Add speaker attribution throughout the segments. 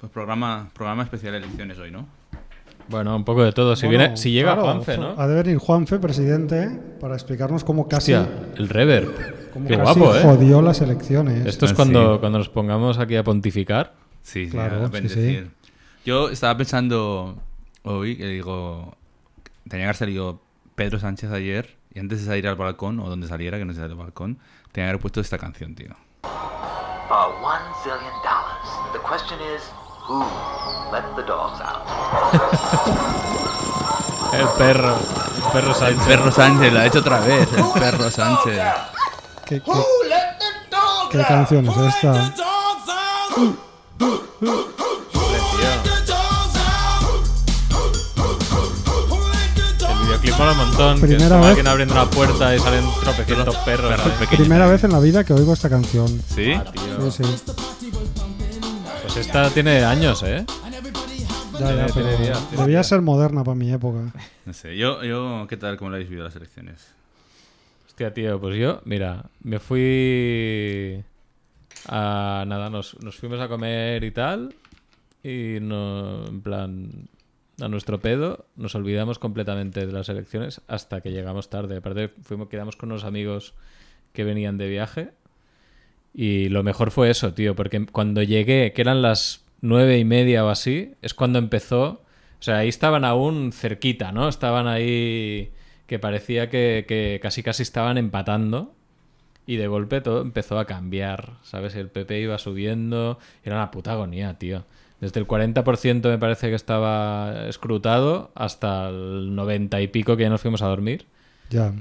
Speaker 1: Pues programa, programa especial de elecciones hoy, ¿no?
Speaker 2: Bueno, un poco de todo. Si,
Speaker 3: Bueno,
Speaker 2: viene, si llega
Speaker 3: claro,
Speaker 2: Juanfe, ¿no?
Speaker 3: Ha de venir Juanfe, presidente, para explicarnos cómo casi,
Speaker 2: Hostia, el reverb.
Speaker 3: Ah, cómo
Speaker 2: Qué
Speaker 3: casi
Speaker 2: guapo, ¿eh?
Speaker 3: jodió las elecciones.
Speaker 2: Esto es
Speaker 1: Ah, Sí.
Speaker 2: cuando, cuando nos pongamos aquí a pontificar.
Speaker 1: Sí, sí,
Speaker 3: Claro,
Speaker 1: a
Speaker 3: sí,
Speaker 1: bendecir.
Speaker 3: sí.
Speaker 1: Yo estaba pensando hoy que digo, tenía que haber salido Pedro Sánchez ayer y antes de salir al balcón o donde saliera, que no se salió al balcón, tenía que haber puesto esta canción, tío.
Speaker 4: Uh, one zillion dollars. The question is, who let the dogs out?
Speaker 2: El perro. El perro
Speaker 1: El
Speaker 2: Sánchez.
Speaker 1: perro Sánchez, lo ha hecho otra vez, el perro Sánchez.
Speaker 3: ¿Qué, qué, qué canción es esta?
Speaker 2: El videoclip mola un montón. que es
Speaker 3: Primera
Speaker 2: como
Speaker 3: vez.
Speaker 2: alguien abriendo una puerta y salen tropecientos perros. ¿eh?
Speaker 1: Perros
Speaker 2: ¿sabes?
Speaker 1: pequeños.
Speaker 3: Primera vez en la vida que oigo esta canción.
Speaker 1: ¿Sí?
Speaker 3: Sí, sí.
Speaker 2: Pues esta tiene años, ¿eh?
Speaker 3: Ya, ya,
Speaker 2: Tiene-
Speaker 3: pero
Speaker 2: tiene días, tiene
Speaker 3: debía
Speaker 2: días.
Speaker 3: ser moderna para mi época.
Speaker 1: No sé, yo, yo ¿qué tal? ¿Cómo lo habéis vivido las elecciones?
Speaker 2: Hostia, tío, pues yo, mira, me fui a nada, nos, nos fuimos a comer y tal. Y no, en plan, a nuestro pedo, nos olvidamos completamente de las elecciones hasta que llegamos tarde. Aparte, fuimos, quedamos con unos amigos que venían de viaje. Y lo mejor fue eso, tío, porque cuando llegué, que eran las nueve y media o así, es cuando empezó. O sea, ahí estaban aún cerquita, ¿no? Estaban ahí que parecía que, que casi casi estaban empatando. Y de golpe todo empezó a cambiar, ¿sabes? El PP iba subiendo. Era una puta agonía, tío. Desde el 40% me parece que estaba escrutado hasta el 90 y pico que ya nos fuimos a dormir.
Speaker 3: Ya.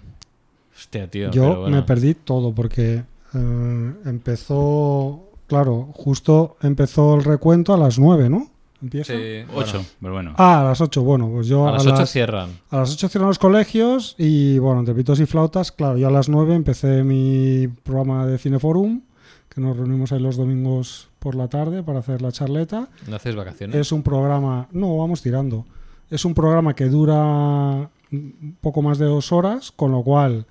Speaker 2: Hostia, tío.
Speaker 3: Yo
Speaker 2: pero bueno.
Speaker 3: me perdí todo porque eh, empezó, claro, justo empezó el recuento a las 9, ¿no? ¿Empieza?
Speaker 2: Sí,
Speaker 1: Ocho,
Speaker 2: bueno.
Speaker 1: pero bueno.
Speaker 3: Ah, a las 8, bueno, pues yo
Speaker 2: A las 8
Speaker 3: las-
Speaker 2: cierran.
Speaker 3: A las 8 cierran los colegios y bueno, entre pitos y flautas, claro, yo a las 9 empecé mi programa de Cineforum, que nos reunimos ahí los domingos por la tarde para hacer la charleta.
Speaker 2: ¿No hacéis vacaciones?
Speaker 3: Es un programa, no, vamos tirando. Es un programa que dura un poco más de dos horas, con lo cual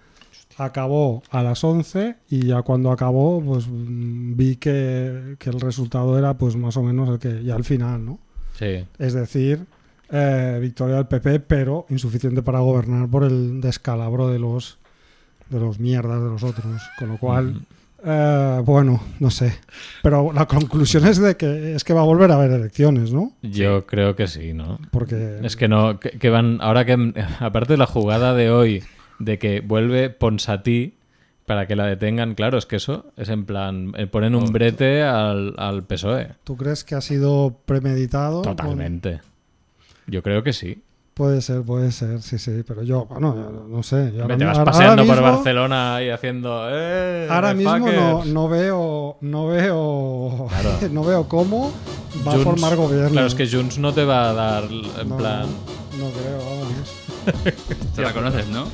Speaker 3: acabó a las 11 y ya cuando acabó, pues mm, vi que, que el resultado era pues más o menos el que ya al final, ¿no?
Speaker 2: Sí.
Speaker 3: Es decir, eh, victoria del PP, pero insuficiente para gobernar por el descalabro de los de los mierdas de los otros. Con lo cual, eh, bueno, no sé. Pero la conclusión es de que es que va a volver a haber elecciones, ¿no?
Speaker 2: Yo creo que sí, ¿no?
Speaker 3: Porque
Speaker 2: Es que no, que, que van. Ahora que. Aparte de la jugada de hoy, de que vuelve Ponsatí para que la detengan, claro, es que eso es en plan. eh, ponen
Speaker 3: Oh,
Speaker 2: un brete al, al PSOE.
Speaker 3: tú crees que ha sido premeditado.
Speaker 2: E. Totalmente. Yo creo que sí.
Speaker 3: Bueno, puede ser, puede ser, sí, sí. Pero yo, bueno, yo no sé. yo
Speaker 2: Hombre, te vas
Speaker 3: ahora-
Speaker 2: paseando
Speaker 3: ahora
Speaker 2: por
Speaker 3: mismo-
Speaker 2: Barcelona y haciendo. "Eh,
Speaker 3: Ahora mismo no,
Speaker 2: motherfuckers".
Speaker 3: no veo, no veo,
Speaker 2: Claro.
Speaker 3: no veo cómo va a
Speaker 2: Junts-
Speaker 3: formar gobierno.
Speaker 2: Claro, es que Junts no te va a dar. En
Speaker 3: No,
Speaker 2: plan.
Speaker 3: No creo, vamos.
Speaker 1: Te la conoces, ¿no?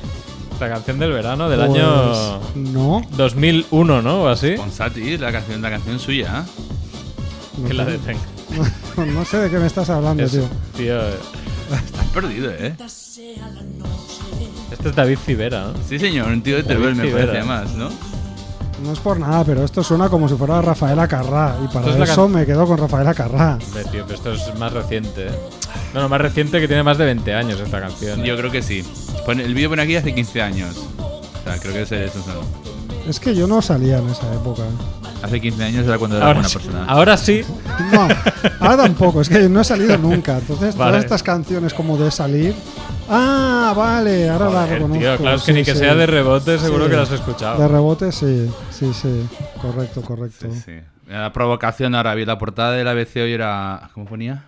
Speaker 2: La canción del verano del
Speaker 3: Pues,
Speaker 2: año.
Speaker 3: No.
Speaker 2: 2001, ¿no? O así.
Speaker 1: Ponsati, la canción, la canción suya. ¿eh?
Speaker 3: No,
Speaker 2: Que la
Speaker 3: sé.
Speaker 2: detengan.
Speaker 3: No- no sé de qué me estás hablando,
Speaker 2: Es-
Speaker 3: tío.
Speaker 2: tío,
Speaker 1: Estás perdido, ¿eh?
Speaker 2: este es David Civera, ¿no?
Speaker 1: Sí, señor, un tío de
Speaker 2: David
Speaker 1: Teruel me
Speaker 2: Civera.
Speaker 1: parece más, ¿no?
Speaker 3: No es por nada, pero esto suena como si fuera Rafaela Carrá. Y para
Speaker 2: Esto es la
Speaker 3: eso
Speaker 2: can-
Speaker 3: me quedo con Rafaela Carrá.
Speaker 2: Hombre, tío, pero esto es más reciente. ¿eh? No, no, más reciente que tiene más de 20 años esta canción. ¿eh?
Speaker 1: Yo creo que sí. Pone- el vídeo pone aquí hace 15 años. O sea, creo que es eso. ¿no?
Speaker 3: Es que yo no salía en esa época.
Speaker 1: Hace 15 años era cuando era
Speaker 2: ahora,
Speaker 1: buena
Speaker 2: sí,
Speaker 1: persona.
Speaker 2: ahora sí.
Speaker 3: No, ahora tampoco, es que no he salido nunca. Entonces,
Speaker 2: Vale.
Speaker 3: todas estas canciones como de salir. Ah, vale, ahora las
Speaker 2: Joder,
Speaker 3: reconozco.
Speaker 2: tío, claro es que
Speaker 3: sí,
Speaker 2: ni que
Speaker 3: sí.
Speaker 2: sea de rebote, seguro
Speaker 3: Sí.
Speaker 2: que las has
Speaker 3: De
Speaker 2: escuchado.
Speaker 3: rebote, sí, sí, sí. Correcto, correcto.
Speaker 1: Sí, sí. La provocación ahora vi la portada del ABC hoy era. ¿Cómo ponía?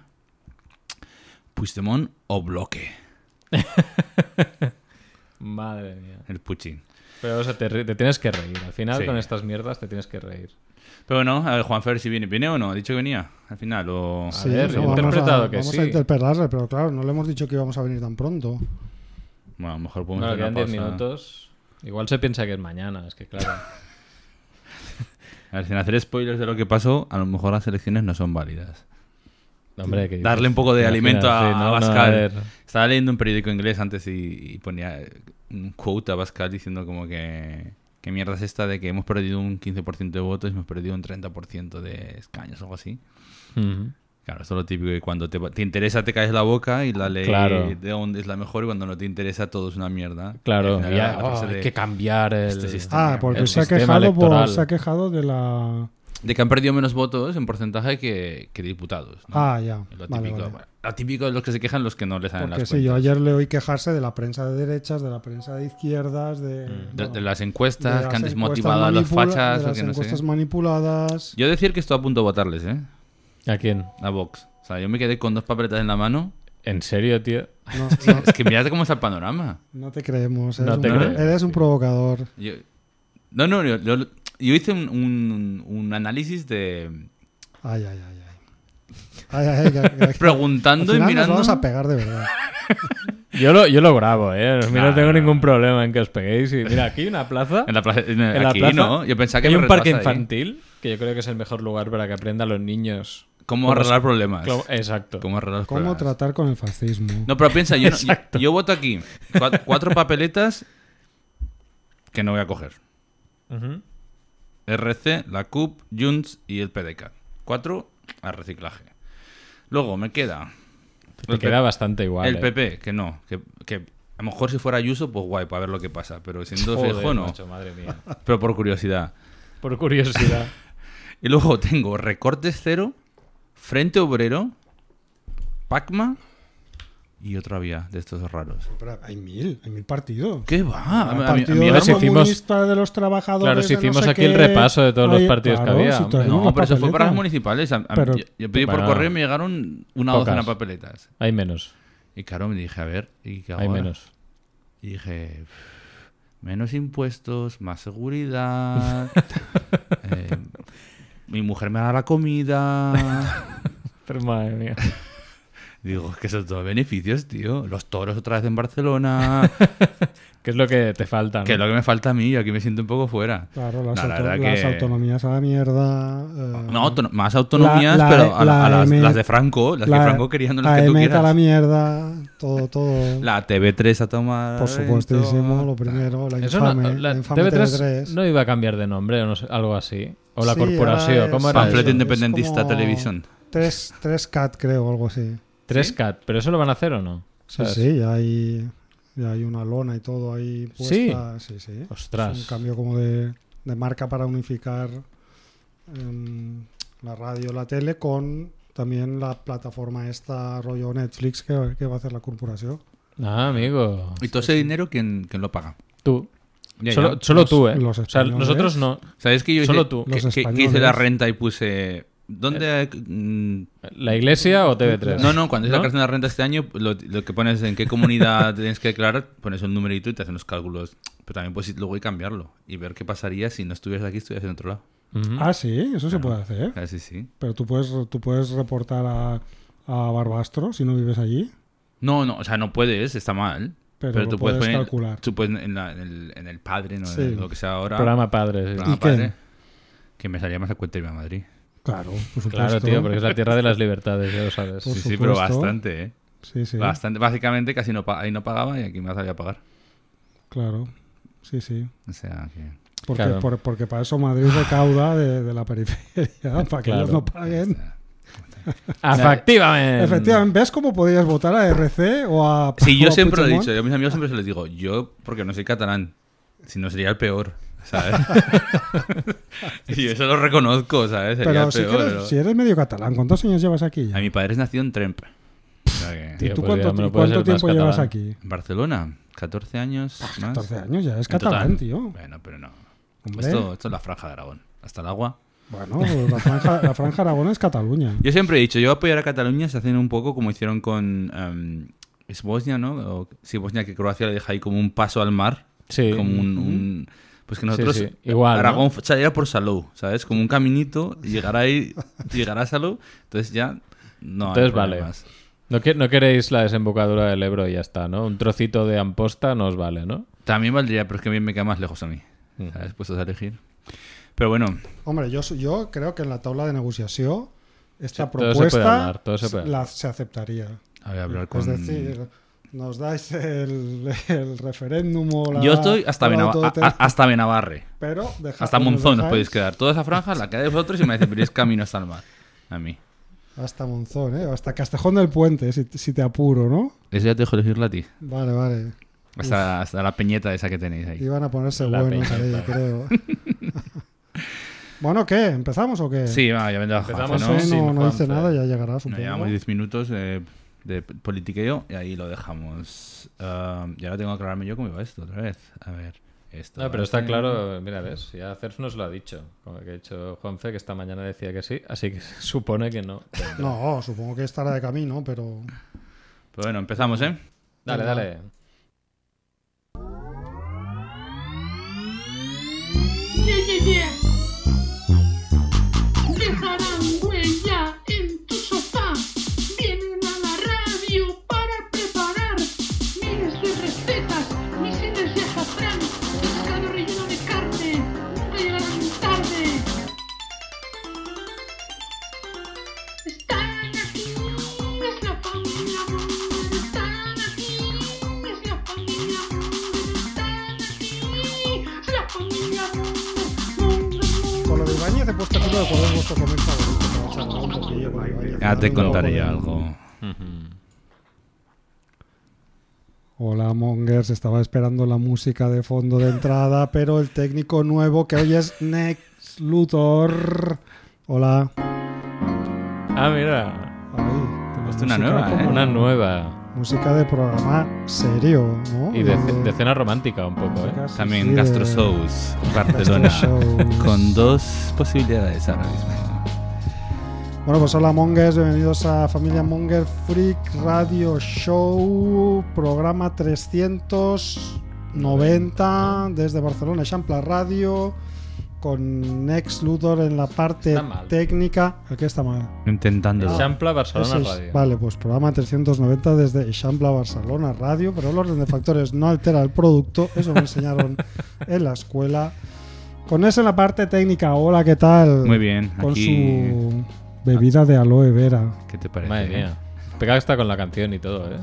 Speaker 1: Puigdemont o bloque.
Speaker 2: Madre mía.
Speaker 1: El Puchín.
Speaker 2: Pero o sea, te, ri- te tienes que reír. Al final,
Speaker 1: Sí.
Speaker 2: con estas mierdas, te tienes que reír.
Speaker 1: Pero bueno, a ver, Juan Fer, si viene. ¿Viene o no? ¿Ha dicho que venía? Al final, o.
Speaker 2: A ver, yo
Speaker 3: no,
Speaker 2: he
Speaker 3: vamos
Speaker 2: interpretado
Speaker 3: a,
Speaker 2: que
Speaker 3: vamos
Speaker 2: sí.
Speaker 3: a interpelarle, pero claro, no le hemos dicho que íbamos a venir tan pronto.
Speaker 1: Bueno, a lo mejor podemos
Speaker 2: Bueno,
Speaker 1: hacer
Speaker 2: quedan
Speaker 1: una
Speaker 2: 10
Speaker 1: pausa.
Speaker 2: minutos. Igual se piensa que es mañana, es que claro.
Speaker 1: A ver, sin hacer spoilers de lo que pasó, a lo mejor las elecciones no son válidas.
Speaker 2: No, hombre, que-
Speaker 1: Darle un poco de alimento a,
Speaker 2: Eh, Imagínate, no,
Speaker 1: a
Speaker 2: no,
Speaker 1: Pascal.
Speaker 2: ver.
Speaker 1: Estaba leyendo un periódico inglés antes y, y ponía eh, un quote a Pascal diciendo como que... ¿Qué mierda es esta de que hemos perdido un 15% de votos y hemos perdido un 30% de escaños o algo así?
Speaker 2: Ujú.
Speaker 1: Claro, esto es lo típico que cuando te, te interesa te caes la boca y la ley
Speaker 2: Claro.
Speaker 1: de un- es la mejor y cuando no te interesa todo es una mierda. Y
Speaker 2: Claro,
Speaker 1: al final,
Speaker 2: ya,
Speaker 1: a
Speaker 2: oh,
Speaker 1: pesar
Speaker 2: hay
Speaker 1: de,
Speaker 2: que cambiar el...
Speaker 1: Este sistema.
Speaker 3: Ah, porque
Speaker 2: El
Speaker 3: se ha,
Speaker 2: sistema
Speaker 3: quejado por-
Speaker 2: electoral.
Speaker 3: se ha quejado de la.
Speaker 1: de que han perdido menos votos en porcentaje que, que diputados. ¿no?
Speaker 3: Ah, ya.
Speaker 1: lo,
Speaker 3: Vale,
Speaker 1: típico,
Speaker 3: vale.
Speaker 1: lo típico de los que se quejan los que no les salen
Speaker 3: Porque
Speaker 1: las
Speaker 3: sí, yo
Speaker 1: cuentas.
Speaker 3: ayer le oí quejarse de la prensa de derechas, de la prensa de izquierdas, de.
Speaker 1: Mm, de,
Speaker 3: bueno,
Speaker 1: de las
Speaker 3: de
Speaker 1: encuestas que han
Speaker 3: encuestas
Speaker 1: desmotivado a los
Speaker 3: manipula-
Speaker 1: fachas.
Speaker 3: De
Speaker 1: o
Speaker 3: las
Speaker 1: que no sé
Speaker 3: encuestas
Speaker 1: qué.
Speaker 3: manipuladas.
Speaker 1: Yo decir que estoy a punto de votarles, ¿eh?
Speaker 2: ¿A quién?
Speaker 1: A Vox. O sea, yo me quedé con dos papeletas en la mano.
Speaker 2: ¿En serio, tío?
Speaker 3: No, no-
Speaker 1: Es que mirad cómo está el panorama.
Speaker 3: no te creemos.
Speaker 2: No
Speaker 3: Eres,
Speaker 2: te
Speaker 3: un,
Speaker 2: creemos,
Speaker 3: eres un
Speaker 2: sí.
Speaker 3: provocador.
Speaker 1: Yo- no, no, yo, yo- yo hice un, un- un análisis de...
Speaker 3: Ay, ay, ay. ay. Ay, ay, ay, que- que- que- al
Speaker 1: Preguntando
Speaker 3: final
Speaker 1: y
Speaker 3: nos
Speaker 1: mirando...
Speaker 3: vamos a pegar de verdad.
Speaker 2: Yo lo, yo lo grabo, ¿eh? A mí no
Speaker 1: Nah,
Speaker 2: tengo
Speaker 1: nah.
Speaker 2: ningún problema en que os peguéis. Y mira, aquí hay una plaza.
Speaker 1: En la plaza, en-
Speaker 2: en la
Speaker 1: aquí,
Speaker 2: plaza
Speaker 1: ¿no? Yo pensaba que
Speaker 2: hay
Speaker 1: me ¿eh?
Speaker 2: un parque
Speaker 1: retrasa ahí.
Speaker 2: infantil, que yo creo que es el mejor lugar para que aprendan los niños.
Speaker 1: ¿Cómo arreglar problemas?
Speaker 2: Cómo- Exacto.
Speaker 1: Pues, ¿Cómo arreglar los
Speaker 3: ¿Cómo
Speaker 1: problemas?
Speaker 3: tratar con el fascismo?
Speaker 1: No, pero piensa, yo, no- yo, yo voto aquí. Cua- Cuatro, papeletas que no voy a coger.
Speaker 2: Ujú.
Speaker 1: RC, la CUP, Junts y el PDK. Cuatro a reciclaje. Luego me queda
Speaker 2: Te
Speaker 1: el
Speaker 2: queda
Speaker 1: P-
Speaker 2: bastante igual.
Speaker 1: el
Speaker 2: ¿eh?
Speaker 1: PP, que no. Que, que a lo mejor si fuera Ayuso, pues guay, para ver lo que pasa. Pero siendo
Speaker 2: Joder,
Speaker 1: Feijóo, no.
Speaker 2: macho, madre mía.
Speaker 1: Pero por curiosidad.
Speaker 2: Por curiosidad.
Speaker 1: Y luego tengo Recortes Cero, Frente Obrero, Pacma y otra vía de estos raros.
Speaker 3: Pero hay mil, hay mil partidos.
Speaker 1: ¿Qué va? Ah, A
Speaker 3: El
Speaker 1: mí- a mí- a
Speaker 3: partido
Speaker 1: mí-
Speaker 2: ahora
Speaker 3: de
Speaker 2: si hicimos-
Speaker 3: comunista de los trabajadores.
Speaker 2: Claro, si
Speaker 3: de no
Speaker 2: hicimos
Speaker 3: sé
Speaker 2: aquí el
Speaker 3: qué.
Speaker 2: repaso de todos los
Speaker 3: Ay,
Speaker 2: partidos que
Speaker 3: claro,
Speaker 2: había,
Speaker 3: si
Speaker 2: hombre.
Speaker 3: traemos
Speaker 1: No,
Speaker 3: la
Speaker 1: pero eso fue para las
Speaker 3: papeleta.
Speaker 1: municipales. A- a-
Speaker 3: Pero-
Speaker 1: yo, yo pedí por
Speaker 2: Bueno.
Speaker 1: correo y me llegaron una
Speaker 2: Pocas.
Speaker 1: docena de papeletas.
Speaker 2: Hay menos.
Speaker 1: Y claro, me dije, a ver, ¿y qué hago
Speaker 2: Hay
Speaker 1: ahora?
Speaker 2: menos.
Speaker 1: Y dije, menos impuestos, más seguridad. eh, mi mujer me da la comida.
Speaker 2: Pero madre mía.
Speaker 1: Digo, es que son todos beneficios, tío. Los toros otra vez en Barcelona.
Speaker 2: ¿Qué es lo que te falta? no?
Speaker 1: que es lo que me falta a mí, yo aquí me siento un poco fuera.
Speaker 3: Claro, las,
Speaker 1: No, la
Speaker 3: auto-
Speaker 1: verdad
Speaker 3: las
Speaker 1: que-
Speaker 3: autonomías a la mierda. eh,
Speaker 1: No, autono- más autonomías,
Speaker 3: La- la-
Speaker 1: pero a, la- a
Speaker 3: la E
Speaker 1: las,
Speaker 3: M-
Speaker 1: las de Franco, las que Franco quería, no las
Speaker 3: la
Speaker 1: que tú
Speaker 3: EMET a E
Speaker 1: quieras.
Speaker 3: la mierda, todo, todo.
Speaker 1: La TV3 a tomar.
Speaker 3: por supuestísimo,
Speaker 1: viento.
Speaker 3: lo primero, la
Speaker 2: Eso no-
Speaker 3: infame,
Speaker 2: la
Speaker 3: la infame
Speaker 2: TV3
Speaker 3: TV3.
Speaker 2: no iba a cambiar de nombre o no sé, algo así. O la
Speaker 3: Sí,
Speaker 2: corporación.
Speaker 3: ahora
Speaker 2: ¿Cómo
Speaker 3: es-
Speaker 2: era?
Speaker 1: Panfleto
Speaker 2: eso?
Speaker 3: Eso, es
Speaker 1: independentista
Speaker 3: como-
Speaker 1: televisión.
Speaker 3: Tres, tres CAT, creo, o algo así.
Speaker 2: Tres cat. ¿Pero eso lo van a hacer o no?
Speaker 3: Sí,
Speaker 2: ¿Sabes?
Speaker 3: sí, ya hay, ya hay una lona y todo ahí
Speaker 2: Sí.
Speaker 3: puesta. Sí, sí.
Speaker 2: Ostras.
Speaker 3: Es un cambio como de, de marca para unificar em, la radio, la tele con también la plataforma esta rollo Netflix que, que va a hacer la corporación.
Speaker 2: Ah, amigo.
Speaker 1: ¿Y todo ese dinero quién, quién lo paga?
Speaker 2: Tú.
Speaker 1: Ya, ya.
Speaker 2: Solo, solo
Speaker 3: Los-
Speaker 2: tú, ¿eh?
Speaker 3: los
Speaker 2: o sea,
Speaker 3: españoles.
Speaker 2: nosotros no.
Speaker 1: ¿Sabes que yo
Speaker 2: Solo
Speaker 1: hice,
Speaker 2: tú.
Speaker 1: Que,
Speaker 3: Los
Speaker 1: que- que hice la
Speaker 3: españoles.
Speaker 1: renta y puse. ¿Dónde.? mm,
Speaker 2: ¿La iglesia o TV3?
Speaker 1: No, no, cuando hice la
Speaker 2: ¿No?
Speaker 1: creación de la renta este año, lo, lo que pones en qué comunidad tienes que declarar, pones un numerito y te hacen los cálculos. Pero también puedes ir luego y cambiarlo y ver qué pasaría si no estuvieras aquí, estuvieras en otro lado.
Speaker 2: Ujú.
Speaker 3: Ah, sí, eso se puede hacer.
Speaker 1: Ah, sí, sí.
Speaker 3: Pero tú puedes, tú puedes reportar a, a Barbastro si no vives allí.
Speaker 1: No, no, o sea, no puedes, está mal.
Speaker 3: Pero
Speaker 1: Pero,
Speaker 3: lo
Speaker 1: tú puedes,
Speaker 3: puedes
Speaker 1: poner,
Speaker 3: calcular.
Speaker 1: Tú puedes en, la- en el, en el padre, ¿no?
Speaker 3: Sí.
Speaker 1: En lo que sea ahora.
Speaker 2: Programa padre. sí.
Speaker 1: programa
Speaker 3: ¿Y qué?
Speaker 1: padre. Que me salía más a cuenta irme a Madrid.
Speaker 3: Claro, por supuesto.
Speaker 2: Claro, tío, porque es la tierra de las libertades, ya lo sabes.
Speaker 3: Por
Speaker 1: sí, sí, pero
Speaker 3: supuesto.
Speaker 1: bastante, ¿eh?
Speaker 3: Sí, sí.
Speaker 1: Bastante. Básicamente casi no, pa- ahí no pagaba y aquí me salía a pagar.
Speaker 3: Claro, sí, sí.
Speaker 1: O sea, que...
Speaker 3: Porque,
Speaker 2: Claro.
Speaker 3: por- porque para eso Madrid recauda de, de la periferia, para que
Speaker 2: Claro.
Speaker 3: ellos no paguen.
Speaker 2: Efectivamente.
Speaker 3: Efectivamente, ¿ves cómo podías votar a RC o a...
Speaker 1: Em, Sí,
Speaker 3: o
Speaker 1: yo
Speaker 3: a
Speaker 1: siempre lo he
Speaker 3: Puigdemont?
Speaker 1: dicho, yo a mis amigos siempre se les digo, yo porque no soy catalán, si no sería el peor, ¿sabes? y eso lo reconozco, ¿sabes? Sería
Speaker 3: Pero
Speaker 1: el
Speaker 3: sí que
Speaker 1: peor.
Speaker 3: eres,
Speaker 1: ¿no?
Speaker 3: si eres medio catalán, ¿cuántos años llevas aquí? ya?
Speaker 1: A mi padre es nacido en Tremp. O sea que-
Speaker 2: Tío,
Speaker 3: ¿Y tú
Speaker 2: pues ya
Speaker 3: cuánto,
Speaker 2: me lo
Speaker 3: y
Speaker 2: puedes
Speaker 3: cuánto
Speaker 2: ser más
Speaker 3: tiempo llevas
Speaker 2: catalán.
Speaker 3: aquí?
Speaker 1: En Barcelona, 14 años más.
Speaker 3: 14 Ah, años, ya es
Speaker 1: ¿Ah? En
Speaker 3: catalán,
Speaker 1: total.
Speaker 3: tío.
Speaker 1: Bueno, pero no.
Speaker 3: Hombre.
Speaker 1: Esto, esto es la franja de Aragón, hasta el agua.
Speaker 3: Bueno, pues la franja, la franja Aragona es Cataluña.
Speaker 1: Yo siempre he dicho, yo apoyar a Cataluña se hacen un poco como hicieron con... em, es Bosnia, ¿no? O, sí, Bosnia, que Croacia le deja ahí como un paso al mar.
Speaker 2: Sí.
Speaker 1: como un, un- pues que
Speaker 2: Sí,
Speaker 1: nosotros
Speaker 2: sí. Igual,
Speaker 1: Aragón saliera por Salou, ¿sabes? Como un caminito, llegar ahí, llegar a Salou, entonces ya no hay
Speaker 2: Entonces vale.
Speaker 1: problemas.
Speaker 2: No, que- no queréis la desembocadura del Ebro y ya está, ¿no? Un trocito de amposta nos vale, ¿no?
Speaker 1: También valdría, pero es que a mí me queda más lejos a mí, ¿sabes? Puestos a elegir. Pero bueno,
Speaker 3: Hombre, yo, so- yo creo que en la tabla de negociación esta
Speaker 2: Sí, todo se puede
Speaker 3: propuesta
Speaker 2: hablar, todo se puede
Speaker 3: la- se aceptaría.
Speaker 1: a ver, hablar con...
Speaker 3: Es decir, nos dais el, el referéndum o la.
Speaker 1: Yo estoy hasta,
Speaker 3: o la
Speaker 1: Benava-
Speaker 3: autodeter-
Speaker 1: a- a- hasta Benavarre,
Speaker 3: Pero deja-
Speaker 1: hasta Monzón os
Speaker 3: dejáis-
Speaker 1: podéis quedar. Toda esa franja la quedáis vosotros y me decís, pero es camino hasta el mar. A mí.
Speaker 3: Hasta Monzón, ¿eh? Hasta Castejón del Puente, si, si te apuro, ¿no?
Speaker 1: Eso ya te dejo elegirlo a ti.
Speaker 3: Vale, vale.
Speaker 1: Hasta, hasta la peñeta esa que tenéis ahí.
Speaker 3: Iban a ponerse
Speaker 2: La
Speaker 3: buenos
Speaker 2: peña,
Speaker 3: ahí,
Speaker 2: claro.
Speaker 3: creo. bueno, ¿qué? ¿Empezamos o qué?
Speaker 1: Sí, va, ya vendrá Juanfe,
Speaker 2: Empezamos
Speaker 1: ¿no?
Speaker 3: José
Speaker 2: sí,
Speaker 3: no, no dice
Speaker 2: Juanfe.
Speaker 3: nada, ya llegará,
Speaker 1: Nos
Speaker 3: supongo.
Speaker 1: llevamos 10 minutos eh, de politiqueo y ahí lo dejamos. Ah, y ahora tengo que aclararme yo cómo iba esto otra vez. A ver, esto.
Speaker 2: No, pero está
Speaker 1: hace-
Speaker 2: claro, mira, ves, ya Cers nos lo ha dicho. Como que ha dicho Juanfe, que esta mañana decía que sí, así que se supone que no.
Speaker 3: No, supongo que estará de camino, pero...
Speaker 1: Pero bueno, empezamos, ¿eh?
Speaker 2: Dale, dale.
Speaker 5: Yeyeye. Dejarán huella en tu sofá. Vienen a la radio para preparar miles de recetas, misiles de azafrán, pescado relleno de carne. Nunca llegarán tarde. Están aquí, es la familia Munger. Están aquí, es la familia Munger. Están aquí, es la familia Munger. Munger, Munger.
Speaker 3: Con lo de Ibañez he puesto el número de cuál es vuestro cómic favorito. Me va a charlar un poquillo con Ibáñez.
Speaker 1: Ya Ah, te
Speaker 3: Hablando un
Speaker 1: contaré
Speaker 3: poco
Speaker 1: yo
Speaker 3: de-
Speaker 1: algo.
Speaker 3: Hola Mongers, estaba esperando la música de fondo de entrada, pero el técnico nuevo que hoy es Nex Luthor. Hola.
Speaker 2: Ah, mira,
Speaker 3: Ahí.
Speaker 1: Te he puesto una
Speaker 3: Música
Speaker 1: nueva,
Speaker 3: como-
Speaker 1: ¿eh?
Speaker 2: una nueva.
Speaker 3: Música de programa serio, ¿no?
Speaker 2: Y de, de
Speaker 3: Mm.
Speaker 2: cena romántica un poco, ¿eh?
Speaker 3: Casi, sí,
Speaker 1: ¿eh? También
Speaker 3: de-
Speaker 1: Gastro Shows, Barcelona.
Speaker 3: Gastro Shows.
Speaker 1: Con dos posibilidades ahora mismo.
Speaker 3: Bueno, pues hola Mongers, bienvenidos a Familia Monger Freak Radio Show, programa 390 desde Barcelona, Champla Radio, con Nex Luthor en la parte
Speaker 2: Está mal.
Speaker 3: técnica. ¿El qué está mal?
Speaker 1: Intentándolo.
Speaker 2: Champla Barcelona
Speaker 3: Ese es-
Speaker 2: Radio.
Speaker 3: Vale, pues programa 390 desde Champla Barcelona Radio, pero el orden de factores no altera el producto, eso me enseñaron en la escuela. Con eso en la parte técnica, hola, ¿qué tal?
Speaker 1: Muy bien,
Speaker 3: Con
Speaker 1: aquí-
Speaker 3: su bebida de aloe vera.
Speaker 1: ¿Qué te parece? eh?
Speaker 2: Madre mía. Pegado está con la canción y todo, ¿eh?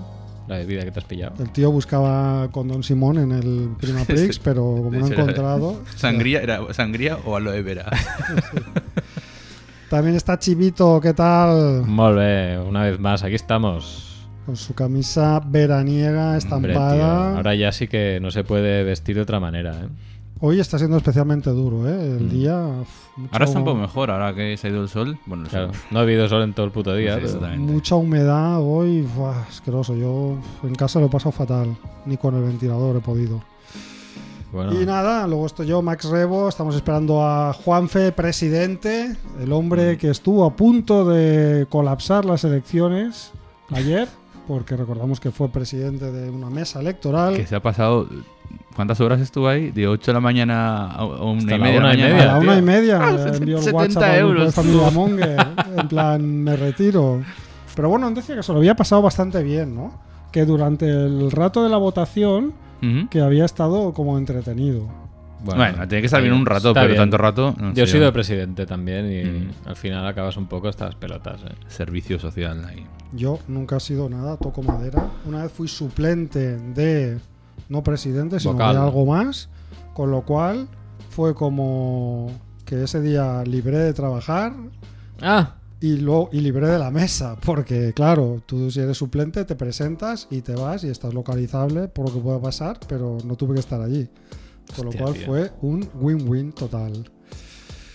Speaker 2: La bebida que te has pillado.
Speaker 3: El tío buscaba con Don Simón en el Prima Prix, pero como no ha
Speaker 1: De hecho, era-
Speaker 3: encontrado.
Speaker 1: Sangría, era sangría o aloe vera.
Speaker 3: También está Chivito, ¿qué tal?
Speaker 2: Molt bé, una vez más, aquí estamos.
Speaker 3: Con su camisa veraniega
Speaker 2: Hombre,
Speaker 3: estampada.
Speaker 2: tío, ahora ya sí que no se puede vestir de otra manera, ¿eh?
Speaker 3: Hoy está siendo especialmente duro, ¿eh? El día. uf, mucho-
Speaker 1: Mm. Ahora está un poco mejor, ahora que se ha ido el sol. Bueno, el
Speaker 2: Claro,
Speaker 1: sol.
Speaker 2: no ha habido sol en todo el puto día.
Speaker 1: Sí,
Speaker 2: pero-
Speaker 1: exactamente.
Speaker 3: Mucha humedad hoy, buah, asqueroso. Yo uf, en casa lo he pasado fatal, ni con el ventilador he podido.
Speaker 2: bueno,
Speaker 3: Y nada, luego estoy yo, Max Rebo, estamos esperando a Juanfe, presidente, el
Speaker 2: Mm.
Speaker 3: hombre que estuvo a punto de colapsar las elecciones ayer, porque recordamos que fue presidente de una mesa
Speaker 1: Que
Speaker 3: electoral.
Speaker 1: se ha pasado. ¿Cuántas horas estuvo ahí? De 8 de la mañana a a una
Speaker 2: Hasta
Speaker 1: y
Speaker 2: la
Speaker 1: media. de
Speaker 2: una
Speaker 1: la
Speaker 2: y
Speaker 1: mañana.
Speaker 3: A
Speaker 2: media.
Speaker 3: la
Speaker 2: tío.
Speaker 3: una y media
Speaker 1: Ah,
Speaker 3: eh, envió el
Speaker 1: 70
Speaker 3: WhatsApp al grupo de
Speaker 1: euros,
Speaker 3: familia Monger, en plan, me retiro. Pero bueno, decía que se lo había pasado bastante bien, ¿no? Que durante el rato de la votación,
Speaker 1: Ujú.
Speaker 3: que había estado como entretenido.
Speaker 1: Bueno, tiene que estar bien un rato,
Speaker 2: está
Speaker 1: pero
Speaker 2: bien.
Speaker 1: tanto rato. no
Speaker 2: Yo he
Speaker 1: sé,
Speaker 2: sido presidente también y
Speaker 1: Mm.
Speaker 2: al final acabas un poco estas pelotas, ¿eh?
Speaker 1: Servicio social ahí.
Speaker 3: Yo nunca he sido nada, toco madera. Una vez fui suplente de, no presidente, sino
Speaker 2: Vocal.
Speaker 3: de algo más, con lo cual fue como que ese día libré de trabajar
Speaker 2: Ah,
Speaker 3: y, luego, y libré de la mesa, porque claro, tú si eres suplente te presentas y te vas y estás localizable por lo que pueda pasar, pero no tuve que estar allí. Con lo
Speaker 2: Hostia,
Speaker 3: cual
Speaker 2: tío.
Speaker 3: fue un win-win total.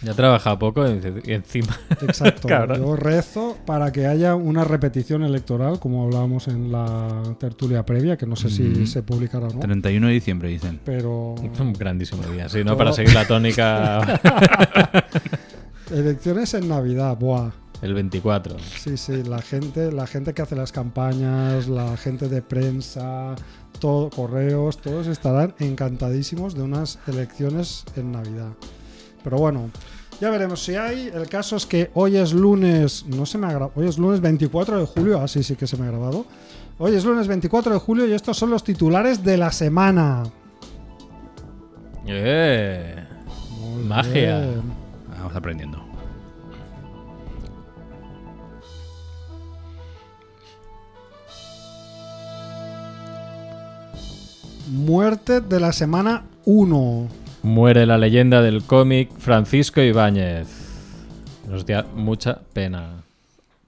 Speaker 2: ya trabajaba poco y y encima.
Speaker 3: Exacto.
Speaker 2: Cabrón.
Speaker 3: Yo rezo para que haya una repetición electoral, como hablábamos en la tertulia previa, que no sé si
Speaker 1: Ujú.
Speaker 3: se publicará o no.
Speaker 1: 31 de diciembre, dicen.
Speaker 3: Pero
Speaker 2: Un grandísimo día, sí, ¿no?
Speaker 3: Todo-
Speaker 2: Para seguir la tónica
Speaker 3: elecciones en Navidad, buah.
Speaker 2: el 24.
Speaker 3: Sí, sí, la gente, la gente que hace las campañas, la gente de prensa, todo, correos, todos estarán encantadísimos de unas elecciones en Navidad. Pero bueno, ya veremos si hay. El caso es que hoy es lunes, no se me ha grabado, hoy es lunes 24 de julio, así sí que se me ha grabado. Hoy es lunes 24 de julio y estos son los titulares de la semana.
Speaker 2: ¡Eh!
Speaker 3: Muy
Speaker 2: Magia.
Speaker 3: bien.
Speaker 1: Vamos aprendiendo.
Speaker 3: Muerte de la semana 1.
Speaker 2: Muere la leyenda del cómic Francisco Ibáñez. Nos da mucha pena.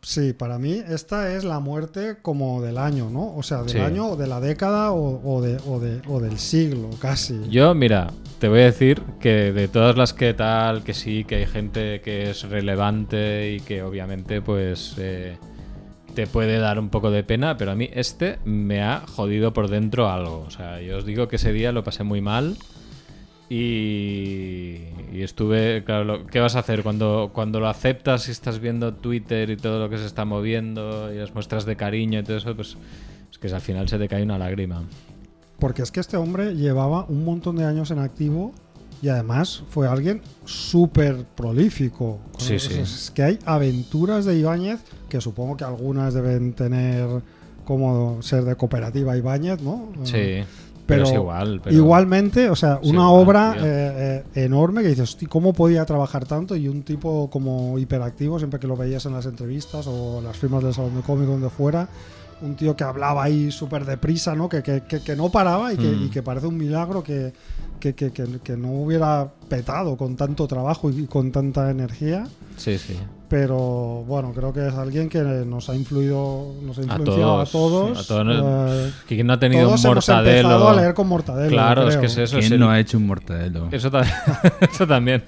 Speaker 3: Sí, para mí esta es la muerte como del año, ¿no? O sea, del
Speaker 2: Sí.
Speaker 3: año o de la década o, o de, o, de- o del siglo, casi.
Speaker 2: Yo, mira, te voy a decir que de todas las que tal, que sí, que hay gente que es relevante y que obviamente pues eh, te puede dar un poco de pena, pero a mí este me ha jodido por dentro algo. O sea, yo os digo que ese día lo pasé muy mal y, y estuve, claro, lo- ¿qué vas a hacer cuando, cuando lo aceptas y estás viendo Twitter y todo lo que se está moviendo y las muestras de cariño y todo eso? Pues es que al final se te cae una lágrima.
Speaker 3: Porque es que este hombre llevaba un montón de años en activo y además fue alguien súper prolífico.
Speaker 2: Sí,
Speaker 3: O sea,
Speaker 2: sí.
Speaker 3: Es que hay aventuras de Ibáñez que supongo que algunas deben tener como ser de cooperativa Ibáñez, ¿no?
Speaker 2: Sí. Pero,
Speaker 3: Pero
Speaker 2: es igual. pero-
Speaker 3: Igualmente, o sea,
Speaker 2: Sí, ah,
Speaker 3: una
Speaker 2: igual,
Speaker 3: obra
Speaker 2: tío.
Speaker 3: eh, eh, enorme que dices, "Hosti, ¿cómo podía trabajar tanto? Y un tipo como hiperactivo, siempre que lo veías en las entrevistas o las firmas del Salón de Cómic, donde fuera, un tío que hablaba ahí súper deprisa, ¿no? Que, que- que- que no paraba y que,
Speaker 2: Mm.
Speaker 3: y que parece un milagro que, que- que- que- que no hubiera petado con tanto trabajo y con tanta energía.
Speaker 2: Sí, sí.
Speaker 3: Pero bueno, creo que es alguien que nos ha influido, nos ha
Speaker 2: A
Speaker 3: influenciado a
Speaker 2: todos.
Speaker 3: todos.
Speaker 2: a todos.
Speaker 3: eh,
Speaker 2: Que no ha tenido
Speaker 3: todos
Speaker 2: un
Speaker 3: hemos empezado
Speaker 2: mortadelo.
Speaker 3: a leer con mortadelo.
Speaker 2: claro, es
Speaker 3: creo.
Speaker 2: que es eso. es
Speaker 1: ¿Quién
Speaker 2: el-
Speaker 1: no ha hecho un mortadelo?
Speaker 2: eso, ta- eso también.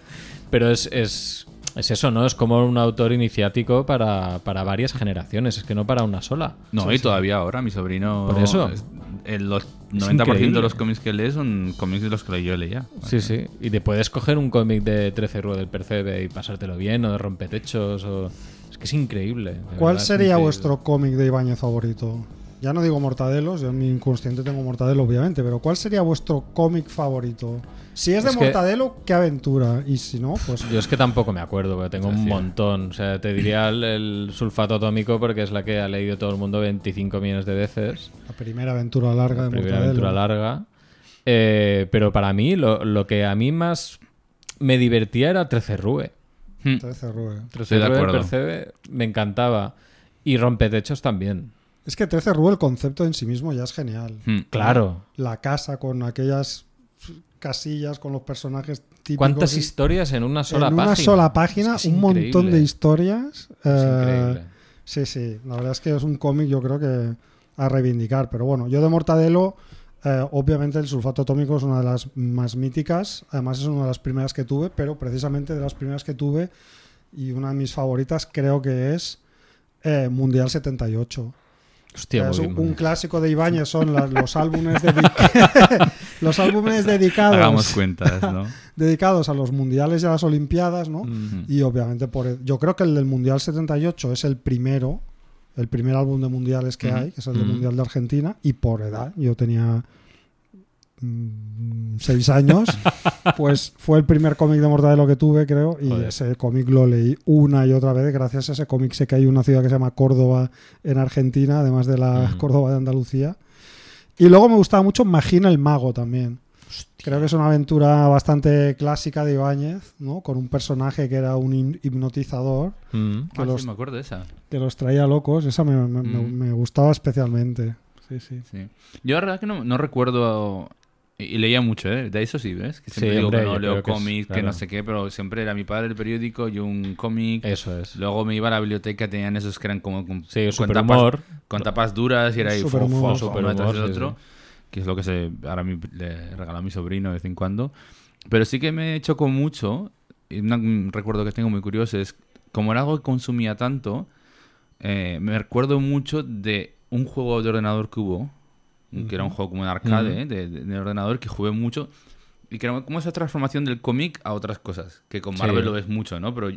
Speaker 2: Pero es, es, es eso, ¿no? Es como un autor iniciático para, para varias generaciones. Es que no para una sola.
Speaker 1: No, y todavía ahora mi sobrino.
Speaker 2: Por eso.
Speaker 1: es- El, los
Speaker 2: Es
Speaker 1: 90%
Speaker 2: increíble.
Speaker 1: de los cómics que lee son cómics de los que yo leía.
Speaker 2: Sí, sí. Y te puedes coger un cómic de 13 ruedas del Percebe y pasártelo bien, o de rompetechos, o. Es que es increíble. de verdad,
Speaker 3: ¿Cuál
Speaker 2: es
Speaker 3: sería
Speaker 2: increíble.
Speaker 3: vuestro cómic de Ibáñez favorito? Ya no digo Mortadelos, yo en mi inconsciente tengo Mortadelo, obviamente, pero ¿cuál sería vuestro cómic favorito? Si es de
Speaker 2: Es que-
Speaker 3: Mortadelo, qué aventura. Y si no, pues.
Speaker 2: Yo es que tampoco me acuerdo, porque tengo un
Speaker 1: Hostia.
Speaker 2: montón. O sea, te diría el, el sulfato atómico porque es la que ha leído todo el mundo 25 millones de veces.
Speaker 3: La primera aventura larga de
Speaker 2: Primera
Speaker 3: Mortadelo.
Speaker 2: aventura larga. Eh, pero para mí, lo, lo que a mí más me divertía era 13 Rue.
Speaker 1: Hmm.
Speaker 3: 13 Rue.
Speaker 2: 13
Speaker 1: Estoy de
Speaker 2: Rue del
Speaker 1: acuerdo.
Speaker 2: Percebe me encantaba. Y Rompetechos también.
Speaker 3: Es que 13 Rue, el concepto en sí mismo ya es genial.
Speaker 1: Hmm.
Speaker 2: Claro.
Speaker 3: La casa con aquellas casillas, con los personajes típicos.
Speaker 2: ¿Cuántas
Speaker 3: y-
Speaker 2: historias en una sola
Speaker 3: en
Speaker 2: página?
Speaker 3: una sola página,
Speaker 2: Es que es
Speaker 3: un montón
Speaker 2: increíble.
Speaker 3: de historias.
Speaker 2: Es
Speaker 3: eh,
Speaker 2: increíble.
Speaker 3: Sí, sí, la verdad es que es un cómic yo creo que a reivindicar, pero bueno, yo de Mortadelo, eh, obviamente el sulfato atómico es una de las más míticas, además es una de las primeras que tuve, pero precisamente de las primeras que tuve y una de mis favoritas creo que es eh, Mundial 78.
Speaker 2: Hostia,
Speaker 3: O
Speaker 2: muy
Speaker 3: sea, es un,
Speaker 2: bien.
Speaker 3: un clásico de Ibáñez, son las- los álbumes dedicados los álbumes
Speaker 1: Hagamos
Speaker 3: dedicados,
Speaker 1: cuentas, ¿no?
Speaker 3: dedicados a los mundiales y a las olimpiadas, ¿no?
Speaker 2: Mm.
Speaker 3: Y obviamente por yo creo que el del Mundial 78 es el primero, el primer álbum de mundiales que
Speaker 1: Ujú.
Speaker 3: hay, que es el del
Speaker 2: Ujú.
Speaker 3: Mundial de Argentina, y por edad, yo tenía mm, seis años, pues fue el primer cómic de Mortadelo que tuve, creo, y
Speaker 2: Joder.
Speaker 3: ese cómic lo leí una y otra vez, gracias a ese cómic sé que hay una ciudad que se llama Córdoba en Argentina, además de la
Speaker 2: Ujú.
Speaker 3: Córdoba de Andalucía. Y luego me gustaba mucho Magina el Mago también. Creo que es una aventura bastante clásica de Ibáñez, ¿no? Con un personaje que era un hin- hipnotizador,
Speaker 2: Mm.
Speaker 1: Ah,
Speaker 3: los-
Speaker 1: sí, me acuerdo de esa.
Speaker 3: que los traía locos. Esa me, me- me-
Speaker 1: Mm.
Speaker 3: me gustaba especialmente. Sí, sí.
Speaker 1: Sí. Yo la verdad que no, no recuerdo. Y, y leía mucho, ¿eh? De eso sí, ¿ves? Que siempre
Speaker 2: Sí,
Speaker 1: digo
Speaker 2: hombre,
Speaker 1: que no
Speaker 2: yo
Speaker 1: leo
Speaker 2: creo que es-
Speaker 1: cómics, que,
Speaker 2: claro.
Speaker 1: no sé qué, pero siempre era mi padre el periódico, yo un cómic.
Speaker 2: Eso es.
Speaker 1: Luego me iba a la biblioteca, tenían esos que eran como con,
Speaker 2: Sí,
Speaker 1: con,
Speaker 2: superhumor.
Speaker 1: tapas, con tapas duras y era ahí
Speaker 3: Superhumor.
Speaker 1: fofo,
Speaker 2: Superhumor, sí,
Speaker 1: otro, que es lo que se, ahora mi- le regaló a mi sobrino de vez en cuando. Pero sí que me chocó mucho, y una- un recuerdo que tengo muy curioso es, como era algo que consumía tanto, eh, me recuerdo mucho de un juego de ordenador que hubo, que era un juego como un arcade
Speaker 2: Ujú.
Speaker 1: ¿eh? de, de- de ordenador que jugué mucho. Y que era como esa transformación del cómic a otras cosas, que con
Speaker 2: Sí.
Speaker 1: Marvel lo ves mucho, ¿no? Pero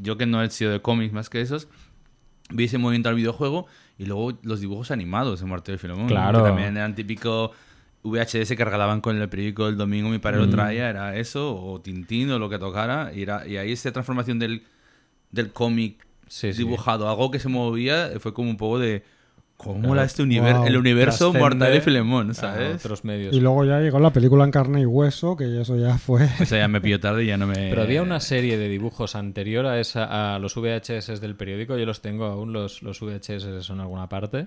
Speaker 1: yo que no he sido de cómics más que esos, vi ese movimiento al videojuego y luego los dibujos animados en Martín Filomón.
Speaker 2: Claro.
Speaker 1: Que también eran típico VHS que regalaban con el periódico el domingo, mi padre lo
Speaker 2: Mm.
Speaker 1: traía, era eso, o Tintín o lo que tocara. Y, era, y ahí esa transformación del, del cómic
Speaker 2: Sí, sí.
Speaker 1: dibujado, algo que se movía, fue como un poco de. ¿Cómo
Speaker 2: Claro.
Speaker 1: la este universo?
Speaker 3: Wow.
Speaker 1: El universo
Speaker 2: Trascende
Speaker 1: Mortal y
Speaker 2: a
Speaker 1: Filemón, ¿sabes?
Speaker 2: Otros medios.
Speaker 3: Y luego ya llegó la película en carne y hueso, que eso ya fue.
Speaker 1: O sea, ya me pilló tarde y ya no me.
Speaker 2: Pero había una serie de dibujos anterior a, esa, a los VHS del periódico, yo los tengo aún, los, los VHS en alguna parte,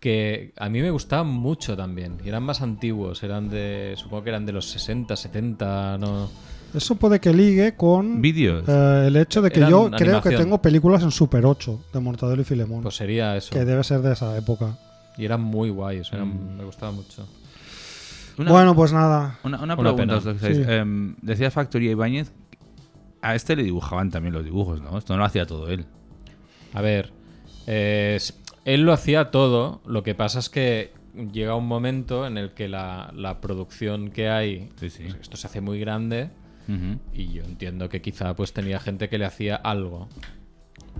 Speaker 2: que a mí me gustaban mucho también, y eran más antiguos, eran de, supongo que eran de los 60, 70, no...
Speaker 3: Eso puede que ligue con
Speaker 1: Vídeos.
Speaker 3: eh, el hecho de que
Speaker 2: Eran
Speaker 3: yo creo que
Speaker 2: animación.
Speaker 3: tengo películas en Super 8 de Mortadelo y Filemón,
Speaker 2: Pues sería eso.
Speaker 3: que debe ser de esa época.
Speaker 2: Y eran muy guays, eran-
Speaker 1: Mm.
Speaker 2: me gustaba mucho.
Speaker 1: Una-
Speaker 3: Bueno, pues nada.
Speaker 1: Una, una
Speaker 2: Una
Speaker 1: pregunta,
Speaker 2: pena.
Speaker 1: os lo que sabéis.
Speaker 3: Sí.
Speaker 1: Em, decía Factoría Ibáñez, a este le dibujaban también los dibujos, ¿no? Esto no lo hacía todo él.
Speaker 2: A ver, eh, s- él lo hacía todo, lo que pasa es que llega un momento en el que la, la producción que hay,
Speaker 1: Sí, sí.
Speaker 2: pues esto se hace muy grande
Speaker 1: Ujú.
Speaker 2: y yo entiendo que quizá pues tenía gente que le hacía algo.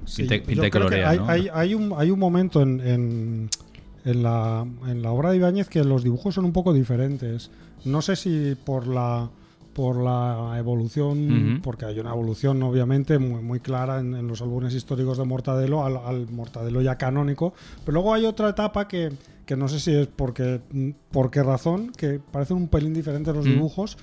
Speaker 3: Sí,
Speaker 1: Pinta-
Speaker 3: yo
Speaker 1: pinta y
Speaker 3: creo que
Speaker 1: colorea,
Speaker 3: hay,
Speaker 1: ¿no?
Speaker 3: hay- hay un, hay un momento en, en- en la, en la obra de Ibáñez que los dibujos son un poco diferentes. No sé si por la por la evolución,
Speaker 1: Ujú.
Speaker 3: porque hay una evolución obviamente muy, muy clara en, en los álbumes históricos de Mortadelo al, al Mortadelo ya canónico, pero luego hay otra etapa que, que no sé si es porque por qué razón, que parecen un pelín diferentes los
Speaker 1: Mm.
Speaker 3: dibujos,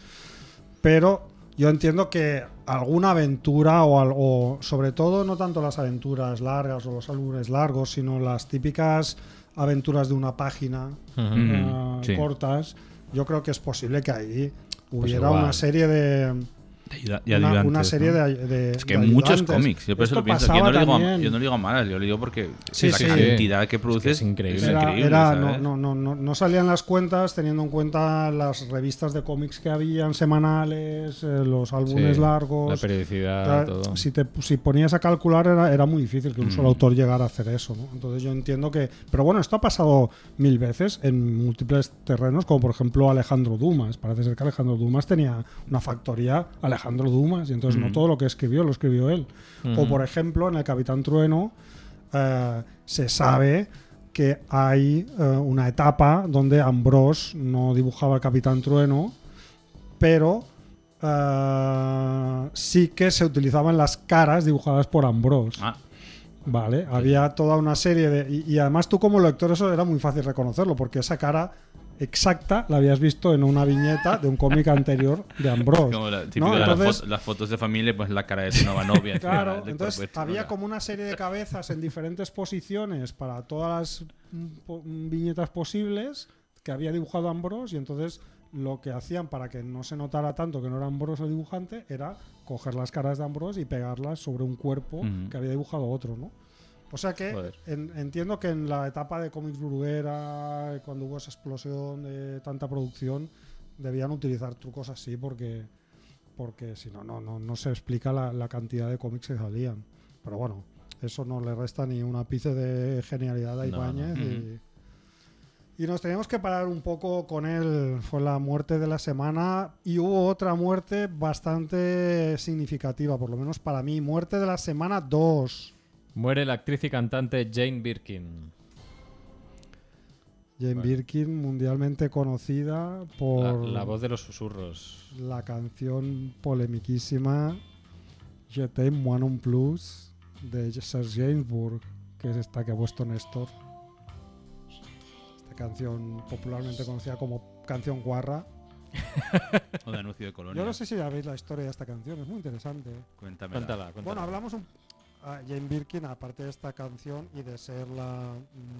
Speaker 3: pero yo entiendo que alguna aventura o, al- o sobre todo no tanto las aventuras largas o los álbumes largos, sino las típicas aventuras de una página
Speaker 1: Mm,
Speaker 3: eh,
Speaker 1: sí.
Speaker 3: cortas, yo creo que es posible que ahí hubiera
Speaker 2: igual.
Speaker 3: una serie de
Speaker 1: De ayuda- de
Speaker 3: una,
Speaker 1: ayudantes,
Speaker 3: una serie
Speaker 1: ¿no?
Speaker 3: de, de-
Speaker 1: Es que
Speaker 3: de
Speaker 1: hay muchos
Speaker 3: ayudantes.
Speaker 1: cómics, yo por eso
Speaker 3: Esto
Speaker 1: lo pienso. que Yo no,
Speaker 3: pasaba
Speaker 1: lo digo, a-
Speaker 3: también.
Speaker 1: yo no lo digo a malas, yo lo digo porque
Speaker 3: Sí,
Speaker 1: la
Speaker 3: sí.
Speaker 1: cantidad que produces
Speaker 2: es increíble.
Speaker 1: es
Speaker 3: Era-
Speaker 1: increíble,
Speaker 3: era-
Speaker 1: ¿sabes?
Speaker 3: no, no, no, no salían las cuentas teniendo en cuenta las revistas de cómics que habían semanales, eh, los álbumes
Speaker 2: Sí, La
Speaker 3: largos.
Speaker 2: periodicidad,
Speaker 3: Claro,
Speaker 2: todo.
Speaker 3: Si te si ponías a calcular era, era muy difícil que un solo autor llegara a hacer eso. ¿no? Entonces yo entiendo que... Pero bueno, esto ha pasado mil veces en múltiples terrenos, como por ejemplo Alejandro Dumas. Parece ser que Alejandro Dumas tenía una factoría Alejandro Dumas y entonces no todo lo que escribió lo escribió él. O por ejemplo en El Capitán Trueno eh, se sabe que hay eh, una etapa donde Ambrose no dibujaba al Capitán Trueno, pero eh, sí que se utilizaban las caras dibujadas por Ambrose.
Speaker 1: Ah,
Speaker 3: Vale, había toda una serie de... Y, y además tú como lector eso era muy fácil reconocerlo, porque esa cara exacta la habías visto en una viñeta de un cómic anterior de Ambrose.
Speaker 1: como la- típico
Speaker 3: Pues,
Speaker 1: de
Speaker 3: ¿no?
Speaker 1: las
Speaker 3: Entonces-
Speaker 1: fo- las fotos de familia, pues la cara de tu nueva novia. etcétera,
Speaker 3: Claro,
Speaker 1: del
Speaker 3: entonces
Speaker 1: cuerpo de tu
Speaker 3: había
Speaker 1: novia.
Speaker 3: como una serie de cabezas en diferentes posiciones para todas las mm, po- mm, viñetas posibles que había dibujado Ambrose y entonces lo que hacían para que no se notara tanto que no era Ambrose el dibujante era coger las caras de Ambrose y pegarlas sobre un cuerpo
Speaker 1: Ujú.
Speaker 3: que había dibujado otro, ¿no? O sea que
Speaker 2: Joder.
Speaker 3: en- entiendo que en la etapa de cómics bruguera, cuando hubo esa explosión de tanta producción, debían utilizar trucos así porque porque si no, no, no, no se explica la, la cantidad de cómics que salían. Pero bueno, eso no le resta ni un ápice de genialidad a
Speaker 2: No,
Speaker 3: Ibáñez.
Speaker 1: no.
Speaker 3: y, y nos teníamos que parar un poco con él. Fue la muerte de la semana y hubo otra muerte bastante significativa, por lo menos para mí. Muerte de la semana 2.
Speaker 2: Muere la actriz y cantante Jane Birkin.
Speaker 3: Jane Birkin, mundialmente conocida por
Speaker 2: La, la voz de los susurros.
Speaker 3: la canción polemiquísima Je t'aime moi non plus de Serge Gainsbourg, que es esta que ha puesto Néstor. Esta canción popularmente conocida como canción guarra.
Speaker 1: O de anuncio de colonia.
Speaker 3: Yo no sé si sabéis la historia de esta canción, es muy interesante.
Speaker 1: Cuéntamela.
Speaker 2: Cuéntala, cuéntala.
Speaker 3: Bueno, hablamos un... a Jane Birkin, aparte de esta canción y de ser la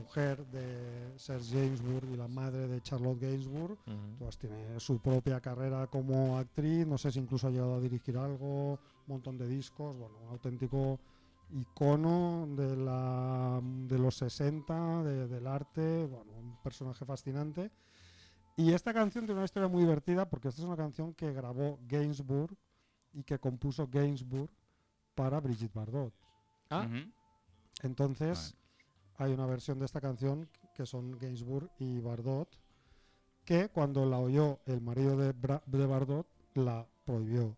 Speaker 3: mujer de Serge Gainsbourg y la madre de Charlotte Gainsbourg,
Speaker 2: Ujú.
Speaker 3: pues tiene su propia carrera como actriz, no sé si incluso ha llegado a dirigir algo, un montón de discos, bueno, un auténtico icono de, la, de los 60, de- del arte, bueno, un personaje fascinante. Y esta canción tiene una historia muy divertida porque esta es una canción que grabó Gainsbourg y que compuso Gainsbourg para Brigitte Bardot.
Speaker 2: Ah.
Speaker 1: Ujú.
Speaker 3: Entonces,
Speaker 1: Vale.
Speaker 3: hay una versión de esta canción que son Gainsbourg y Bardot, que cuando la oyó el marido de, Bra- de Bardot, la prohibió.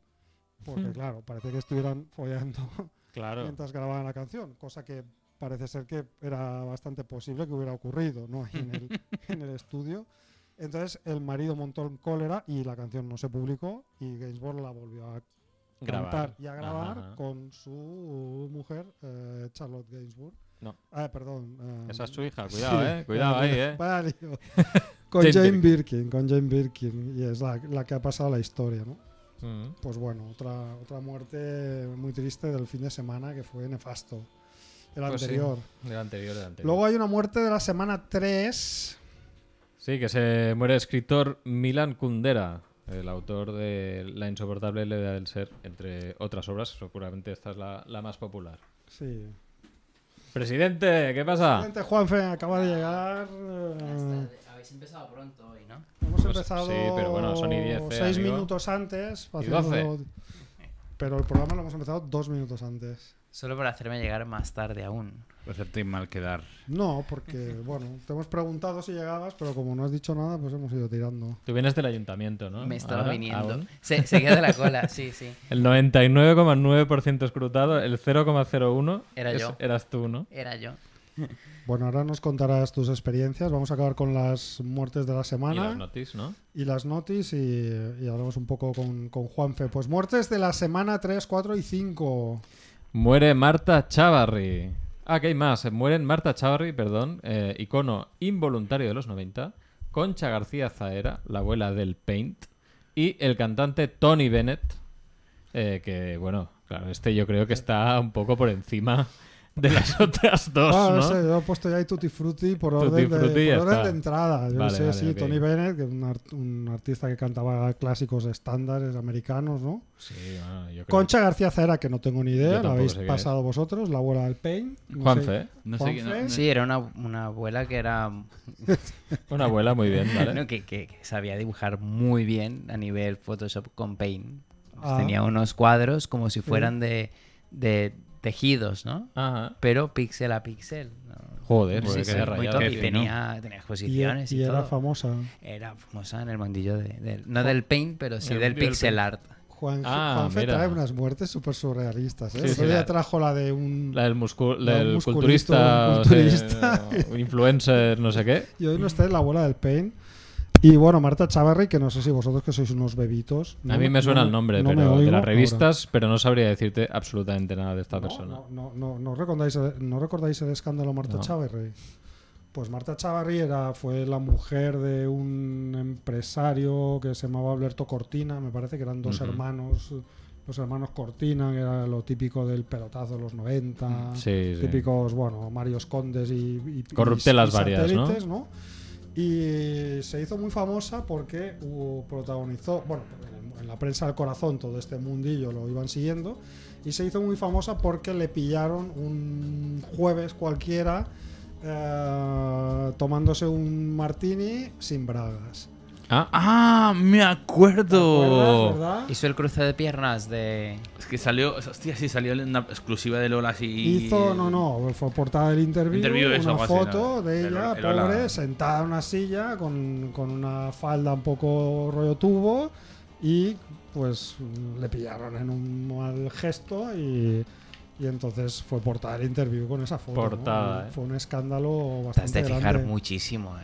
Speaker 3: Porque,
Speaker 2: Hmm.
Speaker 3: claro, parece que estuvieran follando
Speaker 2: Claro.
Speaker 3: mientras grababan la canción, cosa que parece ser que era bastante posible que hubiera ocurrido ¿no? Ahí en, el, en el estudio. Entonces, el marido montó en cólera y la canción no se publicó y Gainsbourg la volvió a cantar
Speaker 2: Grabar.
Speaker 3: y a grabar
Speaker 2: Ajá.
Speaker 3: con su mujer, eh, Charlotte Gainsbourg.
Speaker 2: No.
Speaker 3: Ah, perdón. eh,
Speaker 2: Esa es su hija,
Speaker 3: sí,
Speaker 2: cuidado, eh. Cuidado ahí, eh.
Speaker 3: vaya lío. Con
Speaker 2: Jane
Speaker 3: Jane, Birkin, con Jane Birkin. Y es la, la que ha pasado la historia, ¿no?
Speaker 2: Ujú.
Speaker 3: Pues bueno, otra, otra muerte muy triste del fin de semana que fue nefasto. El
Speaker 2: Pues sí,
Speaker 3: anterior.
Speaker 2: del anterior, del anterior.
Speaker 3: Luego hay una muerte de la semana 3.
Speaker 2: Sí, que se muere el escritor Milan Kundera. el autor de La insoportable levedad del ser, entre otras obras, seguramente esta es la, la más popular.
Speaker 3: Sí.
Speaker 2: Presidente, ¿qué pasa?
Speaker 3: Gente, Juanfe acaba de llegar. eh,
Speaker 6: Buenas tardes. Habéis empezado pronto hoy, ¿no?
Speaker 3: hemos
Speaker 2: Pues,
Speaker 3: empezado
Speaker 2: sí, pero bueno, son y diez, eh,
Speaker 3: seis
Speaker 2: amigo.
Speaker 3: minutos antes.
Speaker 2: Y doce.
Speaker 3: haciendo- Pero el programa lo hemos empezado dos minutos antes.
Speaker 6: Solo para hacerme llegar más tarde aún.
Speaker 1: Para hacerte mal quedar.
Speaker 3: No, porque, bueno, te hemos preguntado si llegabas, pero como no has dicho nada, pues hemos ido tirando.
Speaker 2: Tú vienes del ayuntamiento, ¿no?
Speaker 6: Me estaba
Speaker 2: Ahora,
Speaker 6: viniendo.
Speaker 2: Ah, aún.
Speaker 6: Se, se queda la cola, sí, sí.
Speaker 2: El 99,9% escrutado, el 0,01
Speaker 6: Era yo.
Speaker 2: eras tú, ¿no?
Speaker 6: Era yo.
Speaker 3: Bueno, ahora nos contarás tus experiencias. Vamos a acabar con las muertes de la semana.
Speaker 2: Y las notis, ¿no?
Speaker 3: y las notis y, y hablamos un poco con, con Juanfe. Pues muertes de la semana 3, 4 y 5.
Speaker 2: Muere Marta Chavarri. Ah, que hay más. Mueren Marta Chavarri, perdón, eh, icono involuntario de los 90, Concha García Zaera, la abuela del Paint, y el cantante Tony Bennett, eh, que, bueno, claro, este yo creo que está un poco por encima de las otras dos,
Speaker 3: Ah,
Speaker 2: ¿no?
Speaker 3: sé, yo he puesto ya ahí Tutti Frutti por
Speaker 2: Tutti
Speaker 3: orden, de,
Speaker 2: Frutti y ya
Speaker 3: por orden
Speaker 2: está.
Speaker 3: de entrada. Yo
Speaker 2: Vale,
Speaker 3: sé,
Speaker 2: vale,
Speaker 3: sí,
Speaker 2: ok.
Speaker 3: Tony Bennett, que es un, art- un artista que cantaba clásicos estándares americanos, ¿no?
Speaker 2: Sí, bueno, yo creo.
Speaker 3: Concha García Zahera, que no tengo ni idea, la
Speaker 2: tampoco
Speaker 3: habéis
Speaker 2: sé quién es.
Speaker 3: pasado vosotros, la abuela del Pain. no
Speaker 2: Juanfe,
Speaker 3: sé. e-
Speaker 2: ¿eh?
Speaker 1: No sé qué-
Speaker 3: Juanfe.
Speaker 1: no-
Speaker 6: Sí, era una, una abuela que era
Speaker 2: una abuela muy bien, ¿vale?
Speaker 6: no, que, que- que sabía dibujar muy bien a nivel Photoshop con Paint. Pues
Speaker 3: Ah.
Speaker 6: Tenía unos cuadros como si fueran de, de tejidos, ¿no?
Speaker 2: Ajá.
Speaker 6: Pero píxel a píxel. ¿no?
Speaker 2: Joder,
Speaker 6: Sí,
Speaker 2: qué
Speaker 6: sí, muy
Speaker 2: rayado.
Speaker 6: top.
Speaker 1: Qué
Speaker 6: Y
Speaker 1: fino.
Speaker 6: tenía, tenía
Speaker 3: Y,
Speaker 6: exposiciones y,
Speaker 3: y era
Speaker 6: todo.
Speaker 3: famosa.
Speaker 6: Era famosa en el mundillo de, del- no del paint, pero sí
Speaker 2: En el
Speaker 6: del
Speaker 2: mundillo del
Speaker 6: pixel
Speaker 2: paint.
Speaker 6: art.
Speaker 3: Juan,
Speaker 2: Ah,
Speaker 3: Juanfe
Speaker 2: mira.
Speaker 3: trae unas muertes súper surrealistas. ¿eh?
Speaker 2: Sí,
Speaker 3: El otro
Speaker 2: sí,
Speaker 3: día
Speaker 2: la-
Speaker 3: trajo la de un...
Speaker 2: La del, muscu-
Speaker 3: La
Speaker 2: la
Speaker 3: del
Speaker 2: del culturista,
Speaker 3: musculista, un
Speaker 2: o sea,
Speaker 3: culturista.
Speaker 2: o influencer, no sé qué.
Speaker 3: Y hoy no está la abuela del Pain. Y bueno, Marta Chavarri, que no sé si vosotros que sois unos bebitos.
Speaker 2: a mí me suena el nombre,
Speaker 3: no me
Speaker 2: pero de
Speaker 3: oigo
Speaker 2: las revistas, pero no sabría decirte absolutamente nada de esta
Speaker 3: ahora.
Speaker 2: persona.
Speaker 3: No, no, no, no recordáis, ¿No recordáis el escándalo Marta
Speaker 2: No.
Speaker 3: Chavarri? Pues Marta Chavarri era, fue la mujer de un empresario que se llamaba Alberto Cortina, me parece que eran dos
Speaker 2: Ujú.
Speaker 3: hermanos, los hermanos Cortina, que era lo típico del pelotazo de los 90.
Speaker 2: Sí, sí.
Speaker 3: típicos, bueno, Marios Condes y, y
Speaker 2: Corruptelas
Speaker 3: y
Speaker 2: varias, ¿no?
Speaker 3: satélites, ¿no? Y se hizo muy famosa porque hubo- protagonizó, bueno, en el- en la prensa del corazón todo este mundillo lo iban siguiendo, y se hizo muy famosa porque le pillaron un jueves cualquiera eh, tomándose un martini sin bragas.
Speaker 2: Ah,
Speaker 1: ¡Ah! ¡Me
Speaker 3: ¿Te
Speaker 1: Oh.
Speaker 3: acuerdas,
Speaker 1: acuerdo!
Speaker 3: verdad?
Speaker 6: Hizo el cruce de piernas de...
Speaker 1: Es que salió. Hostia, sí, salió en una exclusiva de Lola así.
Speaker 3: Hizo, no, no, fue portada del interview,
Speaker 1: Interview, eso,
Speaker 3: una
Speaker 1: algo así,
Speaker 3: foto
Speaker 1: ¿no?
Speaker 3: de
Speaker 1: El-
Speaker 3: ella,
Speaker 1: el hola.
Speaker 3: pobre, sentada en una silla con, con una falda un poco rollo tubo y pues le pillaron en un mal gesto y, y entonces fue portada del interview con esa foto. ¿no?
Speaker 2: Portada, ¿eh?
Speaker 3: Fue un escándalo
Speaker 6: Te has
Speaker 3: bastante
Speaker 6: de fijar
Speaker 3: grande.
Speaker 6: muchísimo. eh.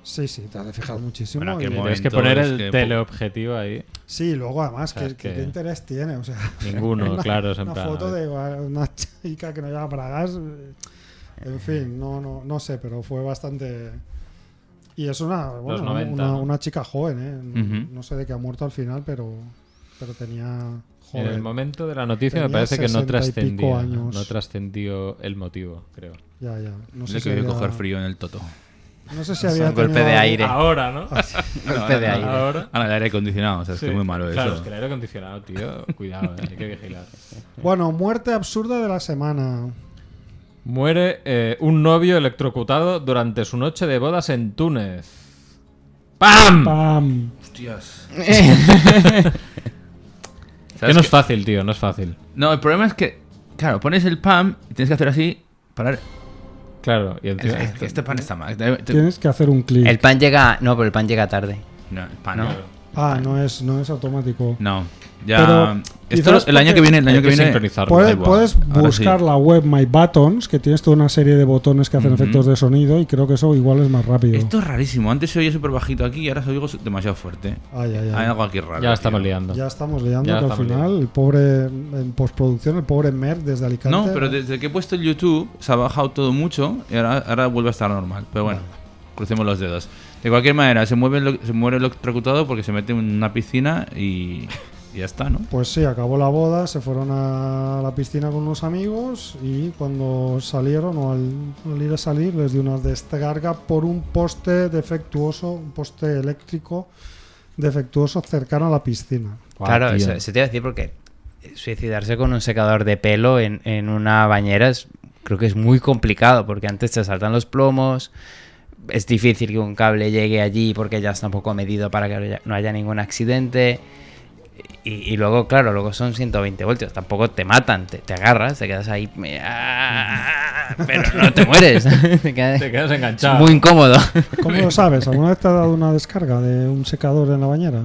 Speaker 3: Sí, sí, te has de fijar muchísimo.
Speaker 1: Bueno,
Speaker 3: y-
Speaker 1: qué
Speaker 2: tienes que
Speaker 1: momento,
Speaker 2: poner
Speaker 1: es
Speaker 2: el
Speaker 1: que-
Speaker 2: teleobjetivo ahí.
Speaker 3: sí, luego además,
Speaker 2: sea,
Speaker 3: ¿qué,
Speaker 2: es que-
Speaker 3: qué interés tiene? O sea,
Speaker 2: Ninguno, claro, es en
Speaker 3: una
Speaker 2: plan,
Speaker 3: foto
Speaker 2: a ver.
Speaker 3: de una chica que no lleva bragas. eh, En fin, no, no, no sé, pero fue bastante. Y es una, bueno,
Speaker 2: 90,
Speaker 3: una,
Speaker 2: ¿no?
Speaker 3: una chica joven, ¿eh? No-
Speaker 1: Ujú.
Speaker 3: No sé de qué ha muerto al final, pero, pero tenía.
Speaker 2: En el
Speaker 3: Joven.
Speaker 2: momento de la noticia me
Speaker 3: Tenía
Speaker 2: parece que no
Speaker 3: 60 y pico
Speaker 2: trascendía.
Speaker 3: años.
Speaker 2: No trascendió el motivo, creo.
Speaker 3: Ya, ya. No sé
Speaker 1: Le
Speaker 3: si
Speaker 1: que
Speaker 3: había,
Speaker 1: coger frío en el toto.
Speaker 3: No sé si había.
Speaker 6: Un golpe
Speaker 3: tenido
Speaker 6: de
Speaker 3: algo-
Speaker 6: aire.
Speaker 2: Ahora, ¿no?
Speaker 6: Golpe de aire.
Speaker 2: Ahora.
Speaker 1: Ahora Ah, el aire acondicionado, o sea, es que
Speaker 2: Sí.
Speaker 1: es muy malo
Speaker 2: Claro,
Speaker 1: eso.
Speaker 2: es que el aire acondicionado, tío. Cuidado, eh, hay que vigilar.
Speaker 3: Bueno, muerte absurda de la semana.
Speaker 2: Muere eh, un novio electrocutado durante su noche de bodas en Túnez. ¡Pam!
Speaker 3: ¡Pam!
Speaker 1: Hostias.
Speaker 2: Que no es fácil, tío, no es fácil.
Speaker 1: No, el problema es que, claro, pones el pan y tienes que hacer así. Parar.
Speaker 2: Claro, y
Speaker 1: Es-
Speaker 2: encima.
Speaker 1: es que este pan está mal. Te- te-
Speaker 3: Tienes que hacer un clic.
Speaker 6: El pan llega... No, pero el pan llega tarde.
Speaker 1: No, el pan.
Speaker 6: No.
Speaker 1: No.
Speaker 3: Ah, no es, no es automático. Pero
Speaker 1: Ya.
Speaker 3: quizás
Speaker 1: Esto el año
Speaker 3: porque-
Speaker 1: que viene, el
Speaker 2: Hay
Speaker 1: año que
Speaker 2: que
Speaker 1: viene.
Speaker 2: sincronizarlo.
Speaker 1: Pues-
Speaker 3: Puedes,
Speaker 1: Ahí va.
Speaker 3: puedes
Speaker 1: Ahora sí.
Speaker 3: buscar la web My Buttons, que tienes toda una serie de botones que hacen
Speaker 1: Ujú.
Speaker 3: efectos de sonido y creo que eso igual es más rápido.
Speaker 1: Esto es rarísimo. Antes se oía súper bajito aquí y ahora se oigo demasiado fuerte.
Speaker 3: Ay, ay,
Speaker 1: Hay
Speaker 3: ay.
Speaker 1: algo aquí raro.
Speaker 2: Ya estamos
Speaker 1: tío.
Speaker 2: liando.
Speaker 3: Ya estamos liando
Speaker 2: Ya
Speaker 3: que al
Speaker 2: estamos
Speaker 3: final
Speaker 2: liando.
Speaker 3: el pobre en postproducción, el pobre Mer desde Alicante.
Speaker 1: No, pero desde que he puesto el YouTube se ha bajado todo mucho y ahora, ahora vuelve a estar normal. Pero bueno, crucemos los dedos. De cualquier manera, se, mueve el- se muere el electrocutado porque se mete en una piscina y, y ya está, ¿no?
Speaker 3: Pues sí, acabó la boda, se fueron a la piscina con unos amigos y cuando salieron o al, al ir a salir les dio una descarga por un poste defectuoso, un poste eléctrico defectuoso cercano a la piscina.
Speaker 6: claro,
Speaker 1: Guau, tío.
Speaker 6: eso, eso te iba a decir porque suicidarse con un secador de pelo en, en una bañera es, creo que es muy complicado porque antes te saltan los plomos, es difícil que un cable llegue allí porque ya está un poco medido para que haya- no haya ningún accidente. Y, y luego, claro, luego son 120 voltios. Tampoco te matan, te, te agarras, te quedas ahí. me- ah, pero no te mueres. te quedas,
Speaker 2: Te quedas
Speaker 6: es
Speaker 2: enganchado.
Speaker 6: muy incómodo.
Speaker 3: ¿Cómo lo sabes? ¿Alguna vez te ha dado una descarga de un secador en la bañera?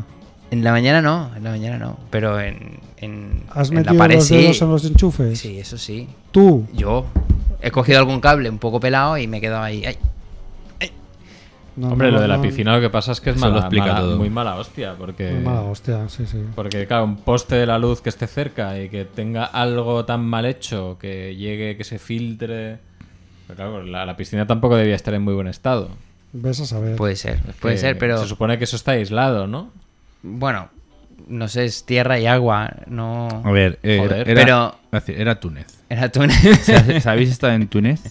Speaker 6: En la mañana no, en la mañana no. Pero en, en,
Speaker 3: ¿Has
Speaker 6: en
Speaker 3: metido
Speaker 6: la pared
Speaker 3: los
Speaker 6: sí.
Speaker 3: dedos en los enchufes?
Speaker 6: Sí, eso sí.
Speaker 3: Tú,
Speaker 6: Yo he cogido algún cable un poco pelado y me he quedado ahí. Ay,
Speaker 3: No,
Speaker 2: Hombre,
Speaker 3: no,
Speaker 2: lo de la
Speaker 3: no.
Speaker 2: piscina eh, lo que pasa es que es
Speaker 1: Eso lo
Speaker 2: mala,
Speaker 1: explica
Speaker 2: mala-
Speaker 1: todo.
Speaker 2: muy mala hostia, porque...
Speaker 3: Muy mala hostia, sí, sí.
Speaker 2: Porque, claro, un poste de la luz que esté cerca y que tenga algo tan mal hecho, que llegue, que se filtre. Pero claro, la, la piscina tampoco debía estar en muy buen estado.
Speaker 3: Ves a saber.
Speaker 6: puede ser,
Speaker 2: ¿Eh? Es
Speaker 6: puede
Speaker 2: que
Speaker 6: ser, pero
Speaker 2: Se supone que eso está aislado, ¿no?
Speaker 6: bueno, no sé, es tierra y agua, no.
Speaker 1: A ver, eh, era,
Speaker 2: Joder.
Speaker 1: era-
Speaker 6: Pero-
Speaker 1: es decir, era Túnez.
Speaker 6: Era túnel.
Speaker 1: ¿Sabéis estar en Túnez?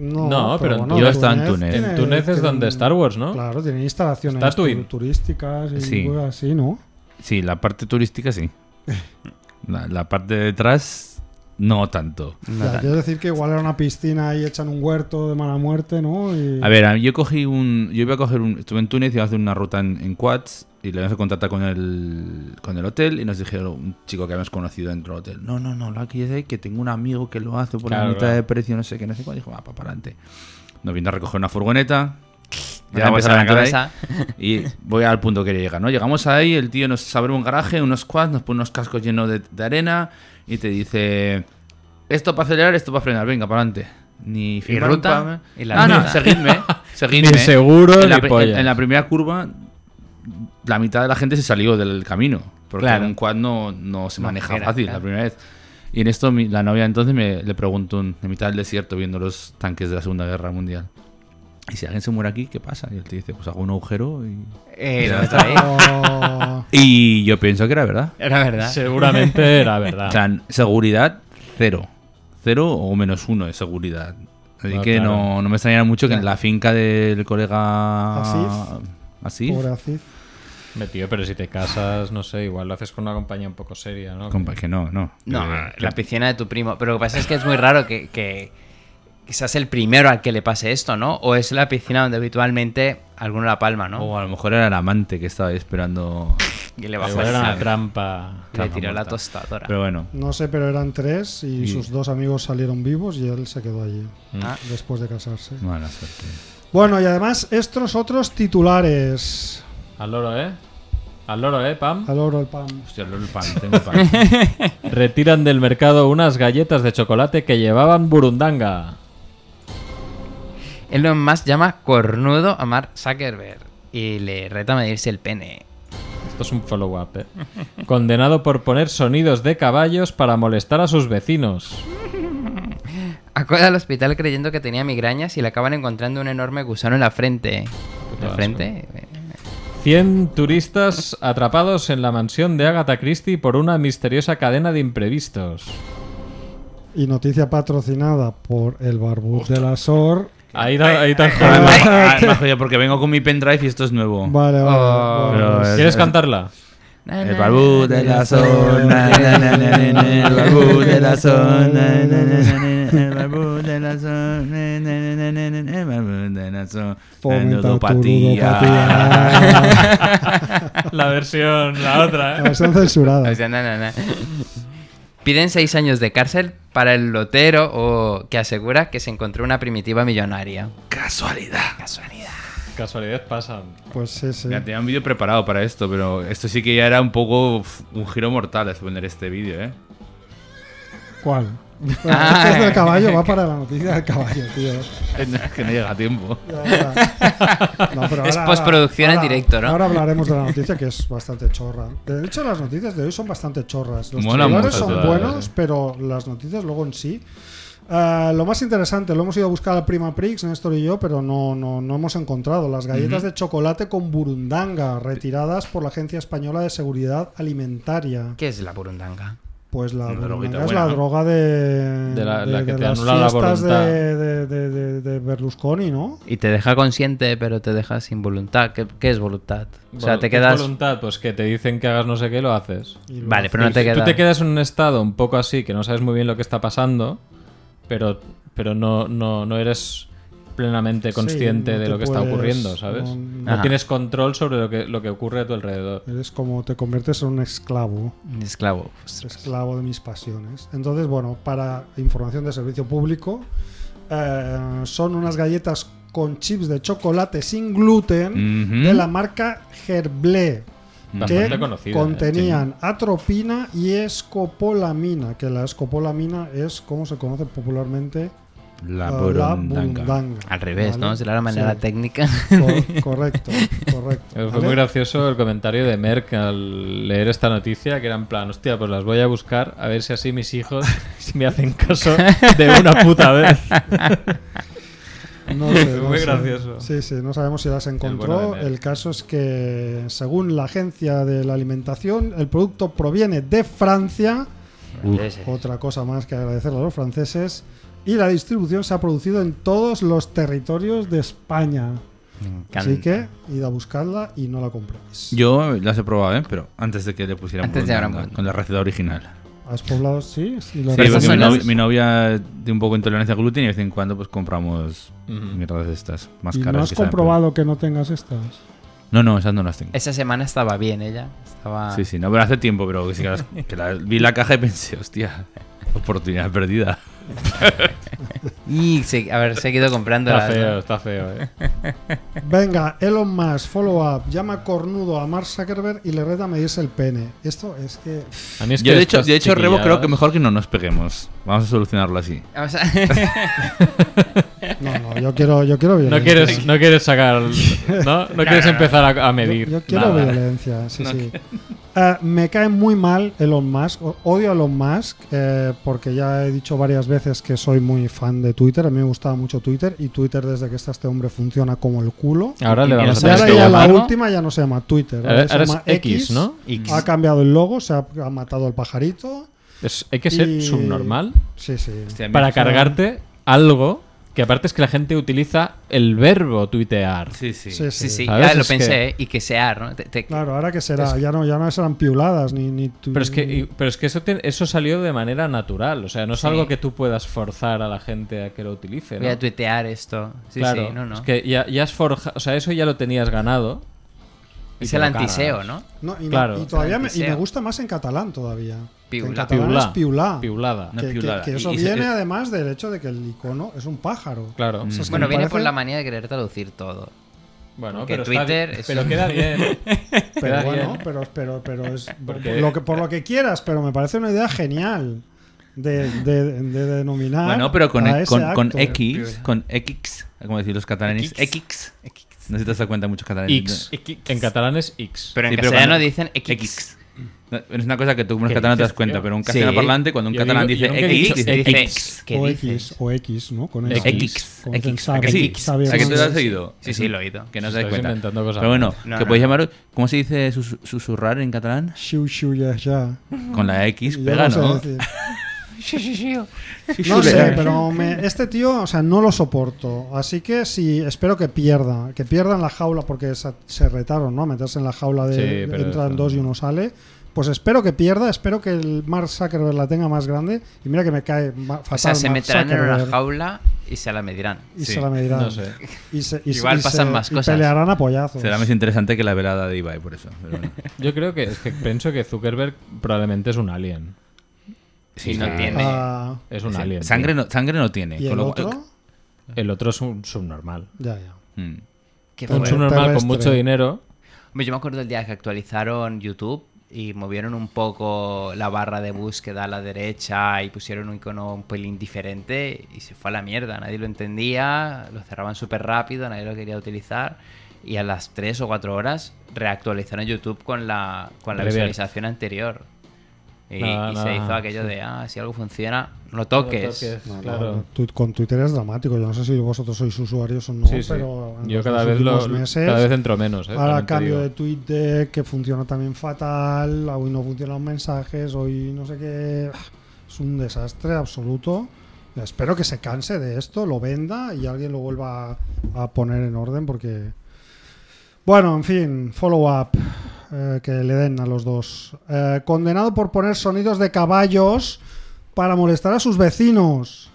Speaker 2: No, pero
Speaker 1: yo estaba en Túnez.
Speaker 2: En
Speaker 3: tiene-
Speaker 2: Túnez es
Speaker 3: tiene-
Speaker 2: donde Star Wars, ¿no?
Speaker 3: Claro, tiene instalaciones
Speaker 2: Tatooine.
Speaker 3: tu- turísticas y
Speaker 1: Sí.
Speaker 3: cosas así, ¿no?
Speaker 1: Sí, la parte turística sí. La, la parte de detrás, no tanto.
Speaker 6: No
Speaker 3: O sea,
Speaker 6: tan-
Speaker 3: quiero decir que igual era una piscina y echan un huerto de mala muerte, ¿no? Y-
Speaker 1: A ver, a- yo cogí un. Yo iba a coger un. Estuve en Túnez y iba a hacer una ruta en, en Quads y le íbamos a contactar con el, con el hotel y nos dijeron un chico que habíamos conocido dentro del hotel. No, no, no, lo aquí es de que tengo un amigo que lo hace por
Speaker 2: Claro,
Speaker 1: la mitad
Speaker 2: claro.
Speaker 1: de precio, no sé qué, no sé cuál. Dijo, va, para adelante. Nos vino a recoger una furgoneta.
Speaker 6: Una bolsa
Speaker 1: empezaron a
Speaker 6: blanca de
Speaker 1: entrar ahí. Y voy al punto que quería llegar, ¿no? Llegamos ahí, el tío nos abre un garaje, unos quads, nos pone unos cascos llenos de, de arena y te dice: Esto para acelerar, esto para frenar, venga, para adelante. Ni firmar un
Speaker 6: ruta?
Speaker 1: pa-
Speaker 6: ¿Y la
Speaker 1: Ah, no,
Speaker 6: ruta?
Speaker 1: seguidme, seguidme.
Speaker 2: Ni seguro
Speaker 1: en la,
Speaker 2: ni
Speaker 1: pri-
Speaker 2: pollas.
Speaker 1: en la primera curva, la mitad de la gente se salió del camino. Porque
Speaker 6: Claro.
Speaker 1: un quad no, no se
Speaker 6: No,
Speaker 1: maneja
Speaker 6: era,
Speaker 1: fácil
Speaker 6: claro.
Speaker 1: la primera vez. Y en esto, mi- la novia entonces me, le preguntó en en mitad del desierto, viendo los tanques de la Segunda Guerra Mundial. Y si alguien se muere aquí, ¿qué pasa? Y él te dice, pues hago un agujero y...
Speaker 6: Eh, lo meto ahí.
Speaker 3: Oh,
Speaker 1: Y yo pienso que era verdad.
Speaker 6: Era verdad.
Speaker 2: Seguramente era
Speaker 1: O
Speaker 2: verdad.
Speaker 1: sea, n- seguridad, cero. Cero o menos uno de seguridad. Así
Speaker 2: No,
Speaker 1: que
Speaker 2: claro.
Speaker 1: no, no me extrañaría mucho que en la finca del colega...
Speaker 3: Asif.
Speaker 1: Así.
Speaker 3: pobre Aziz.
Speaker 2: Me tío, pero si te casas, no sé, igual lo haces con una compañía un poco seria, ¿no?
Speaker 1: Compa, que no, no.
Speaker 6: No,
Speaker 1: Eh,
Speaker 6: la piscina de tu primo. Pero lo que pasa es que es muy raro que, que, que seas el primero al que le pase esto, ¿no? O es la piscina donde habitualmente alguno la palma, ¿no?
Speaker 1: O a lo mejor era el amante que estaba ahí esperando.
Speaker 6: Y le
Speaker 2: Igual
Speaker 6: bajó el
Speaker 2: era una
Speaker 6: cable.
Speaker 2: trampa.
Speaker 6: Y le tiró la
Speaker 1: Trampa mortal.
Speaker 6: tostadora.
Speaker 1: Pero bueno,
Speaker 3: No sé, pero eran tres y,
Speaker 1: Y-
Speaker 3: sus dos amigos salieron vivos y él se quedó allí
Speaker 6: Ah.
Speaker 3: después de casarse.
Speaker 1: mala suerte.
Speaker 3: Bueno, y además estos otros titulares.
Speaker 2: Al loro, ¿eh? Al loro, ¿eh, Pam?
Speaker 3: Al oro el pan.
Speaker 1: Hostia, el pan, tengo pan.
Speaker 2: Retiran del mercado unas galletas de chocolate que llevaban burundanga.
Speaker 6: Elon Musk llama cornudo a Mark Zuckerberg y le reta a medirse el pene.
Speaker 2: Esto es un follow-up, ¿eh? Condenado por poner sonidos de caballos para molestar a sus vecinos.
Speaker 6: Acude al hospital creyendo que tenía migrañas y le acaban encontrando un enorme gusano en la frente. ¿En la
Speaker 2: asco.
Speaker 6: frente? Eh,
Speaker 2: 100 turistas atrapados en la mansión de Agatha Christie por una misteriosa cadena de imprevistos.
Speaker 3: Y noticia patrocinada por el barbud de la SOR.
Speaker 2: Ahí, ta- ahí tan
Speaker 1: Ah,
Speaker 2: joven.
Speaker 1: majo- ah, majo, yo porque vengo con mi pendrive y esto es nuevo.
Speaker 3: Vale, vale.
Speaker 6: Oh.
Speaker 3: vale.
Speaker 1: Ah. Pero
Speaker 2: ¿Quieres cantarla?
Speaker 6: na,
Speaker 1: El
Speaker 6: na,
Speaker 1: barbú de la zona, na, na, na, na, na, el barbú de la zona, na, na, na, na, na, el barbú de la zona, na, na, na, na, na, na, el barbú de la zona,
Speaker 3: Fomenta tu
Speaker 1: ludopatía.
Speaker 3: ludopatía. Ah,
Speaker 2: La versión, la otra,
Speaker 3: La
Speaker 2: ¿eh?
Speaker 3: versión censurada.
Speaker 6: O sea, na, na, na. Piden seis años de cárcel para el lotero o que asegura que se encontró una primitiva millonaria.
Speaker 1: Casualidad.
Speaker 6: Casualidad.
Speaker 2: Casualidad pasan.
Speaker 3: Pues sí, sí.
Speaker 1: Ya tenía un vídeo preparado para esto, pero esto sí que ya era un poco uf, un giro mortal poner este vídeo, ¿eh?
Speaker 3: ¿Cuál?
Speaker 6: Ah.
Speaker 3: Esto es del caballo, va para la noticia del caballo, tío.
Speaker 1: que no llega a tiempo.
Speaker 3: Ya, ya. No, pero
Speaker 6: Es
Speaker 3: ahora-
Speaker 6: postproducción en
Speaker 3: ahora-
Speaker 6: directo, ¿no?
Speaker 3: Ahora hablaremos de la noticia que es bastante chorra. De hecho, las noticias de hoy son bastante chorras. Los
Speaker 1: Mola
Speaker 3: titulares
Speaker 1: mucho
Speaker 3: son
Speaker 1: todavía,
Speaker 3: buenos,
Speaker 1: sí.
Speaker 3: pero las noticias luego en sí. Ah, lo más interesante, lo hemos ido a buscar al Prima Prix, Néstor y yo, pero no, no, no hemos encontrado. Las galletas de chocolate con burundanga, retiradas por la Agencia Española de Seguridad Alimentaria.
Speaker 6: ¿Qué es la burundanga?
Speaker 3: Pues la
Speaker 1: Una
Speaker 3: burundanga
Speaker 1: droguita
Speaker 3: es
Speaker 1: buena,
Speaker 3: la
Speaker 1: ¿no?
Speaker 3: droga de,
Speaker 2: De la- la que te
Speaker 3: las
Speaker 2: anula la
Speaker 3: fiestas
Speaker 2: voluntad.
Speaker 3: de, de- de- de- de Berlusconi, ¿no?
Speaker 6: Y te deja consciente, pero te deja sin voluntad. ¿Qué, qué es voluntad? O sea,
Speaker 2: Bueno,
Speaker 6: te
Speaker 2: ¿qué es
Speaker 6: quedas...
Speaker 2: voluntad, pues que te dicen que hagas no sé qué, lo haces.
Speaker 3: Y lo
Speaker 6: Vale, pero no
Speaker 2: Y
Speaker 6: te
Speaker 2: si
Speaker 6: quedas...
Speaker 2: Tú te quedas en un estado un poco así, que no sabes muy bien lo que está pasando, pero, pero no, no, no eres plenamente
Speaker 3: Sí,
Speaker 2: consciente
Speaker 3: no
Speaker 2: de
Speaker 3: te
Speaker 2: lo que está
Speaker 3: puedes-
Speaker 2: ocurriendo, ¿sabes?
Speaker 3: no-
Speaker 2: No
Speaker 6: Ajá.
Speaker 2: tienes control sobre lo que, lo que ocurre a tu alrededor.
Speaker 3: Eres como te conviertes en un esclavo,
Speaker 6: Esclavo. Ostras.
Speaker 3: esclavo de mis pasiones. Entonces, bueno, para información de servicio público, eh, son unas galletas con chips de chocolate sin gluten
Speaker 1: Ujú.
Speaker 3: de la marca Gerblé.
Speaker 2: Bastante
Speaker 3: que
Speaker 2: conocida. ¿eh?
Speaker 3: contenían atropina y escopolamina, que la escopolamina es como se conoce popularmente
Speaker 1: La
Speaker 3: eh,
Speaker 1: burundanga.
Speaker 3: burundanga,
Speaker 6: Al revés,
Speaker 3: ¿vale?
Speaker 6: ¿no? Será la manera
Speaker 3: Sí,
Speaker 6: técnica.
Speaker 3: cor- correcto, correcto.
Speaker 2: Eh, Fue
Speaker 3: ¿vale?
Speaker 2: muy gracioso el comentario de Merck al leer esta noticia, que era en plan, hostia, pues las voy a buscar a ver si así mis hijos me hacen caso de una puta vez.
Speaker 3: No sé, no
Speaker 2: Muy
Speaker 3: sé.
Speaker 2: gracioso.
Speaker 3: Sí, sí, no sabemos si las
Speaker 2: El bueno
Speaker 3: encontró.
Speaker 2: de
Speaker 3: El,
Speaker 2: Ned.
Speaker 3: caso es que, según la Agencia de la Alimentación, el producto proviene de Francia.
Speaker 6: Ese.
Speaker 3: Otra cosa más que agradecerle a los franceses. Y la distribución se ha producido en todos los territorios de España.
Speaker 6: Me encanta.
Speaker 3: Así que id a buscarla y no la compréis.
Speaker 1: Yo las he probado, ¿eh? Pero antes de que le pusieran
Speaker 6: Antes de ahora,
Speaker 1: burundanga,
Speaker 6: bueno.
Speaker 1: con la receta original.
Speaker 3: ¿Has poblado? Sí, sí, lo
Speaker 1: Sí,
Speaker 6: Pero
Speaker 1: porque
Speaker 6: esas
Speaker 1: mi,
Speaker 6: son
Speaker 1: novia,
Speaker 6: las-
Speaker 1: mi novia tiene un poco de intolerancia al gluten y de vez en cuando pues compramos mierdas de estas más
Speaker 3: ¿Y
Speaker 1: caras.
Speaker 3: no has
Speaker 1: que saben
Speaker 3: comprobado que no tengas estas?
Speaker 1: peor. No, no, esas no las tengo.
Speaker 6: Esa semana estaba bien ella. Estaba...
Speaker 1: Sí, sí, no, pero hace tiempo, pero que sí que las- que la- vi la caja y pensé, hostia, oportunidad perdida.
Speaker 6: Y se- haber seguido comprando
Speaker 2: Está
Speaker 6: las-
Speaker 2: feo, está feo, ¿eh?
Speaker 3: Venga, Elon Musk, follow up, llama cornudo a Mark Zuckerberg y le reta a medirse el pene. Esto es que...
Speaker 2: A mí es
Speaker 1: Yo
Speaker 2: que
Speaker 1: de hecho,
Speaker 2: estas
Speaker 1: de hecho Rebo creo que
Speaker 2: chiquilladas-
Speaker 1: mejor que no nos peguemos. Vamos a solucionarlo así.
Speaker 6: Vamos a-
Speaker 3: No, no, yo quiero, yo quiero violencia.
Speaker 2: No quieres, no quieres sacar. No, no quieres empezar a, a medir.
Speaker 3: Yo, yo quiero
Speaker 2: nada.
Speaker 3: violencia, sí, sí. Eh, me cae muy mal Elon Musk, o- odio a Elon Musk, eh, porque ya he dicho varias veces que soy muy fan de Twitter, a mí me gustaba mucho Twitter, y Twitter desde que está este hombre funciona como el culo.
Speaker 2: Ahora le vamos a
Speaker 6: ¿Nos
Speaker 3: Y
Speaker 2: tener
Speaker 6: tienes
Speaker 3: ahora
Speaker 2: que
Speaker 6: que
Speaker 3: ya la
Speaker 2: llamarlo.
Speaker 3: última ya no se llama Twitter,
Speaker 2: Ahora,
Speaker 3: se
Speaker 2: ahora es
Speaker 3: llama
Speaker 2: X, ¿no?
Speaker 6: X.
Speaker 3: Ha cambiado el logo, se ha, ha matado al pajarito.
Speaker 2: Es, hay que ser
Speaker 3: Y-
Speaker 2: subnormal
Speaker 3: Sí, sí.
Speaker 2: para cargarte algo que aparte es que la gente utiliza el verbo tuitear.
Speaker 1: Sí, sí.
Speaker 3: Sí, sí.
Speaker 6: Sí, sí,
Speaker 2: ¿Sabes?
Speaker 6: ya lo
Speaker 2: Es que-
Speaker 6: pensé, ¿eh? y que sea, ¿no? Te- te-
Speaker 3: Claro, ahora que será, ya no, ya no serán piuladas ni, ni tu-
Speaker 2: Pero es que, y- pero es que eso, tiene- eso salió de manera natural. O sea, no es
Speaker 6: Sí.
Speaker 2: algo que tú puedas forzar a la gente a que lo utilice. ¿no?
Speaker 6: Voy a tuitear esto. Sí,
Speaker 2: claro,
Speaker 6: sí, no, no.
Speaker 2: Es que ya, ya has forjado. O sea, eso ya lo tenías ganado. y
Speaker 6: es
Speaker 2: te
Speaker 6: el
Speaker 2: lo
Speaker 6: antiseo,
Speaker 2: cargas.
Speaker 6: ¿no?
Speaker 3: No, y, no-
Speaker 2: claro.
Speaker 3: y todavía me, y me
Speaker 6: Antiseo.
Speaker 3: gusta más en catalán todavía. Que En
Speaker 6: Piula.
Speaker 3: catalán
Speaker 2: Piulá.
Speaker 3: es piulá.
Speaker 2: Piulada.
Speaker 1: No.
Speaker 3: Que, que-
Speaker 1: piulada.
Speaker 3: que eso
Speaker 1: Y- y se-
Speaker 3: viene
Speaker 1: eh,
Speaker 3: además del hecho de que el icono es un pájaro.
Speaker 2: Claro.
Speaker 3: Eso es que
Speaker 6: Bueno,
Speaker 3: me
Speaker 6: viene por
Speaker 3: parece-
Speaker 6: la manía de querer traducir todo.
Speaker 2: Bueno,
Speaker 6: Porque
Speaker 2: pero está
Speaker 6: Twitter
Speaker 2: bien-
Speaker 6: es
Speaker 2: pero
Speaker 6: un-
Speaker 2: queda bien.
Speaker 3: Pero
Speaker 2: Queda
Speaker 3: bueno,
Speaker 2: bien.
Speaker 3: pero, pero, pero es
Speaker 2: Porque-
Speaker 3: lo que, por lo que quieras, pero me parece una idea genial de, de- de denominar.
Speaker 1: Bueno, pero con,
Speaker 3: a
Speaker 1: e-
Speaker 3: ese
Speaker 1: con, con
Speaker 3: acto.
Speaker 1: X, con X, como decir los catalanes, X. No sé si te has dado cuenta muchos catalanes.
Speaker 2: X. En catalán es X.
Speaker 6: Pero en
Speaker 1: Sí, pero
Speaker 6: castellano
Speaker 1: cuando-
Speaker 6: dicen X.
Speaker 1: X. No, Es una cosa que tú como
Speaker 2: ¿Qué
Speaker 1: catalán no te
Speaker 2: dices,
Speaker 1: das cuenta,
Speaker 2: tío?
Speaker 1: pero un castellano
Speaker 6: Sí.
Speaker 1: parlante, cuando un
Speaker 2: Yo
Speaker 1: catalán
Speaker 2: digo- yo
Speaker 1: dice
Speaker 2: nunca he
Speaker 1: X,
Speaker 2: dicho
Speaker 1: dice
Speaker 2: X.
Speaker 1: X.
Speaker 6: ¿Qué
Speaker 3: o X,
Speaker 6: dices?
Speaker 3: o X, ¿no? Con
Speaker 2: X.
Speaker 3: esa-
Speaker 1: X.
Speaker 3: con
Speaker 6: X.
Speaker 3: esa-
Speaker 1: ¿A que sí?
Speaker 3: sabia-
Speaker 1: ¿A que tú lo has
Speaker 3: Sí,
Speaker 1: oído?
Speaker 6: Sí, sí, lo he oído.
Speaker 1: Que no os
Speaker 2: Estáis
Speaker 1: dais cuenta.
Speaker 2: inventando cosas
Speaker 1: Pero bueno,
Speaker 2: raras.
Speaker 6: No,
Speaker 1: que
Speaker 6: no.
Speaker 1: podéis llamar... ¿Cómo se dice sus- susurrar en catalán?
Speaker 3: Xiu, xiu, ya, ya.
Speaker 1: Con la X
Speaker 3: Yo
Speaker 1: pega,
Speaker 3: no sé
Speaker 1: ¿no?
Speaker 3: decir.
Speaker 1: Sí,
Speaker 3: No
Speaker 1: sí,
Speaker 3: sé,
Speaker 1: pega.
Speaker 3: pero me- este tío, o sea, no lo soporto. Así que sí, espero que pierda. Que pierda en la jaula, porque se, se retaron, ¿no? A meterse en la jaula de
Speaker 2: Sí, pero
Speaker 3: entran
Speaker 2: eso-
Speaker 3: dos y uno sale. Pues espero que pierda, espero que el Mark Zuckerberg la tenga más grande. Y mira que me cae ma- fatal.
Speaker 6: O sea, se
Speaker 3: Mark
Speaker 6: meterán en una
Speaker 3: Zuckerberg.
Speaker 6: jaula y se la medirán.
Speaker 3: Y
Speaker 1: Sí,
Speaker 3: se la medirán.
Speaker 2: No sé.
Speaker 3: Y se- y se-
Speaker 6: Igual
Speaker 3: y
Speaker 6: pasan
Speaker 3: se-
Speaker 6: más
Speaker 3: y
Speaker 6: cosas.
Speaker 3: pelearán a pollazos.
Speaker 1: Será más interesante que la velada de Ibai, por eso. pero bueno.
Speaker 2: Yo creo que, es que pienso que Zuckerberg probablemente es un alien.
Speaker 1: Sí,
Speaker 6: Y no
Speaker 1: sí.
Speaker 6: tiene.
Speaker 3: Ah,
Speaker 2: Es un
Speaker 1: Sí.
Speaker 2: alien.
Speaker 1: Sangre no, sangre no tiene.
Speaker 6: Eh,
Speaker 3: ¿Y
Speaker 1: con
Speaker 3: el
Speaker 1: lo
Speaker 3: otro?
Speaker 2: tío. El otro es un subnormal.
Speaker 3: Ya, ya.
Speaker 1: Mm.
Speaker 6: Qué
Speaker 2: Un
Speaker 3: Bueno.
Speaker 6: fuerte.
Speaker 2: subnormal con
Speaker 3: Terrestre.
Speaker 2: mucho dinero.
Speaker 6: Hombre, Yo me acuerdo el día que actualizaron YouTube y movieron un poco la barra de búsqueda a la derecha y pusieron un icono un pelín diferente y se fue a la mierda. Nadie lo entendía, lo cerraban súper rápido, nadie lo quería utilizar. Y a las 3 o 4 horas reactualizaron YouTube con la, con la
Speaker 2: Revert.
Speaker 6: visualización anterior. Y,
Speaker 2: Nada,
Speaker 6: y
Speaker 2: nada,
Speaker 6: se hizo aquello de, ah, si algo funciona, no lo toques.
Speaker 3: No, no,
Speaker 2: claro.
Speaker 3: tu- con Twitter es dramático. Yo no sé si vosotros sois usuarios o no,
Speaker 2: Sí, sí.
Speaker 3: pero en
Speaker 2: Yo
Speaker 3: los
Speaker 2: cada
Speaker 3: dos
Speaker 2: vez, lo,
Speaker 3: últimos meses,
Speaker 2: cada vez entro menos. eh,
Speaker 3: Ahora
Speaker 2: también te
Speaker 3: cambio
Speaker 2: digo.
Speaker 3: de tweet de que funciona también fatal, hoy no funcionan los mensajes, hoy no sé qué. Es un desastre absoluto. Espero que se canse de esto, lo venda y alguien lo vuelva a, a poner en orden porque... Bueno, en fin, follow-up eh, que le den a los dos. Eh, condenado por poner sonidos de caballos para molestar a sus vecinos.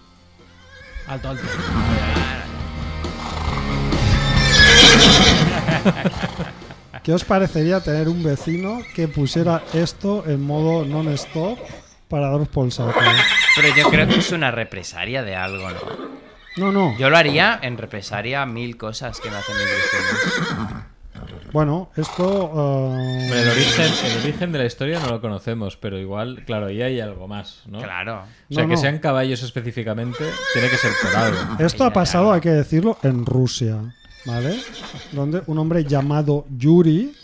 Speaker 7: Alto, alto.
Speaker 3: ¿Qué os parecería tener un vecino que pusiera esto en modo non-stop para daros por el saco?
Speaker 6: Pero yo creo que es una represaria de algo, ¿no?
Speaker 3: No, no.
Speaker 6: Yo lo haría en represaria a mil cosas que me hacen mis vecinos.
Speaker 3: Bueno, esto... eh,
Speaker 2: Pero el origen, el origen de la historia no lo conocemos, pero igual, claro, ahí hay algo más, ¿no?
Speaker 6: Claro.
Speaker 2: O sea,
Speaker 3: No,
Speaker 2: que
Speaker 3: no. Ah.
Speaker 2: sean caballos específicamente, tiene que ser por algo.
Speaker 3: Esto
Speaker 6: Ay,
Speaker 3: ha
Speaker 6: ay,
Speaker 3: pasado,
Speaker 6: ay.
Speaker 3: hay que decirlo, en Rusia, ¿vale? Donde un hombre llamado Yuri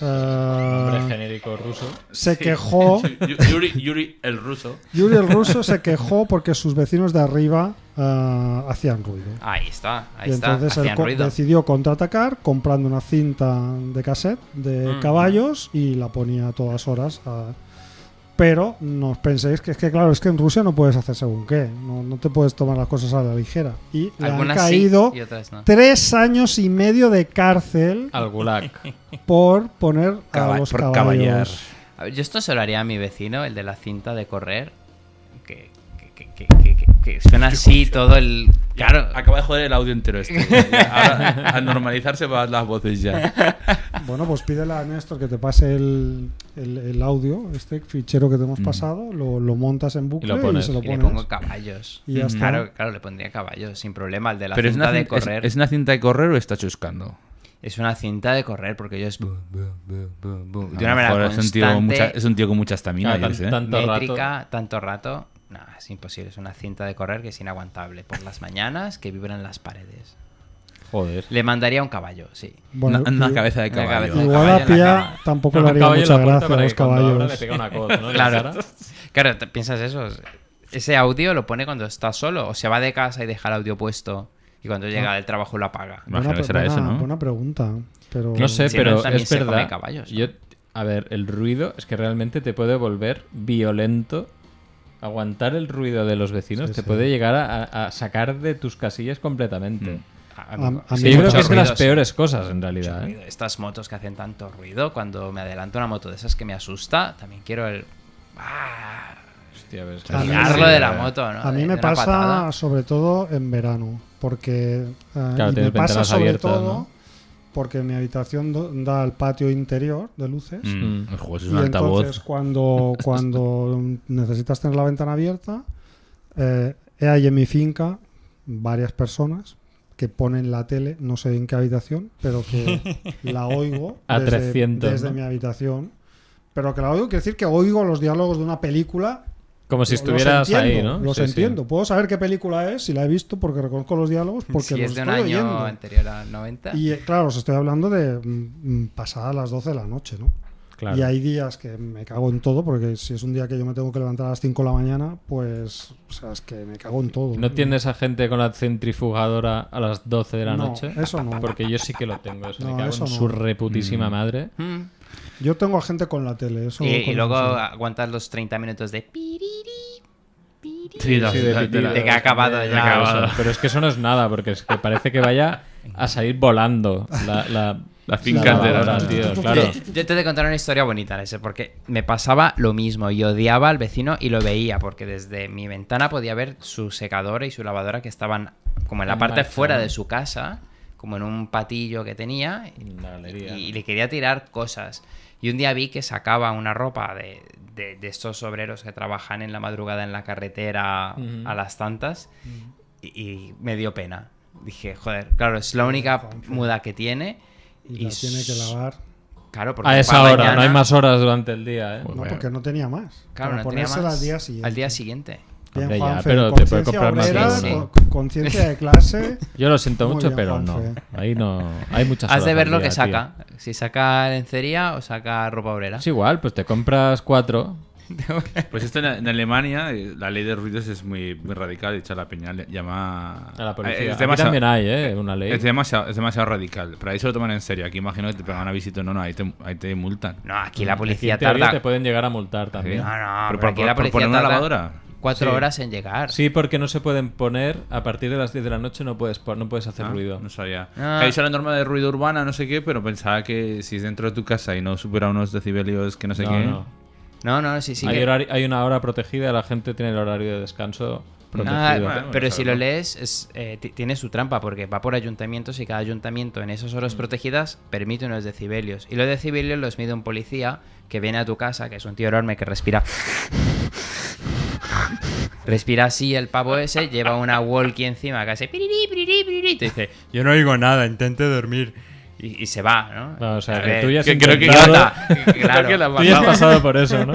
Speaker 3: eh,
Speaker 2: Nombre genérico ruso.
Speaker 3: se quejó.
Speaker 1: Yuri, el ruso.
Speaker 3: Yuri el ruso se quejó porque sus vecinos de arriba eh, hacían ruido.
Speaker 6: Ahí está,
Speaker 3: y
Speaker 6: ahí está.
Speaker 3: entonces él
Speaker 6: Hacían
Speaker 3: co-
Speaker 6: ruido.
Speaker 3: decidió contraatacar comprando una cinta de cassette de
Speaker 6: Mm.
Speaker 3: caballos y la ponía a todas horas. a- Pero no os penséis que es que, claro, es que en Rusia no puedes hacer según qué. No, no te puedes tomar las cosas a la ligera. Y le han
Speaker 6: Algunas
Speaker 3: caído
Speaker 6: sí y otras no. Ah.
Speaker 3: tres años y medio de cárcel
Speaker 2: Al gulag.
Speaker 3: por poner a
Speaker 7: Caba-
Speaker 3: los
Speaker 7: por
Speaker 3: caballos.
Speaker 7: caballar.
Speaker 6: A ver, yo esto se lo haría a mi vecino, el de la cinta de correr. Que, que, que, que, que- que- que suena así todo el. Claro.
Speaker 1: Acaba de joder el audio entero este. Ahora, a normalizarse van las voces ya.
Speaker 3: Bueno, pues pídele a Néstor que te pase el, el- el audio, este fichero que te hemos pasado, lo, lo montas en bucle
Speaker 2: lo
Speaker 3: y,
Speaker 2: pones.
Speaker 3: se lo
Speaker 6: Mm. Y le
Speaker 3: pones.
Speaker 6: pongo caballos.
Speaker 3: Y ya está.
Speaker 6: Claro, claro, le pondría caballos, sin problema. El de la
Speaker 1: Pero es
Speaker 6: cinta
Speaker 1: una,
Speaker 6: de
Speaker 1: cin- es-
Speaker 6: correr.
Speaker 1: es una cinta de correr o está chuscando.
Speaker 6: Es una cinta de correr porque yo es. bu, bu, bu, bu, bu, De
Speaker 1: A
Speaker 6: una
Speaker 1: lo
Speaker 6: manera
Speaker 1: mejor es un, tío con mucha,
Speaker 6: constante,
Speaker 1: es un tío con mucha estamina,
Speaker 2: Claro,
Speaker 1: yo sé.
Speaker 2: Ah, tan-
Speaker 1: ¿eh?
Speaker 2: tan- tanto
Speaker 6: métrica, tanto rato. Nah, es imposible. Es una cinta de correr que es inaguantable. Por las mañanas que vibran las paredes.
Speaker 2: Joder.
Speaker 6: Le mandaría un caballo, sí.
Speaker 3: Bueno, eh,
Speaker 1: una, una
Speaker 3: y-
Speaker 1: cabeza de
Speaker 6: Una cabeza
Speaker 1: caballo.
Speaker 6: de-
Speaker 3: Igual a
Speaker 6: caballo en la
Speaker 3: Pia
Speaker 6: cama.
Speaker 3: tampoco
Speaker 2: No,
Speaker 3: le
Speaker 2: un
Speaker 3: haría
Speaker 2: caballo en la
Speaker 3: mucha
Speaker 2: puerta
Speaker 3: gracia
Speaker 2: para
Speaker 3: los
Speaker 2: que cuando abra
Speaker 3: caballos.
Speaker 2: le pega una coz, ¿no?
Speaker 6: Claro. Claro, te- piensas eso. Ese audio lo pone cuando está solo. O se va de casa y deja el audio puesto. Y cuando llega del trabajo lo apaga.
Speaker 1: Imagino
Speaker 3: Buena
Speaker 1: que
Speaker 3: pre-
Speaker 1: será eso,
Speaker 3: buena-
Speaker 1: ¿no?
Speaker 3: buena pregunta. Pero
Speaker 2: No sé,
Speaker 6: Si no,
Speaker 2: pero
Speaker 6: también
Speaker 2: es
Speaker 6: se come
Speaker 2: verdad.
Speaker 6: caballos, ¿no?
Speaker 2: Yo, a ver, el ruido es que realmente te puede volver violento. Aguantar el ruido de los vecinos
Speaker 3: Sí,
Speaker 2: te
Speaker 3: sí.
Speaker 2: puede llegar a, a- a sacar de tus casillas completamente.
Speaker 6: A-
Speaker 3: A- a
Speaker 2: Sí,
Speaker 3: mí
Speaker 2: yo creo que
Speaker 3: mucho
Speaker 2: es de
Speaker 6: Ah, ruido,
Speaker 2: las
Speaker 6: sí.
Speaker 2: peores cosas en
Speaker 6: Mucho
Speaker 2: realidad. ¿eh?
Speaker 6: ruido. Estas motos que hacen tanto ruido, cuando me adelanto una moto de esas que me asusta, también quiero el. ¡Ah!
Speaker 2: Hostia, pero es que-
Speaker 3: A mí
Speaker 6: Tirarlo
Speaker 2: eh.
Speaker 3: sí,
Speaker 6: de la moto, ¿no?
Speaker 3: A
Speaker 6: De-
Speaker 3: mí me
Speaker 6: de una
Speaker 3: pasa
Speaker 6: patada.
Speaker 3: sobre todo en verano, porque eh, y me
Speaker 2: tienes
Speaker 3: pasa
Speaker 2: ventanas
Speaker 3: sobre
Speaker 2: abiertas,
Speaker 3: todo
Speaker 2: ¿no?
Speaker 3: porque mi habitación do- da al patio interior de luces.
Speaker 1: Mm, el juego es
Speaker 3: Y
Speaker 1: un altavoz.
Speaker 3: entonces cuando, cuando necesitas tener la ventana abierta, eh, he ahí en mi finca varias personas que ponen la tele, no sé en qué habitación, pero que la oigo
Speaker 2: A
Speaker 3: desde,
Speaker 2: 300,
Speaker 3: desde
Speaker 2: ¿no?
Speaker 3: mi habitación. Pero que la oigo, quiere decir que oigo los diálogos de una película.
Speaker 2: Como si
Speaker 3: Los
Speaker 2: estuvieras
Speaker 3: entiendo,
Speaker 2: ahí, ¿no?
Speaker 3: Los
Speaker 2: Sí, sí.
Speaker 3: entiendo. Puedo saber qué película es, si la he visto, porque reconozco los diálogos, porque
Speaker 6: si
Speaker 3: los
Speaker 6: es de un
Speaker 3: estoy
Speaker 6: año
Speaker 3: oyendo.
Speaker 6: anterior al 90.
Speaker 3: Y eh, claro, os estoy hablando de mm, mm, pasadas las 12 de la noche, ¿no?
Speaker 2: Claro.
Speaker 3: Y hay días que me cago en todo, porque si es un día que yo me tengo que levantar a las 5 de la mañana, pues, o sea, es que me cago en todo.
Speaker 2: ¿No tienes a gente con la centrifugadora a las 12 de la
Speaker 3: No,
Speaker 2: noche?
Speaker 3: eso no.
Speaker 2: Porque yo sí que lo tengo. Eso
Speaker 3: No,
Speaker 2: me cago
Speaker 3: eso
Speaker 2: en
Speaker 3: no.
Speaker 2: su reputísima madre.
Speaker 6: Mm.
Speaker 3: Yo tengo a gente con la tele, eso.
Speaker 6: Y, y
Speaker 3: con-
Speaker 6: luego
Speaker 3: sí.
Speaker 6: aguantas los 30 minutos de. piriri, piriri.
Speaker 1: Sí, la-
Speaker 2: Sí, de
Speaker 1: la-
Speaker 2: pitido.
Speaker 1: la-
Speaker 6: De que ha acabado
Speaker 2: Ya,
Speaker 6: ya.
Speaker 2: eso. Pero es que eso no es nada, porque es que parece que vaya a salir volando la, la,
Speaker 1: La finca
Speaker 2: lavadora,
Speaker 1: entera.
Speaker 2: tío, claro.
Speaker 6: Yo, yo te voy a contar una historia bonita, ese, porque me pasaba lo mismo. Yo odiaba al vecino y lo veía, porque desde mi ventana podía ver su secadora y su lavadora que estaban como en la
Speaker 2: En
Speaker 6: parte
Speaker 2: marcha,
Speaker 6: fuera
Speaker 2: ¿no?
Speaker 6: de su casa, como en un patillo que tenía, y-
Speaker 2: Una galería.
Speaker 6: y le quería tirar cosas. Y un día vi que sacaba una ropa de, de- de estos obreros que trabajan en la madrugada en la carretera
Speaker 2: Ujú.
Speaker 6: a las tantas y, y me dio pena. Dije, joder, claro, es la única muda que tiene.
Speaker 3: Y la
Speaker 6: s-
Speaker 3: tiene que lavar.
Speaker 6: Claro, porque
Speaker 2: A esa
Speaker 6: para
Speaker 2: hora,
Speaker 6: mañana-
Speaker 2: no hay más horas durante el día, ¿eh?
Speaker 1: Pues
Speaker 3: No,
Speaker 1: bueno.
Speaker 3: porque no tenía más.
Speaker 6: Claro,
Speaker 3: Para
Speaker 6: no tenía
Speaker 3: ponérsela
Speaker 6: más.
Speaker 3: al día siguiente.
Speaker 6: Al día siguiente.
Speaker 3: Bien,
Speaker 2: Hombre, ya,
Speaker 3: Juanfe,
Speaker 2: pero te puede
Speaker 3: conciencia
Speaker 2: comprar más de
Speaker 3: obrera,
Speaker 6: uno.
Speaker 3: con- Conciencia de clase.
Speaker 2: Yo lo siento
Speaker 3: Muy
Speaker 2: mucho,
Speaker 3: bien,
Speaker 2: pero no.
Speaker 3: Juanfe.
Speaker 2: Ahí no. Hay muchas
Speaker 6: Has de
Speaker 2: horas
Speaker 6: ver
Speaker 2: al
Speaker 6: lo
Speaker 2: día,
Speaker 6: que
Speaker 2: tío.
Speaker 6: saca. Si saca lencería o saca ropa obrera.
Speaker 2: Es igual, pues te compras cuatro.
Speaker 1: Pues esto en, en Alemania, eh, la ley de ruidos es muy, muy radical. De hecho, la peña le- llama
Speaker 2: A la policía.
Speaker 1: Eh,
Speaker 2: Aquí
Speaker 1: Es demasiado,
Speaker 2: también hay, ¿eh? Una ley.
Speaker 1: es demasiado, es demasiado radical. Pero ahí se lo toman en serio. Aquí imagino que te pegan una visita. No, no, ahí te, ahí te multan.
Speaker 6: No, aquí la
Speaker 2: Aquí,
Speaker 6: policía
Speaker 2: en teoría,
Speaker 6: tarda.
Speaker 2: te pueden llegar a multar también.
Speaker 6: no, pero
Speaker 1: por,
Speaker 6: aquí la
Speaker 1: por- por
Speaker 6: policía
Speaker 1: poner una
Speaker 6: tarda-
Speaker 1: lavadora.
Speaker 6: cuatro
Speaker 2: Sí.
Speaker 6: horas en llegar.
Speaker 2: Sí, porque no se pueden poner a partir de las 10 de la noche, no puedes, pon- no puedes hacer
Speaker 1: Ah,
Speaker 2: ruido.
Speaker 1: No sabía.
Speaker 6: Ah.
Speaker 1: Que Ahí sale la norma de ruido urbana, no sé qué, pero pensaba que si es dentro de tu casa y no supera unos decibelios que no sé
Speaker 2: No,
Speaker 1: qué.
Speaker 2: no.
Speaker 6: No, no, sí, sí.
Speaker 2: hay,
Speaker 6: que-
Speaker 2: horari- hay una hora protegida, la gente tiene el horario de descanso protegido.
Speaker 6: Ah,
Speaker 1: Bueno,
Speaker 6: pe-
Speaker 1: bueno,
Speaker 6: pero si
Speaker 1: saberlo.
Speaker 6: lo lees, es, eh, ti- tiene su trampa, porque va por ayuntamientos y cada ayuntamiento en esas
Speaker 2: Mm.
Speaker 6: horas protegidas permite unos decibelios. Y los decibelios los mide un policía que viene a tu casa, que es un tío enorme que respira. Respira así el pavo ese, lleva una walkie encima que hace piriri, piriri, piriri, y te dice, yo no oigo nada, intente dormir. Y, y se va, ¿no?
Speaker 2: No, o sea,
Speaker 6: A
Speaker 2: que tú ya has
Speaker 1: que creo que
Speaker 2: intentado-
Speaker 1: ya
Speaker 6: Claro.
Speaker 1: que la
Speaker 2: Tú ya has
Speaker 1: Vamos.
Speaker 2: pasado por eso, ¿no?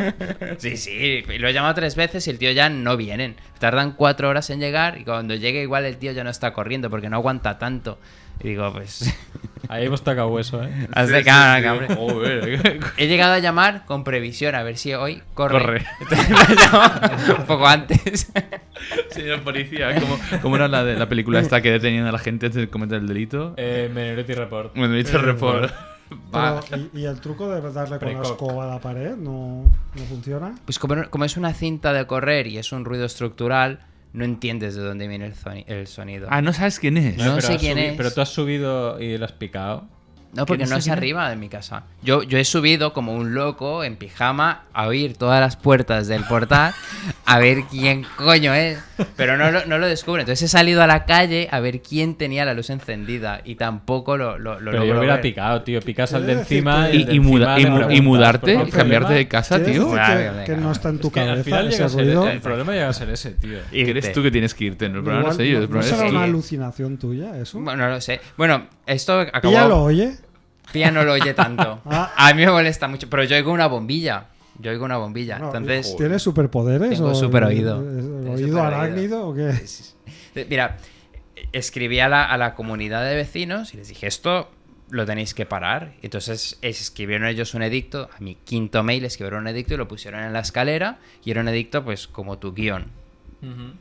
Speaker 6: Sí, sí, y lo he llamado tres veces y el tío ya no vienen. Tardan cuatro horas en llegar y cuando llegue igual el tío ya no está corriendo porque no aguanta tanto. Y digo, pues...
Speaker 2: Ahí hemos tocado hueso, ¿eh?
Speaker 6: haz de
Speaker 1: Sí, sí,
Speaker 6: cámara,
Speaker 1: sí.
Speaker 6: cabrón.
Speaker 1: Joder.
Speaker 6: He llegado a llamar con previsión, a ver si hoy corre.
Speaker 1: Corre.
Speaker 6: Entonces lo he llamado un poco antes.
Speaker 1: Señor policía, ¿cómo, cómo era la, de, la película esta que detenían a la gente antes de cometer el delito?
Speaker 2: Eh, Minority Report.
Speaker 1: Bueno, he dicho report.
Speaker 6: Va.
Speaker 3: Pero, ¿y, y el truco de darle con la
Speaker 2: Precoc.
Speaker 3: escoba a la pared no, no funciona?
Speaker 6: Pues como, como es una cinta de correr y es un ruido estructural, no entiendes de dónde viene el, soni- el sonido.
Speaker 1: Ah, no sabes quién es.
Speaker 6: No
Speaker 2: pero
Speaker 6: sé
Speaker 2: has
Speaker 6: quién
Speaker 2: subi-
Speaker 6: es.
Speaker 2: Pero tú has subido y lo has picado.
Speaker 6: No, porque
Speaker 1: ¿Quién
Speaker 6: no
Speaker 1: es
Speaker 6: es
Speaker 1: ese?
Speaker 6: arriba de mi casa. Yo, yo he subido como un loco en pijama a oír todas las puertas del portal a ver quién coño es. Pero no, lo- no lo descubro. Entonces he salido a la calle a ver quién tenía la luz encendida y tampoco lo, lo, lo
Speaker 2: pero yo
Speaker 6: logro
Speaker 2: hubiera
Speaker 6: ver.
Speaker 2: picado, tío. Picas al de
Speaker 3: Quiero decir
Speaker 2: encima
Speaker 3: que-
Speaker 2: y, el de
Speaker 1: Y- y muda-
Speaker 2: encima
Speaker 1: y
Speaker 2: le
Speaker 1: mu- y
Speaker 2: preguntas,
Speaker 1: mudarte,
Speaker 2: porque el problema-
Speaker 1: cambiarte de casa,
Speaker 3: ¿Quieres
Speaker 1: tío.
Speaker 3: decir
Speaker 6: Ah,
Speaker 3: que-
Speaker 6: venga,
Speaker 3: que,
Speaker 6: venga.
Speaker 3: no está en tu
Speaker 2: Que al
Speaker 3: cabeza
Speaker 2: final llega
Speaker 3: ese
Speaker 2: a ser-
Speaker 3: ruido.
Speaker 2: el problema llega a ser ese, tío.
Speaker 1: Que eres tú que tienes que irte, no, el problema no
Speaker 3: Igual
Speaker 1: es ellos,
Speaker 3: no-
Speaker 1: el
Speaker 3: ¿no
Speaker 1: problema
Speaker 3: será
Speaker 1: es tú.
Speaker 3: una
Speaker 6: Sí.
Speaker 3: alucinación tuya eso?
Speaker 6: Bueno, no lo sé. Bueno, esto acabó.
Speaker 3: ¿Pilla lo oye?
Speaker 6: Pía no lo oye tanto.
Speaker 3: Ah.
Speaker 6: A mí me molesta mucho. Pero yo oigo una bombilla. Yo oigo una bombilla.
Speaker 3: No,
Speaker 6: Entonces.
Speaker 3: ¿Tienes superpoderes?
Speaker 6: Tengo
Speaker 3: o
Speaker 6: superoído.
Speaker 3: ¿El, el
Speaker 6: Tengo
Speaker 3: oído
Speaker 6: superoído.
Speaker 3: arácnido o qué?
Speaker 6: Eh, Mira, escribí a la, a la comunidad de vecinos y les dije, esto lo tenéis que parar. Entonces escribieron ellos un edicto, a mi quinto mail escribieron un edicto y lo pusieron en la escalera y era un edicto pues como tu guión,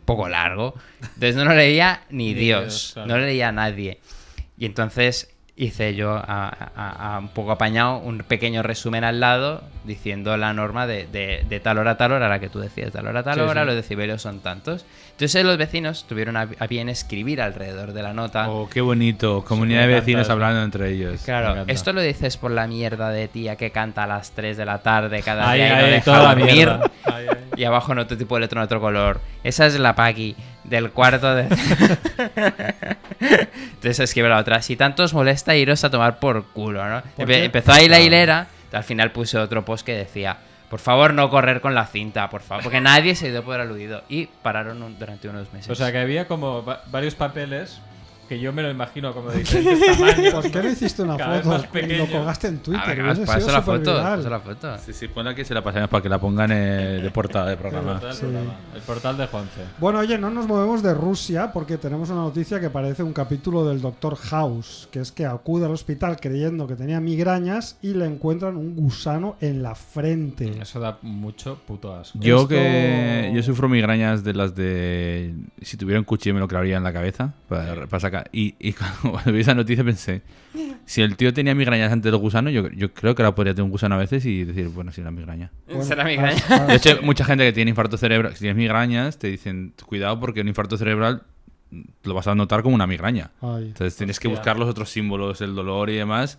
Speaker 6: poco largo. Entonces no lo leía ni
Speaker 2: Ni
Speaker 6: Dios,
Speaker 2: Dios, claro.
Speaker 6: no lo leía nadie. Y entonces hice yo a, a- a- un poco apañado un pequeño resumen al lado diciendo la norma de, de- de tal hora a tal hora, la que tú decías, tal hora a tal
Speaker 2: Sí,
Speaker 6: hora,
Speaker 2: sí.
Speaker 6: los decibelios son tantos. Entonces los vecinos tuvieron a, a bien escribir alrededor de la nota.
Speaker 1: Oh, qué bonito. Comunidad
Speaker 2: Sí, me
Speaker 1: de vecinos
Speaker 2: encanta.
Speaker 1: hablando entre ellos.
Speaker 2: me
Speaker 6: Claro,
Speaker 2: encanta.
Speaker 6: esto lo dices por la mierda de tía que canta a las 3 de la tarde cada
Speaker 2: Ahí,
Speaker 6: día y no
Speaker 2: ahí,
Speaker 6: deja
Speaker 2: toda la
Speaker 6: dormir.
Speaker 2: mierda. Ahí, ahí.
Speaker 6: Y abajo en otro tipo de letra, en otro color. Esa es la Paki del cuarto de. Entonces escribe la otra. Si tanto os molesta, iros a tomar por culo, ¿no?
Speaker 3: ¿Por
Speaker 6: Empe-
Speaker 3: qué?
Speaker 6: empezó ahí la hilera. Al final puse otro post que decía: Por favor, no correr con la cinta, por favor. Porque nadie se dio por aludido. Y pararon un- durante unos meses.
Speaker 2: O sea, que había como va- varios papeles que yo me lo imagino como de diferentes tamaños.
Speaker 3: ¿Por qué no hiciste una
Speaker 2: Cada vez
Speaker 3: foto?
Speaker 2: más
Speaker 3: y
Speaker 2: pequeño.
Speaker 3: Lo colgaste en
Speaker 6: A ver,
Speaker 3: Twitter.
Speaker 6: os
Speaker 3: hubiese
Speaker 6: paso
Speaker 3: sido
Speaker 6: la foto.
Speaker 3: superviral.
Speaker 6: paso la foto.
Speaker 1: Sí, sí, ponla que se la pasaremos para que la pongan eh, de portada de
Speaker 2: El
Speaker 1: programa.
Speaker 2: portal,
Speaker 3: Sí.
Speaker 2: programa. El portal de Juanfe.
Speaker 3: Bueno, oye, no nos movemos de Rusia porque tenemos una noticia que parece un capítulo del Doctor House, que es que acude al hospital creyendo que tenía migrañas y le encuentran un gusano en la frente.
Speaker 2: Eso da mucho puto asco.
Speaker 1: Yo
Speaker 3: Esto-
Speaker 1: que yo sufro migrañas de las de si tuviera un cuchillo me lo clavaría en la cabeza para, para sacar y, y cuando, cuando vi esa noticia pensé si el tío tenía migrañas antes del gusano yo, yo creo que ahora podría tener un gusano a veces y decir bueno si era migraña
Speaker 3: Bueno,
Speaker 6: Será mi
Speaker 3: vas-
Speaker 6: gran-
Speaker 3: vas-
Speaker 1: de hecho mucha gente que tiene infarto cerebral si tienes migrañas te dicen cuidado porque un infarto cerebral lo vas a notar como una migraña
Speaker 3: Ay.
Speaker 1: entonces tienes que
Speaker 2: Hostia.
Speaker 1: buscar los otros símbolos, el dolor y demás.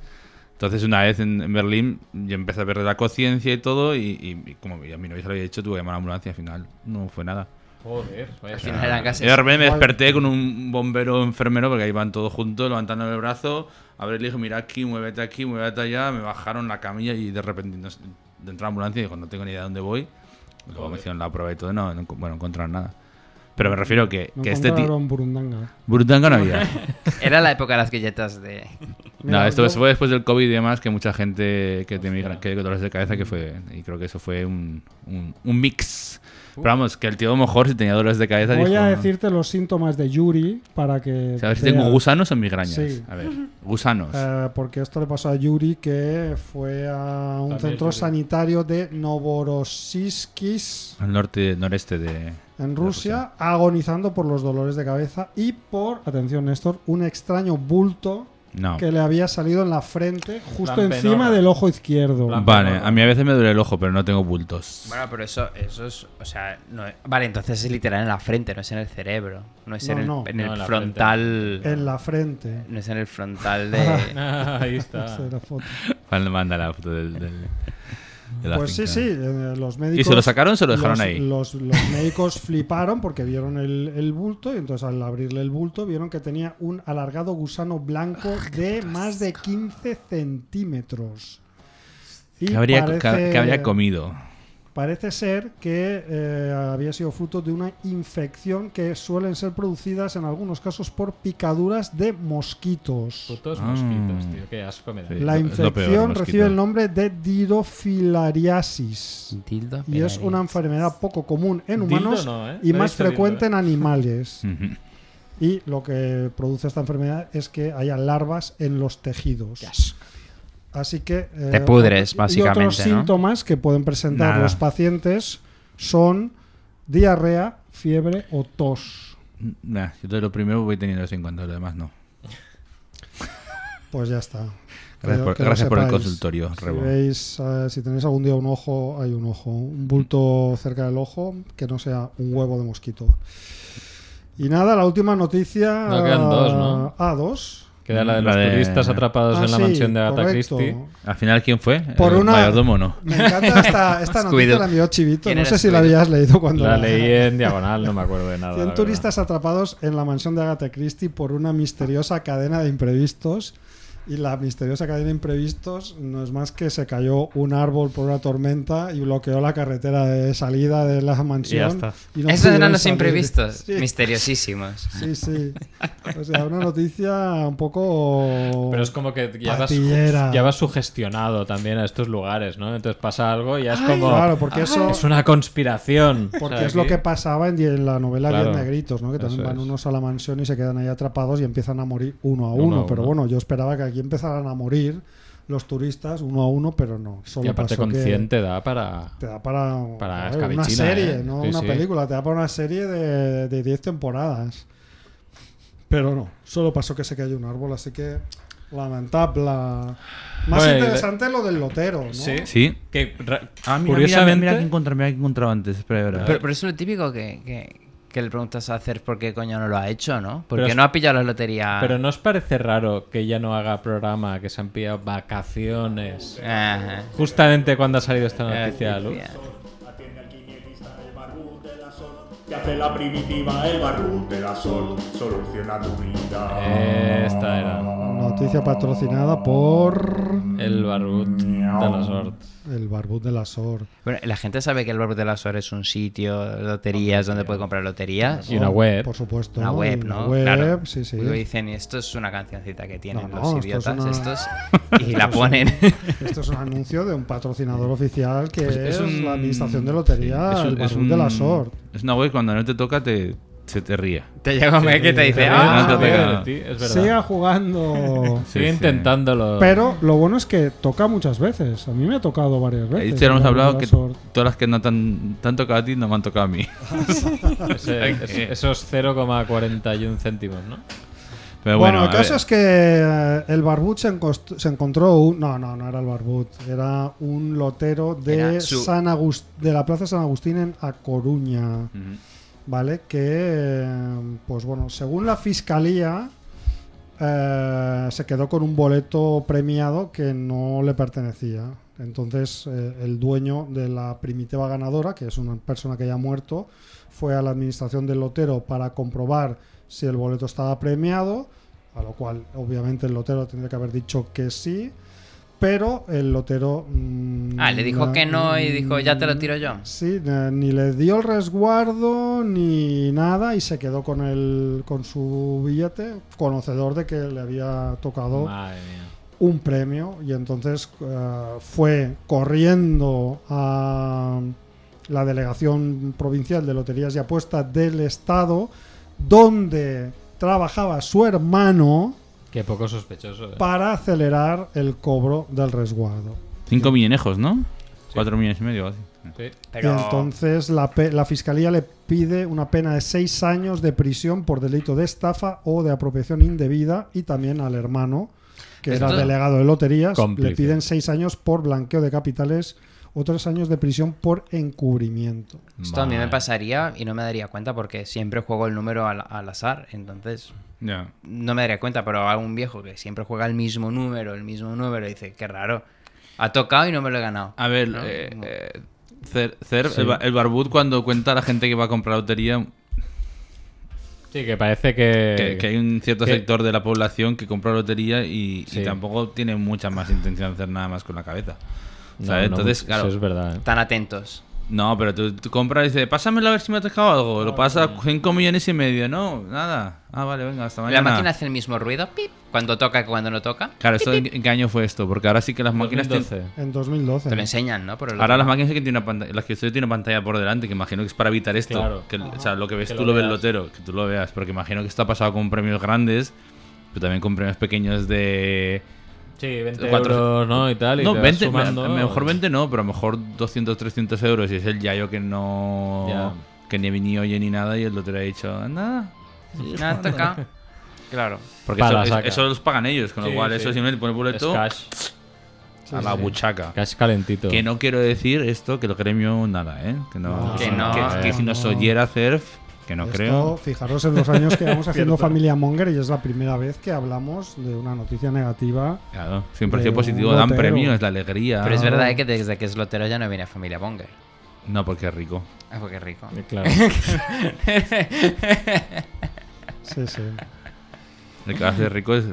Speaker 1: Entonces una vez en, en Berlín yo empecé a perder la conciencia y todo y, y- y como a mi novia se lo había dicho, tuve que llamar a la ambulancia al final. No fue nada.
Speaker 2: Joder, vaya
Speaker 6: Al final eran
Speaker 1: Y
Speaker 6: casi.
Speaker 1: de repente me
Speaker 3: Igual-
Speaker 1: desperté con un bombero enfermero porque ahí van todos juntos levantando el brazo. A ver, le dije, mira aquí, muévete aquí, muévete allá. Me bajaron la camilla y de repente no sé, entró la ambulancia y dijo, no tengo ni idea de dónde voy. Luego me hicieron la prueba y todo, no, no enco- bueno, encontraron nada. Pero me refiero que,
Speaker 3: No
Speaker 1: que este tío...
Speaker 3: encontraron burundanga.
Speaker 1: Burundanga no había.
Speaker 6: Era la época de las galletas de.
Speaker 1: no,
Speaker 3: Mira,
Speaker 1: esto
Speaker 3: yo-
Speaker 1: fue después del COVID y demás, que mucha gente que tenía migra- que tenía dolores de cabeza, que fue. Y creo que eso fue un, un, un mix. Pero vamos, que el tío a lo mejor si tenía dolores de cabeza
Speaker 3: Voy
Speaker 1: dijo,
Speaker 3: a decirte los síntomas de Yuri para que.
Speaker 1: A ver si
Speaker 3: veas.
Speaker 1: tengo gusanos o migrañas.
Speaker 3: Sí.
Speaker 1: A ver, gusanos.
Speaker 3: Eh, porque esto le pasó a Yuri que fue a un
Speaker 2: También
Speaker 3: centro
Speaker 2: Yuri.
Speaker 3: sanitario de Novorossiysk
Speaker 1: Al norte, noreste de.
Speaker 3: en
Speaker 1: de
Speaker 3: Rusia,
Speaker 2: pues
Speaker 3: agonizando por los dolores de cabeza y por, atención Néstor, un extraño bulto
Speaker 1: No.
Speaker 3: que le había salido en la frente, justo
Speaker 2: Ah. Plan
Speaker 3: encima
Speaker 2: penorra.
Speaker 3: del ojo izquierdo.
Speaker 2: Plan-
Speaker 1: Vale, a mí a veces me duele el ojo, pero no tengo bultos.
Speaker 6: Bueno, pero eso, eso es. O sea, no es- Vale, entonces es literal en la frente, no es en el cerebro. No es
Speaker 3: No,
Speaker 6: en el,
Speaker 3: no.
Speaker 6: en el
Speaker 2: No, en la
Speaker 6: frontal.
Speaker 3: En la frente.
Speaker 6: No es en el frontal de.
Speaker 2: Ah, ahí está.
Speaker 3: Esa es la foto.
Speaker 1: Vale, Manda la foto del, del- de la
Speaker 3: Pues sí,
Speaker 1: finca.
Speaker 3: sí, eh, los médicos.
Speaker 1: ¿Y se lo sacaron o se lo dejaron
Speaker 3: los-
Speaker 1: ahí?
Speaker 3: Los, los médicos fliparon porque vieron el, el bulto y entonces al abrirle el bulto vieron que tenía un alargado gusano blanco de más de 15 centímetros. Y
Speaker 1: ¿Qué habría, qué-
Speaker 3: parece-
Speaker 1: qué habría comido?
Speaker 3: Parece ser que eh, había sido fruto de una infección que suelen ser producidas en algunos casos por picaduras de mosquitos.
Speaker 2: Putos
Speaker 1: Ah.
Speaker 2: mosquitos, tío. Qué asco me da.
Speaker 1: Sí.
Speaker 3: La
Speaker 1: lo- Pues, es lo peor,
Speaker 3: infección
Speaker 1: mosquito.
Speaker 3: recibe el nombre de dirofilariasis
Speaker 6: Tildo,
Speaker 3: y es una enfermedad poco común en
Speaker 2: Dildo
Speaker 3: humanos
Speaker 2: no, ¿eh?
Speaker 3: y
Speaker 2: Lo he
Speaker 3: más
Speaker 2: dicho dildo,
Speaker 3: frecuente
Speaker 2: ¿eh?
Speaker 3: en animales.
Speaker 1: Ujú.
Speaker 3: Y lo que produce esta enfermedad es que haya larvas en los tejidos. Así que... eh,
Speaker 6: Te pudres,
Speaker 3: otro-
Speaker 6: básicamente,
Speaker 3: Y otros
Speaker 6: ¿no?
Speaker 3: síntomas que pueden presentar
Speaker 6: Nada.
Speaker 3: los pacientes son diarrea, fiebre o tos.
Speaker 1: Nah, yo todo lo primero voy teniendo eso en cuanto, lo demás no.
Speaker 3: Pues ya está.
Speaker 1: Gracias
Speaker 3: Que-
Speaker 1: por,
Speaker 3: que lo
Speaker 1: gracias por el
Speaker 3: sepáis.
Speaker 1: consultorio,
Speaker 3: Si,
Speaker 1: Rebo.
Speaker 3: veis, eh, si tenéis algún día un ojo, hay un ojo. Un bulto cerca del ojo que no sea un huevo de mosquito. Y nada, la última noticia.
Speaker 2: No, quedan dos, ¿no?
Speaker 3: Ah, dos.
Speaker 2: Queda la de los
Speaker 1: La de-
Speaker 2: turistas atrapados
Speaker 3: Ah,
Speaker 2: en la
Speaker 3: sí,
Speaker 2: mansión de Agatha
Speaker 3: correcto.
Speaker 2: Christie.
Speaker 1: Al final, ¿quién fue?
Speaker 3: Por
Speaker 1: ¿El
Speaker 3: una-
Speaker 1: mayordomo o no?
Speaker 3: Me encanta esta, esta noticia,
Speaker 6: Scooby-Doo.
Speaker 3: la envió Chivito.
Speaker 6: ¿Quién
Speaker 3: No
Speaker 6: era
Speaker 3: sé si la
Speaker 6: Scooby-Doo?
Speaker 3: habías leído cuando
Speaker 2: La leí en diagonal, no me acuerdo de nada. la
Speaker 3: 100
Speaker 2: verdad.
Speaker 3: turistas atrapados en la mansión de Agatha Christie por una misteriosa cadena de imprevistos. Y la misteriosa cadena de imprevistos no es más que se cayó un árbol por una tormenta y bloqueó la carretera de salida de la mansión.
Speaker 2: está.
Speaker 3: y no
Speaker 6: Esos
Speaker 3: pudieron
Speaker 6: eran los
Speaker 3: salir.
Speaker 6: imprevistos,
Speaker 3: Sí,
Speaker 6: misteriosísimos.
Speaker 3: sí, sí. O sea, una noticia un poco.
Speaker 2: Pero es como que ya vas,
Speaker 3: Patillera.
Speaker 2: ya vas sugestionado también a estos lugares, ¿no? Entonces pasa algo y ya es
Speaker 3: Ay,
Speaker 2: como.
Speaker 3: claro, porque eso-
Speaker 2: Es una conspiración.
Speaker 3: Porque
Speaker 2: O sea,
Speaker 3: es lo
Speaker 2: aquí-
Speaker 3: que pasaba en, die- en la novela
Speaker 2: Claro.
Speaker 3: Viernes Negritos, ¿no? Que también
Speaker 2: Eso
Speaker 3: van
Speaker 2: es.
Speaker 3: unos a la mansión y se quedan ahí atrapados y empiezan a morir uno a
Speaker 2: Uno
Speaker 3: uno.
Speaker 2: a
Speaker 3: pero
Speaker 2: uno.
Speaker 3: bueno, yo esperaba que aquí empezaran a morir los turistas uno a uno, pero no. Solo
Speaker 2: Y aparte,
Speaker 3: pasó que
Speaker 2: consciente da para.
Speaker 3: Te da para,
Speaker 2: Para
Speaker 3: a una
Speaker 2: escabichina,
Speaker 3: serie,
Speaker 2: ¿eh?
Speaker 3: no
Speaker 2: Sí,
Speaker 3: una
Speaker 2: sí.
Speaker 3: película. Te da para una serie de de 10 temporadas. Pero no, solo pasó que se cayó un árbol, así que lamentable. Más
Speaker 2: Bueno, y de-
Speaker 3: interesante lo del lotero, ¿no?
Speaker 1: Sí.
Speaker 2: Que ra-
Speaker 1: Ah, mira,
Speaker 2: curiosamente.
Speaker 1: mira, mira, mira que encontré, mira que encontraba antes. Espera, espera, espera.
Speaker 6: Pero, pero eso es lo típico que, que, que le preguntas a hacer por qué coño no lo ha hecho, ¿no?
Speaker 2: Pero
Speaker 6: Porque
Speaker 2: es-
Speaker 6: no ha pillado la lotería.
Speaker 2: Pero no os parece raro que ya no haga programa, que se han pillado vacaciones.
Speaker 6: Ajá. Eh,
Speaker 2: Justamente cuando ha salido esta noticia a luz.
Speaker 8: Atiende al quinielista el barrul de la sol. Te hace la primitiva el barrul de la sol. Soluciona tu
Speaker 2: Eh.
Speaker 8: vida.
Speaker 2: Esta era.
Speaker 3: Noticia patrocinada por
Speaker 2: El barbut de la sort.
Speaker 3: el Barbud de la Sor.
Speaker 6: Bueno, la gente sabe que el Barbo de la Suárez es un sitio, loterías, donde puede comprar loterías.
Speaker 2: Y una web.
Speaker 3: Oh, Por supuesto.
Speaker 6: Una
Speaker 3: ¿no?
Speaker 6: web,
Speaker 3: Una
Speaker 6: ¿no?
Speaker 3: web,
Speaker 6: claro.
Speaker 3: sí, sí.
Speaker 6: Y luego dicen, esto es una cancioncita que
Speaker 3: No,
Speaker 6: tienen
Speaker 3: no,
Speaker 6: los
Speaker 3: esto es
Speaker 6: idiotas
Speaker 3: una-
Speaker 6: estos. Y la ponen.
Speaker 3: Esto es un anuncio de un patrocinador oficial que Pues es,
Speaker 1: Pues es un-
Speaker 3: la administración de lotería,
Speaker 1: Sí, es un-
Speaker 3: el
Speaker 1: es
Speaker 3: Barrul de la
Speaker 1: un-
Speaker 3: Sor.
Speaker 1: Es una web cuando no te toca, te, se te ríe.
Speaker 6: te llega un mail que te dice,
Speaker 2: Ah,
Speaker 1: no te
Speaker 6: ¡ah!
Speaker 1: toca.
Speaker 2: tío, tío, es verdad.
Speaker 3: Siga jugando.
Speaker 1: Sí,
Speaker 2: Sigue
Speaker 1: sí.
Speaker 2: intentándolo.
Speaker 3: Pero lo bueno es que toca muchas veces. A mí me ha tocado varias
Speaker 1: Ahí
Speaker 3: veces.
Speaker 1: te hemos
Speaker 3: el
Speaker 1: hablado
Speaker 3: Barrul
Speaker 1: que
Speaker 3: de la Sor.
Speaker 1: todas las que no te han, te han tocado a ti no me han tocado a mí. Pues,
Speaker 2: Ese-
Speaker 1: eh,
Speaker 2: es- esos 0,41 céntimos, ¿no?
Speaker 1: Pero
Speaker 3: Bueno,
Speaker 1: bueno,
Speaker 3: el
Speaker 1: a
Speaker 3: caso
Speaker 1: ver.
Speaker 3: es que eh, el Barbut se, encost- se encontró un. No, no, no era el Barbut. Era un lotero de,
Speaker 6: Era su-
Speaker 3: San Agus- de la Plaza San Agustín en A Coruña.
Speaker 1: Ujú.
Speaker 3: ¿vale? Que, eh, pues bueno, según la fiscalía, eh, se quedó con un boleto premiado que no le pertenecía. Entonces, eh, el dueño de la primitiva ganadora, que es una persona que ya ha muerto, fue a la administración del lotero para comprobar si el boleto estaba premiado, a lo cual obviamente el lotero tendría que haber dicho que sí, pero el lotero... mm,
Speaker 6: Ah, le dijo que no y dijo, "Ya te lo tiro yo".
Speaker 3: Sí, na- ni le dio el resguardo ni nada y se quedó con el con su billete, conocedor de que le había tocado
Speaker 2: Madre mía.
Speaker 3: un premio y entonces eh, fue corriendo a la delegación provincial de loterías y apuestas del estado donde trabajaba su hermano
Speaker 2: Qué poco sospechoso. ¿eh?
Speaker 3: para acelerar el cobro del resguardo.
Speaker 1: Cinco millenejos, ¿no? Cuatro millones y medio, así.
Speaker 2: Sí.
Speaker 6: Pero...
Speaker 3: Y entonces la, pe- la fiscalía le pide una pena de seis años de prisión por delito de estafa o de apropiación indebida y también al hermano, que era
Speaker 6: Esto-
Speaker 3: delegado de loterías,
Speaker 2: Cómplice.
Speaker 3: le piden seis años por blanqueo de capitales o tres años de prisión por encubrimiento.
Speaker 6: Esto a mí me
Speaker 1: Vale.
Speaker 6: pasaría y no me daría cuenta porque siempre juego el número al, al azar. Entonces,
Speaker 1: Ya.
Speaker 6: no me daría cuenta, pero a un viejo que siempre juega el mismo número, el mismo número, dice, qué raro. Ha tocado y no me lo he ganado.
Speaker 1: A ver,
Speaker 6: ¿No?
Speaker 1: eh,
Speaker 6: Como-
Speaker 1: eh, Cer- Cer, el, ba- el barbud cuando cuenta a la gente que va a comprar lotería,
Speaker 2: Sí, que parece que...
Speaker 1: que, que hay un cierto
Speaker 2: Eh, que-
Speaker 1: sector de la población que compra lotería y, y
Speaker 2: Sí.
Speaker 1: tampoco tiene mucha más intención de hacer nada más con la cabeza.
Speaker 2: No,
Speaker 1: ¿Sabes?
Speaker 2: no,
Speaker 1: Entonces,
Speaker 2: eso
Speaker 1: claro,
Speaker 2: es verdad. ¿eh?
Speaker 6: Tan atentos.
Speaker 1: No, pero tú, tú compras y dices, pásamelo a ver si me ha tocado algo. Lo pasa 5 millones y medio, ¿no? Nada. Ah, vale, venga, hasta
Speaker 6: La
Speaker 1: mañana.
Speaker 6: máquina hace el mismo ruido, pip, cuando toca que cuando no toca.
Speaker 1: Claro, ¿esto en, en qué año fue esto? Porque ahora sí que las máquinas tienen-
Speaker 2: 2012.
Speaker 3: En 2012.
Speaker 6: Te lo enseñan, ¿no? Por el
Speaker 1: Ahora las
Speaker 6: otro lado.
Speaker 1: máquinas sí que tienen una pantalla, las que estoy tienen pantalla por delante, que imagino que es para evitar esto.
Speaker 2: Claro.
Speaker 1: Que- o sea, lo que ves
Speaker 2: Que
Speaker 1: tú
Speaker 2: lo
Speaker 1: lo ve el
Speaker 2: veas.
Speaker 1: lotero, que tú lo veas. Porque imagino que esto ha pasado con premios grandes, pero también con premios pequeños de...
Speaker 2: Sí, 20
Speaker 1: Cuatro-
Speaker 2: euros, ¿no? Y tal. Y
Speaker 1: no,
Speaker 2: te vas
Speaker 1: 20,
Speaker 2: sumando.
Speaker 1: a- a mejor 20 no, pero a lo mejor 200, 300 euros. Y es el yayo que no...
Speaker 2: Ya.
Speaker 1: Que ni ni oye ni nada y el lotero ha dicho, anda...
Speaker 6: Nada, toca. Claro.
Speaker 1: Porque
Speaker 2: Pa'
Speaker 1: eso,
Speaker 2: la
Speaker 1: es-
Speaker 2: saca.
Speaker 1: eso los pagan ellos, con lo
Speaker 2: Sí,
Speaker 1: cual
Speaker 2: sí.
Speaker 1: eso simplemente pone
Speaker 2: Es
Speaker 1: boleto a
Speaker 2: cash.
Speaker 1: la buchaca.
Speaker 2: Cash calentito.
Speaker 1: Que no quiero decir esto, que lo gremio nada, ¿eh? Que no,
Speaker 3: No,
Speaker 1: que,
Speaker 6: que no,
Speaker 1: que- que si nos
Speaker 3: no.
Speaker 1: oyera CERF, que no
Speaker 3: Esto,
Speaker 1: creo.
Speaker 3: Fijaros en los años que vamos haciendo Familia Monger y es la primera vez que hablamos de una noticia negativa.
Speaker 1: Claro, siempre ha
Speaker 3: de
Speaker 1: sido
Speaker 3: un
Speaker 1: positivo, dan
Speaker 3: lotero.
Speaker 1: premio, es la alegría.
Speaker 6: Pero es
Speaker 3: Ah.
Speaker 6: verdad eh, que desde que es lotero ya no viene familia Bonger.
Speaker 1: No, porque es rico.
Speaker 6: Ah, porque rico.
Speaker 2: Eh, Claro.
Speaker 3: Sí, sí.
Speaker 1: El que hace rico es.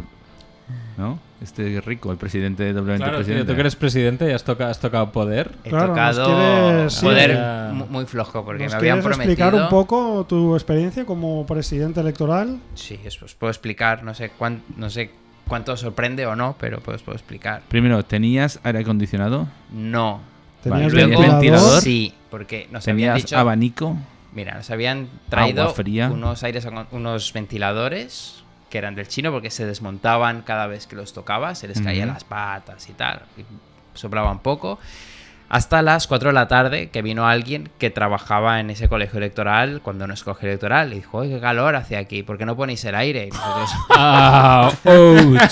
Speaker 1: ¿No? Este es rico, el presidente de W20
Speaker 2: Claro, tío,
Speaker 1: presidente.
Speaker 2: tú que eres presidente y has, toca- has tocado poder.
Speaker 6: He
Speaker 3: Claro, nos
Speaker 6: tocado
Speaker 3: quieres- sí.
Speaker 6: poder
Speaker 2: Ya.
Speaker 6: mu- muy flojo porque
Speaker 3: ¿Nos
Speaker 6: me habían
Speaker 3: quieres
Speaker 6: prometido.
Speaker 3: explicar un poco tu experiencia como presidente electoral?
Speaker 6: Sí, eso os puedo explicar. No sé, cuán- no sé cuánto os sorprende o no, pero pues puedo explicar.
Speaker 1: Primero, ¿tenías aire acondicionado?
Speaker 6: No.
Speaker 3: ¿Tenías
Speaker 1: Vale,
Speaker 3: ventilador?
Speaker 1: ventilador.
Speaker 6: Sí, porque nos habían
Speaker 1: ¿Tenías
Speaker 6: dicho.
Speaker 1: abanico?
Speaker 6: Mira, nos habían traído
Speaker 1: Agua fría.
Speaker 6: unos aires, acon- unos ventiladores que eran del chino porque se desmontaban cada vez que los tocaba, se les caían
Speaker 1: Ujú.
Speaker 6: las patas y tal, y soplaban poco. Hasta las 4 de la tarde que vino alguien que trabajaba en ese colegio electoral cuando no es colegio electoral y dijo, "Oye, qué calor hace aquí, ¿por qué no ponéis el aire? Y nosotros,
Speaker 2: ¡Ah! ouch.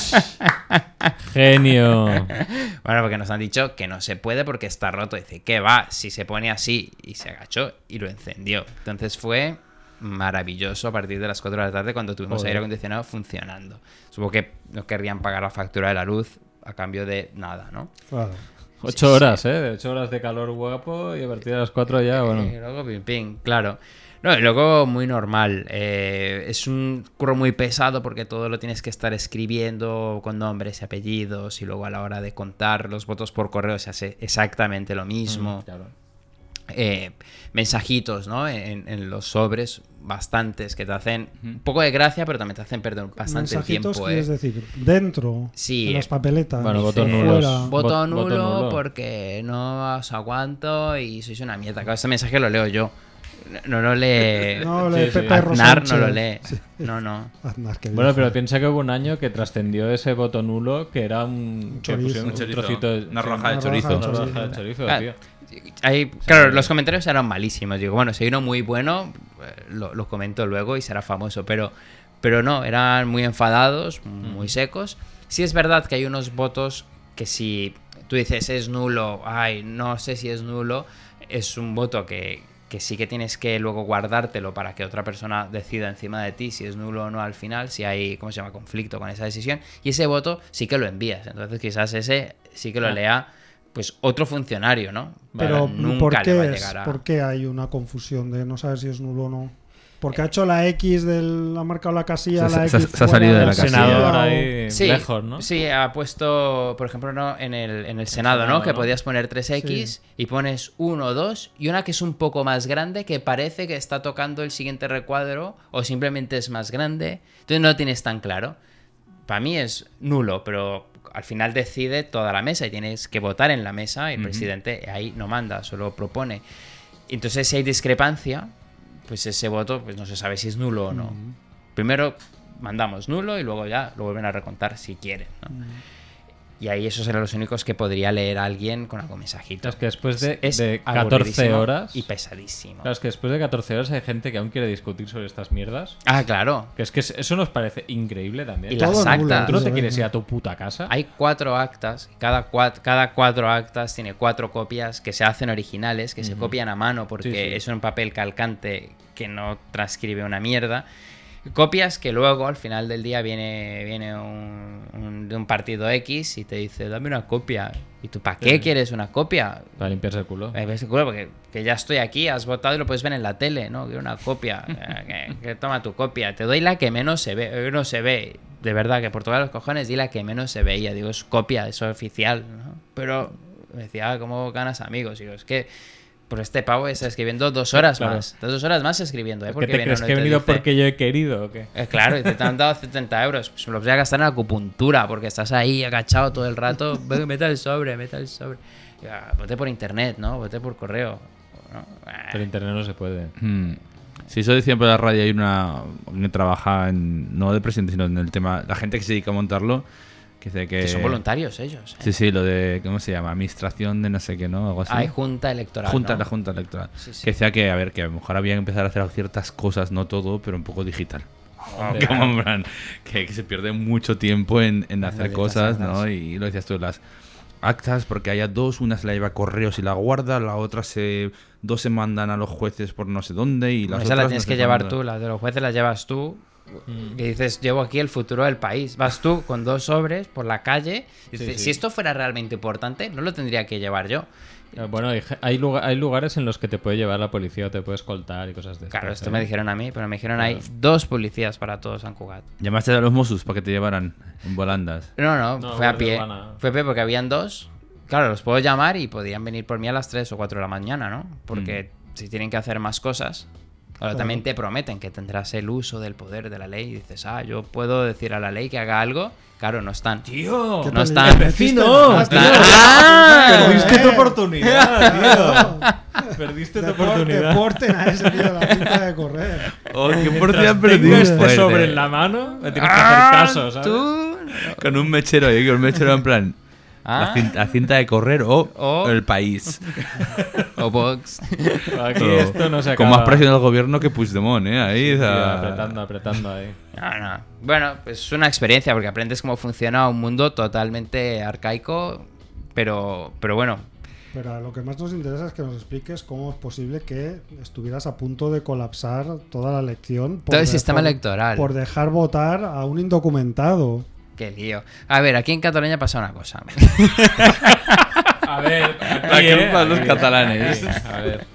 Speaker 2: Genio.
Speaker 6: bueno, porque nos han dicho que no se puede porque está roto. Dice, ¿qué va? Si se pone así. Y se agachó y lo encendió. Entonces fue maravilloso a partir de las 4 de la tarde cuando tuvimos
Speaker 2: Joder.
Speaker 6: aire acondicionado funcionando. Supongo que no querrían pagar la factura de la luz a cambio de nada, ¿no?
Speaker 3: Claro.
Speaker 2: Ocho horas, ¿eh? De ocho horas de calor guapo y a partir de las cuatro ya,
Speaker 6: Y
Speaker 2: Ah, bueno.
Speaker 6: Eh, luego, pim, pim, claro. No, y luego muy normal. eh, es un curro muy pesado porque todo lo tienes que estar escribiendo con nombres y apellidos y luego a la hora de contar los votos por correo se hace exactamente lo mismo.
Speaker 2: Mm, Claro.
Speaker 6: eh, mensajitos, ¿no? En, en los sobres, bastantes, que te hacen un poco de gracia, pero también te hacen perder bastante el
Speaker 3: Mensajitos,
Speaker 6: tiempo.
Speaker 3: quieres
Speaker 6: eh.
Speaker 3: decir, dentro,
Speaker 6: Sí,
Speaker 3: en
Speaker 6: eh,
Speaker 3: las papeletas,
Speaker 2: bueno, votos
Speaker 3: fuera.
Speaker 2: nulos.
Speaker 6: Voto,
Speaker 2: Vot- voto
Speaker 6: nulo
Speaker 2: nulo.
Speaker 6: porque no os aguanto y sois una mierda. Claro, este mensaje lo leo yo. No, no lo lee.
Speaker 3: No, le
Speaker 2: sí.
Speaker 3: Pepe
Speaker 6: Aznar no
Speaker 3: Rosánchez.
Speaker 6: lo lee. No, no.
Speaker 3: Aznar, que
Speaker 2: Bueno,
Speaker 3: dijo.
Speaker 2: pero piensa que hubo un año que trascendió ese voto nulo que era un, que
Speaker 3: chorizo.
Speaker 2: pusieron
Speaker 3: Un
Speaker 1: chorizo.
Speaker 2: trocito de-
Speaker 1: Una
Speaker 2: sí,
Speaker 1: roja de
Speaker 2: una
Speaker 1: chorizo.
Speaker 2: roja de
Speaker 3: Una roja
Speaker 2: de chorizo,
Speaker 6: Claro,
Speaker 2: tío.
Speaker 6: hay- claro, los comentarios eran malísimos. Digo, bueno, si hay uno muy bueno, eh, lo, lo comento luego y será famoso. Pero, pero no, eran muy enfadados, muy secos. Sí es verdad que hay unos votos que si tú dices es nulo, ay, no sé si es nulo, es un voto que, que sí que tienes que luego guardártelo para que otra persona decida encima de ti si es nulo o no al final, si hay, ¿cómo se llama?, conflicto con esa decisión. Y ese voto sí que lo envías. Entonces quizás ese sí que lo lea pues otro funcionario, ¿no?
Speaker 3: Pero,
Speaker 6: Para- nunca
Speaker 3: ¿por,
Speaker 6: le va a
Speaker 3: qué es-
Speaker 6: llegar a...
Speaker 3: por qué hay una confusión de no saber si es nulo o no? Porque ha hecho la X, del, ha marcado la casilla,
Speaker 1: Se-
Speaker 3: la
Speaker 1: se-
Speaker 3: X
Speaker 1: se ha
Speaker 3: fuera
Speaker 1: salido de la
Speaker 2: El
Speaker 1: casilla.
Speaker 2: senador
Speaker 3: o-
Speaker 2: ahí
Speaker 6: Sí,
Speaker 2: Eh, lejos, ¿no?
Speaker 6: Sí, ha puesto, por ejemplo, ¿no? en, el, en el Senado,
Speaker 2: Senado,
Speaker 6: ¿no? Que
Speaker 2: ¿no?
Speaker 6: podías poner 3X y pones 1, 2 y una que es un poco más grande que parece que está tocando el siguiente recuadro o simplemente es más grande. Entonces no lo tienes tan claro. Para mí es nulo, pero al final decide toda la mesa y tienes que votar en la mesa y el
Speaker 1: Ujú.
Speaker 6: presidente ahí no manda, solo propone. Entonces si hay discrepancia, pues ese voto pues no se sabe si es nulo o no. Primero mandamos nulo y luego ya lo vuelven a recontar si quieren. ¿no? Y ahí esos eran los únicos que podría leer alguien con algún mensajito.
Speaker 2: Es que después de,
Speaker 6: Es
Speaker 2: de 14
Speaker 6: aburridísimo
Speaker 2: horas.
Speaker 6: Y pesadísimo.
Speaker 2: Claro, es que después de 14 horas hay gente que aún quiere discutir sobre estas mierdas.
Speaker 6: Ah, claro.
Speaker 2: Que es que eso nos parece increíble también.
Speaker 6: Y las
Speaker 3: Todo nulo,
Speaker 6: actas.
Speaker 2: ¿Tú no te
Speaker 3: Eso,
Speaker 2: quieres
Speaker 3: venga.
Speaker 2: ir a tu puta casa?
Speaker 6: Hay cuatro actas, y cada, cuat- cada cuatro actas tiene cuatro copias que se hacen originales, que se copian a mano porque
Speaker 2: Sí, sí.
Speaker 6: es un papel calcante que no transcribe una mierda. Copias que luego al final del día viene, viene un, un- de un partido X y te dice, dame una copia. ¿Y tú para qué quieres una copia?
Speaker 2: Para limpiarse el culo.
Speaker 6: Eh, ves, culo, porque que ya estoy aquí, has votado y lo puedes ver en la tele, ¿no? Quiero una copia, eh, que, que toma tu copia, te doy la que menos se ve, eh, no se ve, de verdad, que por todos los cojones di la que menos se veía, digo, es copia, eso es oficial, ¿no? Pero me decía, ah, ¿cómo ganas amigos? Digo, es que por este pavo está escribiendo dos horas
Speaker 2: Claro.
Speaker 6: más, dos horas más escribiendo, ¿eh?
Speaker 2: ¿Qué
Speaker 6: Porque
Speaker 2: te
Speaker 6: viene
Speaker 2: crees
Speaker 6: uno y
Speaker 2: que he
Speaker 6: te
Speaker 2: venido
Speaker 6: dice-
Speaker 2: porque yo he querido o qué?
Speaker 6: eh, claro, y te, te han dado 70 euros. Pues me los voy a gastar en acupuntura porque estás ahí agachado todo el rato. Ve, Mete el sobre, mete el sobre. Ya, voté por internet, ¿no? Voté por correo. ¿no? Ah,
Speaker 2: Pero internet no se puede.
Speaker 1: Hmm. Sí, eso decían por la radio. Hay una que trabaja en, no de presidente, sino en el tema. La gente que se dedica a montarlo. Que dice que.
Speaker 6: que son voluntarios ellos. ¿eh?
Speaker 1: Sí, sí, lo de. ¿Cómo se llama? Administración de no sé qué, ¿no? Algo así.
Speaker 6: Hay junta electoral.
Speaker 1: Junta,
Speaker 6: ¿no?
Speaker 1: la Junta Electoral.
Speaker 6: Sí, sí.
Speaker 1: Que decía que, a ver, que a lo mejor había que empezar a hacer ciertas cosas, no todo, pero un poco digital.
Speaker 6: Ah,
Speaker 2: Hombre,
Speaker 1: Como en plan, que, que se pierde mucho tiempo en, en hacer
Speaker 6: las
Speaker 1: cosas,
Speaker 6: actas.
Speaker 1: ¿no? Y lo decías tú, las actas, porque haya dos, una se la lleva a correos y la guarda, la otra se. dos se mandan a los jueces por no sé dónde y las
Speaker 6: Esa la
Speaker 1: otras
Speaker 6: tienes
Speaker 1: no Mm.
Speaker 6: que
Speaker 1: se
Speaker 6: llevar
Speaker 1: mandan.
Speaker 6: tú, la de los jueces la llevas tú. Que dices, llevo aquí el futuro del país. Vas tú con dos sobres por la calle. y dices, Si esto fuera realmente importante, no lo tendría que llevar yo.
Speaker 2: Eh, Bueno, hay, ge- hay lugar- hay lugares en los que te puede llevar la policía o te puede escoltar y cosas de
Speaker 6: Claro,
Speaker 2: estas,
Speaker 6: esto
Speaker 2: ¿eh?
Speaker 6: me dijeron a mí, pero me dijeron hay dos policías para todo San Cugat.
Speaker 1: Llamaste a los Mossos para que te llevaran en volandas.
Speaker 6: No, no,
Speaker 2: No,
Speaker 6: fue a
Speaker 2: Guardia
Speaker 6: pie.
Speaker 2: Urbana.
Speaker 6: Fue a pie porque habían dos. Claro, los puedo llamar y podían venir por mí a las 3 o 4 de la mañana, ¿no? Porque
Speaker 2: Mm.
Speaker 6: si tienen que hacer más cosas, ahora también te prometen que tendrás el uso del poder de la ley y dices, ah, yo puedo decir a la ley que haga algo. Claro, no están.
Speaker 2: ¡Tío!
Speaker 6: No
Speaker 3: te
Speaker 6: están.
Speaker 2: ¡Vecino!
Speaker 6: No están.
Speaker 2: tío!
Speaker 6: ¡Ah!
Speaker 2: ¡Perdiste tu
Speaker 3: Eh.
Speaker 2: oportunidad, tío! ¡Perdiste tu oportunidad!
Speaker 3: Deporten a ese tío la pinta de correr.
Speaker 1: ¡Oh, qué
Speaker 2: Mientras
Speaker 1: oportunidad
Speaker 2: tengo
Speaker 1: perdida!
Speaker 2: este
Speaker 1: Fuerte.
Speaker 2: sobre en la mano, me tienes que
Speaker 6: Ah,
Speaker 2: hacer caso, ¿sabes?
Speaker 6: Tú.
Speaker 1: Con un mechero, ahí, con un mechero en plan.
Speaker 6: Ah.
Speaker 1: La, cinta, la cinta de correr o,
Speaker 6: O-
Speaker 1: el país.
Speaker 6: O box.
Speaker 2: Aquí
Speaker 1: Todo.
Speaker 2: esto no se
Speaker 1: Con
Speaker 2: acaba.
Speaker 1: más presión del gobierno que Puigdemont, ¿eh? Ahí, o
Speaker 2: Tío,
Speaker 1: sea,
Speaker 2: apretando, apretando ahí.
Speaker 6: No, no. Bueno, pues es una experiencia porque aprendes cómo funciona un mundo totalmente arcaico, pero, pero bueno.
Speaker 3: Pero lo que más nos interesa es que nos expliques cómo es posible que estuvieras a punto de colapsar toda la elección.
Speaker 6: Todo el
Speaker 3: de-
Speaker 6: sistema electoral.
Speaker 3: Por dejar votar a un indocumentado.
Speaker 6: Qué lío. A ver, aquí en Cataluña pasa una cosa.
Speaker 2: A ver, aquí,
Speaker 1: La
Speaker 2: eh,
Speaker 1: culpa de los
Speaker 2: aquí,
Speaker 1: catalanes.
Speaker 2: aquí, A ver.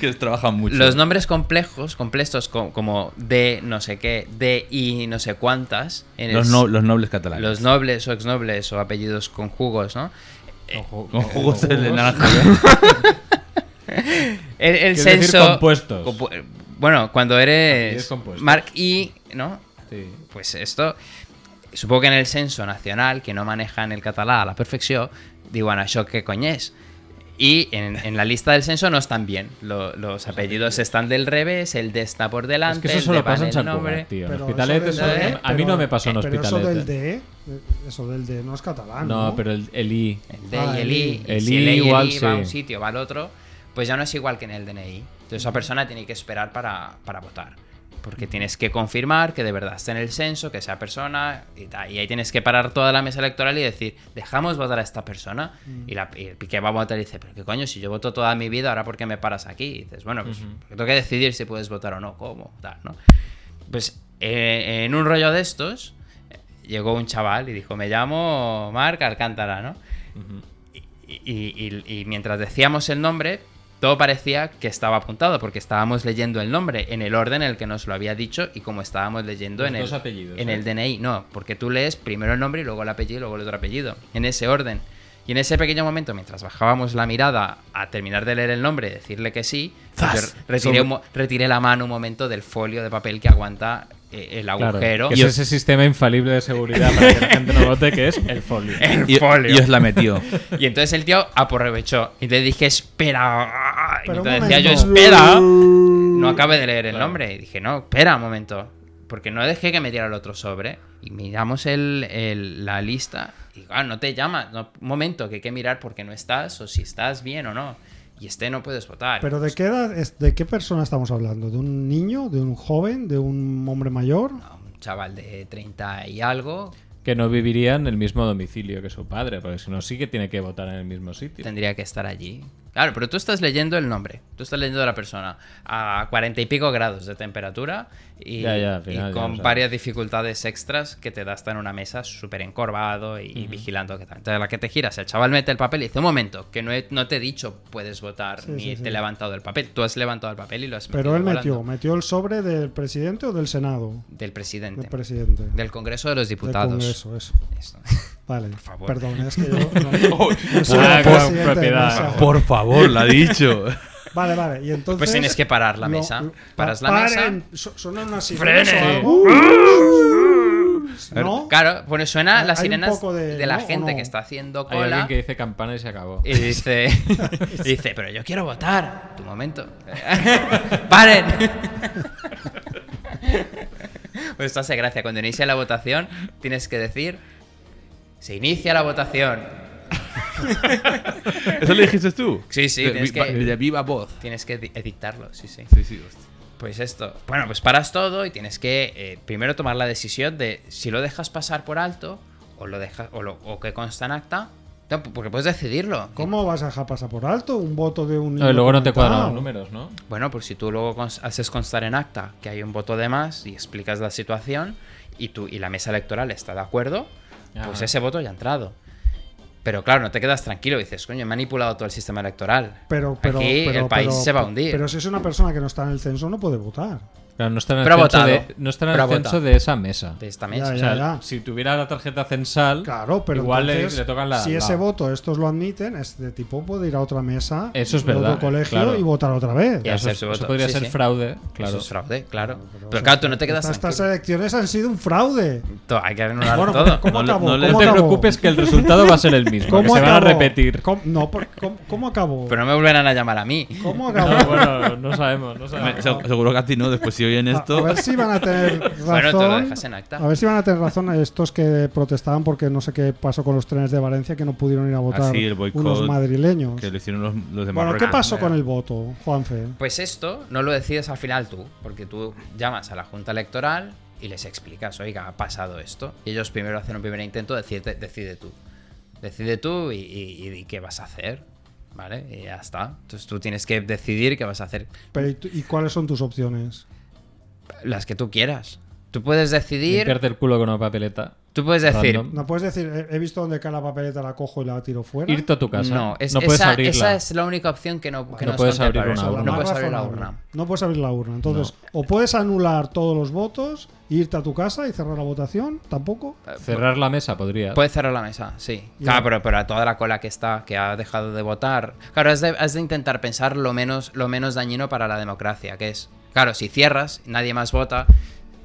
Speaker 1: que trabajan mucho.
Speaker 6: Los nombres complejos, complejos co- como de no sé qué, de y no sé cuántas. en
Speaker 1: Los
Speaker 6: el-
Speaker 1: no- los nobles catalanes.
Speaker 6: los nobles o exnobles o apellidos con jugos, ¿no?
Speaker 2: Ojo,
Speaker 1: Con
Speaker 2: ojo,
Speaker 1: jugos de
Speaker 2: jugos.
Speaker 1: naranja.
Speaker 6: El, el
Speaker 2: Quiero decir
Speaker 6: censo.
Speaker 2: compuestos.
Speaker 6: compu- bueno, cuando eres
Speaker 2: Apellidos compuestos.
Speaker 6: Mark I, ¿no?
Speaker 2: Sí.
Speaker 6: Pues esto, supongo que en el censo nacional, que no manejan el català a la perfecció, diuen això que cony és. Y en, en la lista del censo no están bien. Lo- los apellidos están del revés, el de está por
Speaker 2: Es
Speaker 6: delante.
Speaker 2: que eso
Speaker 6: el de
Speaker 2: solo
Speaker 6: va
Speaker 2: pasa en
Speaker 6: el
Speaker 2: San
Speaker 6: nombre.
Speaker 2: Cugat, tío. En
Speaker 3: Pero
Speaker 2: Hospitalet
Speaker 3: eso
Speaker 2: eso-
Speaker 3: del
Speaker 6: ¿eh?
Speaker 3: D,
Speaker 2: A mí no
Speaker 3: pero-
Speaker 2: me pasó en
Speaker 3: Pero eso del
Speaker 2: Hospitalet.
Speaker 3: D, eh, eso del D no es catalán. No,
Speaker 2: No, pero el, el I.
Speaker 6: El de
Speaker 3: Ah,
Speaker 6: y el
Speaker 3: el
Speaker 6: i.
Speaker 3: i.
Speaker 6: Y
Speaker 2: El
Speaker 6: si
Speaker 2: i
Speaker 6: el e y el
Speaker 2: igual,
Speaker 6: i va a un
Speaker 2: sí.
Speaker 6: sitio, va al otro, pues ya no es igual que en el DNI. Entonces esa persona tiene que esperar para, para votar. Porque tienes que confirmar que de verdad está en el censo, que sea persona y tal. Y ahí tienes que parar toda la mesa electoral y decir, dejamos votar a esta persona. Y, la, y el Piqué va a votar y dice, pero qué coño, si yo voto toda mi vida, ahora por qué me paras aquí. Y dices, bueno, pues porque tengo que decidir si puedes votar o no, cómo, tal, ¿no? Pues eh, en un rollo de estos, eh, llegó un chaval y dijo, me llamo Marc Alcántara, ¿no? y, y- y- y mientras decíamos el nombre, todo parecía que estaba apuntado, porque estábamos leyendo el nombre en el orden en el que nos lo había dicho y como estábamos leyendo
Speaker 2: Los
Speaker 6: en,
Speaker 2: dos
Speaker 6: el,
Speaker 2: apellidos,
Speaker 6: en
Speaker 2: ¿eh?
Speaker 6: el DNI. No, porque tú lees primero el nombre y luego el apellido y luego el otro apellido, en ese orden. Y en ese pequeño momento, mientras bajábamos la mirada a terminar de leer el nombre y decirle que sí, pues
Speaker 1: ¡Zas!
Speaker 6: yo retiré, un mo- retiré la mano un momento del folio de papel que aguanta eh, el
Speaker 2: Claro,
Speaker 6: agujero.
Speaker 2: que es ese sistema infalible de seguridad para que la gente no vote, que es el folio.
Speaker 6: El
Speaker 1: Y,
Speaker 6: folio.
Speaker 1: y os la metió.
Speaker 6: Y entonces el tío aprovechó y le dije, espera. Y
Speaker 3: Pero un
Speaker 6: entonces decía yo,
Speaker 3: momento.
Speaker 6: espera. No acabé de leer el nombre. Y dije, no, espera un momento. Porque no dejé que me diera el otro sobre. Y miramos el, el- la lista Y claro, no te llama. no- un momento, que hay que mirar por qué no estás o si estás bien o no. Y este no puedes votar.
Speaker 3: Pero ¿de qué edad, es- de qué persona estamos hablando? ¿De un niño? ¿De un joven? ¿De un hombre mayor?
Speaker 6: A un chaval de 30 y algo
Speaker 2: Que no viviría en el mismo domicilio que su padre, porque si no, sí que tiene que votar en el mismo sitio.
Speaker 6: tendría que estar allí. Claro, pero tú estás leyendo el nombre, tú estás leyendo a la persona a cuarenta y pico grados de temperatura y,
Speaker 2: Ya, ya, al final ya
Speaker 6: y con
Speaker 2: lo sabes.
Speaker 6: varias dificultades extras que te da estar en una mesa súper encorvado y vigilando que tal. Entonces, a la que te giras, el chaval mete el papel y dice, un momento, que no, he- no te he dicho puedes votar
Speaker 3: Sí,
Speaker 6: ni
Speaker 3: sí,
Speaker 6: te
Speaker 3: sí.
Speaker 6: he levantado el papel. Tú has levantado el papel y lo has metido.
Speaker 3: Pero él metió,
Speaker 6: volando.
Speaker 3: metió el sobre del presidente o del Senado.
Speaker 6: Del presidente.
Speaker 3: Del presidente.
Speaker 6: del Congreso de los
Speaker 3: Del
Speaker 6: Diputados.
Speaker 3: Congreso, eso.
Speaker 6: Eso.
Speaker 3: Vale.
Speaker 6: favor.
Speaker 3: Perdón, es que yo no- no soy
Speaker 2: Ah,
Speaker 3: el
Speaker 2: con
Speaker 3: presidente de
Speaker 2: propiedad.
Speaker 3: mesa.
Speaker 1: Por favor, la ha dicho.
Speaker 3: Vale, vale. Y entonces.
Speaker 6: Pues tienes que parar la
Speaker 3: lo-
Speaker 6: mesa.
Speaker 3: lo-
Speaker 6: Paras la
Speaker 3: paren.
Speaker 6: mesa. Uh.
Speaker 3: So- Sonan unas sirenas.
Speaker 6: ¡Frene!
Speaker 3: o algo. Uh. ¿No?
Speaker 6: Claro, bueno, suena
Speaker 3: Hay
Speaker 6: las
Speaker 3: un
Speaker 6: sirenas
Speaker 3: poco
Speaker 6: de,
Speaker 3: de-
Speaker 6: la
Speaker 3: ¿no? ¿O
Speaker 6: gente
Speaker 3: no?
Speaker 6: que está haciendo
Speaker 2: Hay
Speaker 6: cola.
Speaker 2: alguien que dice campana y se acabó.
Speaker 6: Y dice, y dice, pero yo quiero votar. Tu momento. ¡Paren! pues esto hace gracia. Cuando inicia la votación, tienes que decir: Se inicia la votación.
Speaker 1: ¿Eso le dijiste tú?
Speaker 6: Sí, sí,
Speaker 1: De,
Speaker 6: tienes
Speaker 1: vi-
Speaker 6: que-
Speaker 1: de viva voz.
Speaker 6: Tienes que di- dictarlo, sí, sí.
Speaker 1: Sí, sí, hostia.
Speaker 6: Pues esto. Bueno, pues paras todo y tienes que eh, primero tomar la decisión de si lo dejas pasar por alto o, lo dejas, o, lo- o que consta en acta. No, porque puedes decidirlo.
Speaker 3: ¿Cómo vas a dejar pasar por alto un voto de un
Speaker 2: No, y Eh, luego no te cuadran los
Speaker 3: indocumentado?
Speaker 2: números, ¿no?
Speaker 6: Bueno, pues si tú luego cons- haces constar en acta que hay un voto de más y explicas la situación y, tú, y la mesa electoral está de acuerdo, pues
Speaker 2: Ajá.
Speaker 6: ese voto ya ha entrado. Pero claro, no te quedas tranquilo y dices, coño, he manipulado todo el sistema electoral.
Speaker 3: Pero, pero,
Speaker 6: Aquí
Speaker 3: pero-
Speaker 6: el país
Speaker 3: pero-
Speaker 6: se va a hundir.
Speaker 3: Pero si es una persona que no está en el censo, no puede votar.
Speaker 2: Claro, no está en el,
Speaker 6: Pero ha
Speaker 2: censo
Speaker 6: votado.
Speaker 2: de, no está en el
Speaker 6: Pero ha
Speaker 2: censo
Speaker 6: votado.
Speaker 2: de esa mesa.
Speaker 6: De esta
Speaker 3: Ya,
Speaker 6: mesa.
Speaker 2: O
Speaker 3: ya.
Speaker 2: sea, si tuviera la tarjeta censal,
Speaker 3: Claro, pero
Speaker 2: igual le-
Speaker 3: entonces,
Speaker 2: le, tocan la.
Speaker 3: si
Speaker 2: la-
Speaker 3: ese voto estos lo admiten, este tipo puede ir a otra mesa,
Speaker 2: Eso es
Speaker 3: de otro
Speaker 2: verdad,
Speaker 3: colegio
Speaker 2: claro.
Speaker 3: y votar otra vez.
Speaker 6: Y
Speaker 2: Eso,
Speaker 6: hacer
Speaker 2: es-
Speaker 6: su
Speaker 2: eso
Speaker 6: voto.
Speaker 2: podría
Speaker 6: Sí,
Speaker 2: ser
Speaker 6: sí.
Speaker 2: fraude, claro.
Speaker 6: Eso es fraude, claro. Pero claro, tú no te quedas
Speaker 3: Estas, estas
Speaker 6: tranquilo.
Speaker 3: elecciones han sido un fraude.
Speaker 6: To- Hay que anular
Speaker 3: Bueno,
Speaker 6: todo.
Speaker 3: ¿cómo
Speaker 1: No le-
Speaker 3: acabó?
Speaker 1: no le-
Speaker 2: No
Speaker 3: ¿Cómo
Speaker 2: te
Speaker 3: acabó?
Speaker 2: preocupes que el resultado va a ser el mismo. que
Speaker 3: ¿Cómo
Speaker 2: se van a
Speaker 3: acabó?
Speaker 2: repetir.
Speaker 3: ¿Cómo- no, por- ¿cómo, cómo acabó?
Speaker 6: Pero no me volverán a llamar a mí.
Speaker 3: ¿Cómo acabó?
Speaker 2: No, bueno, no sabemos, no
Speaker 1: Me-
Speaker 2: sabemos.
Speaker 1: se- Seguro que a ti no, después si oyen
Speaker 3: Ah, A-
Speaker 1: esto.
Speaker 3: A, ver si van a tener razón.
Speaker 6: Bueno, te lo dejas en acta.
Speaker 3: A ver si van a tener razón estos que protestaban porque no sé qué pasó con los trenes de Valencia que no pudieron ir a votar
Speaker 1: Así, el boicot
Speaker 3: unos madrileños.
Speaker 1: Que lo hicieron los, los de
Speaker 3: Bueno, ¿qué
Speaker 1: Marruecos.
Speaker 3: pasó con el voto, Juanfe?
Speaker 6: Pues esto no lo decides al final tú, porque tú llamas a la Junta Electoral y les explicas, oiga, ha pasado esto. Y ellos primero hacen un primer intento, decide, decide tú. Decide tú y, y- y di qué vas a hacer. ¿Vale? Y ya está. Entonces tú tienes que decidir qué vas a hacer.
Speaker 3: Pero, ¿y, tú- y cuáles son tus opciones?
Speaker 6: Las que tú quieras. Tú puedes decidir.
Speaker 2: Limpiarte el culo con una papeleta.
Speaker 6: Tú puedes decir.
Speaker 2: Random.
Speaker 3: No puedes decir, "Eh, he, he visto dónde cae la papeleta, la cojo y la tiro fuera.
Speaker 2: Irte a tu casa.
Speaker 6: No, es-
Speaker 2: puedes
Speaker 6: esa,
Speaker 2: abrirla.
Speaker 6: esa es la única opción que no, que
Speaker 2: No
Speaker 6: nos
Speaker 2: puedes abrir
Speaker 6: contemplan.
Speaker 2: una
Speaker 3: O sea,
Speaker 2: urna.
Speaker 3: la
Speaker 6: No
Speaker 3: más
Speaker 6: puedes abrir la
Speaker 3: razonable.
Speaker 6: urna.
Speaker 3: No puedes abrir la urna. Entonces, o puedes anular todos los votos, irte a tu casa y cerrar la votación, tampoco.
Speaker 6: Eh,
Speaker 2: Cerrar la mesa podría.
Speaker 6: Puedes cerrar la mesa, sí.
Speaker 3: Ya.
Speaker 6: Claro, pero, pero a toda la cola que está, que ha dejado de votar. Claro, has de, has de intentar pensar lo menos, lo menos dañino para la democracia, que es. Claro, si cierras, nadie más vota.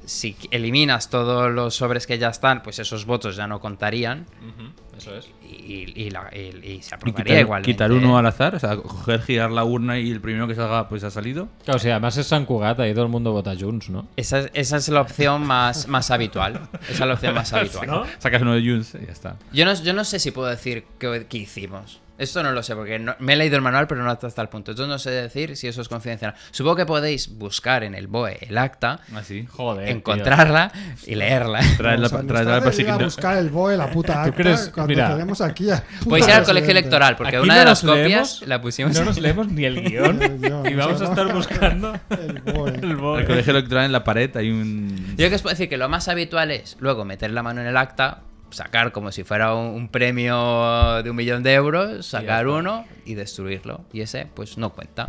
Speaker 6: Si eliminas todos los sobres que ya están, pues esos votos ya no contarían
Speaker 2: Ujú, Eso es.
Speaker 6: y, y la- y- y
Speaker 1: Y
Speaker 6: se aprobaría
Speaker 1: quitar,
Speaker 6: igualmente. ¿eh?
Speaker 1: quitar uno al azar, o sea, coger, girar la urna y el primero que salga, pues ha salido.
Speaker 2: Claro, o sea, además es San Cugat, ahí todo el mundo vota Junts, ¿no?
Speaker 6: Esa, es- esa es la opción más, más habitual. Esa es la opción más habitual.
Speaker 1: Sacas uno de Junes y ya está.
Speaker 6: Yo no, yo no sé si puedo decir qué, qué hicimos. Esto no lo sé, porque no- me he leído el manual, pero no hasta el punto. Entonces no sé decir si eso es confidencial. Supongo que podéis buscar en el BOE el acta,
Speaker 1: Así.
Speaker 2: Joder. tío.
Speaker 6: encontrarla y leerla.
Speaker 1: Traerla,
Speaker 3: O sea, nos
Speaker 1: traerla para
Speaker 3: has de ir a
Speaker 1: siguiente-
Speaker 3: buscar el BOE, la puta acta,
Speaker 2: crees?
Speaker 3: cuando
Speaker 2: Mira.
Speaker 3: tenemos aquí a-
Speaker 6: Podéis ir al colegio
Speaker 3: presidente.
Speaker 6: electoral, porque
Speaker 2: Aquí
Speaker 6: una
Speaker 2: no
Speaker 6: de las
Speaker 2: nos
Speaker 6: copias
Speaker 2: leemos-
Speaker 6: la pusimos.
Speaker 2: No nos leemos ni el guión
Speaker 3: El guión,
Speaker 2: y vamos a
Speaker 3: ¿no?
Speaker 2: estar buscando
Speaker 3: El BOE.
Speaker 2: el
Speaker 1: El
Speaker 2: bol.
Speaker 1: colegio electoral en la pared hay un.
Speaker 6: Yo que os puedo decir que lo más habitual es luego meter la mano en el acta, sacar como si fuera un, un premio de un millón de euros, sacar uno y destruirlo. Y ese, pues no cuenta.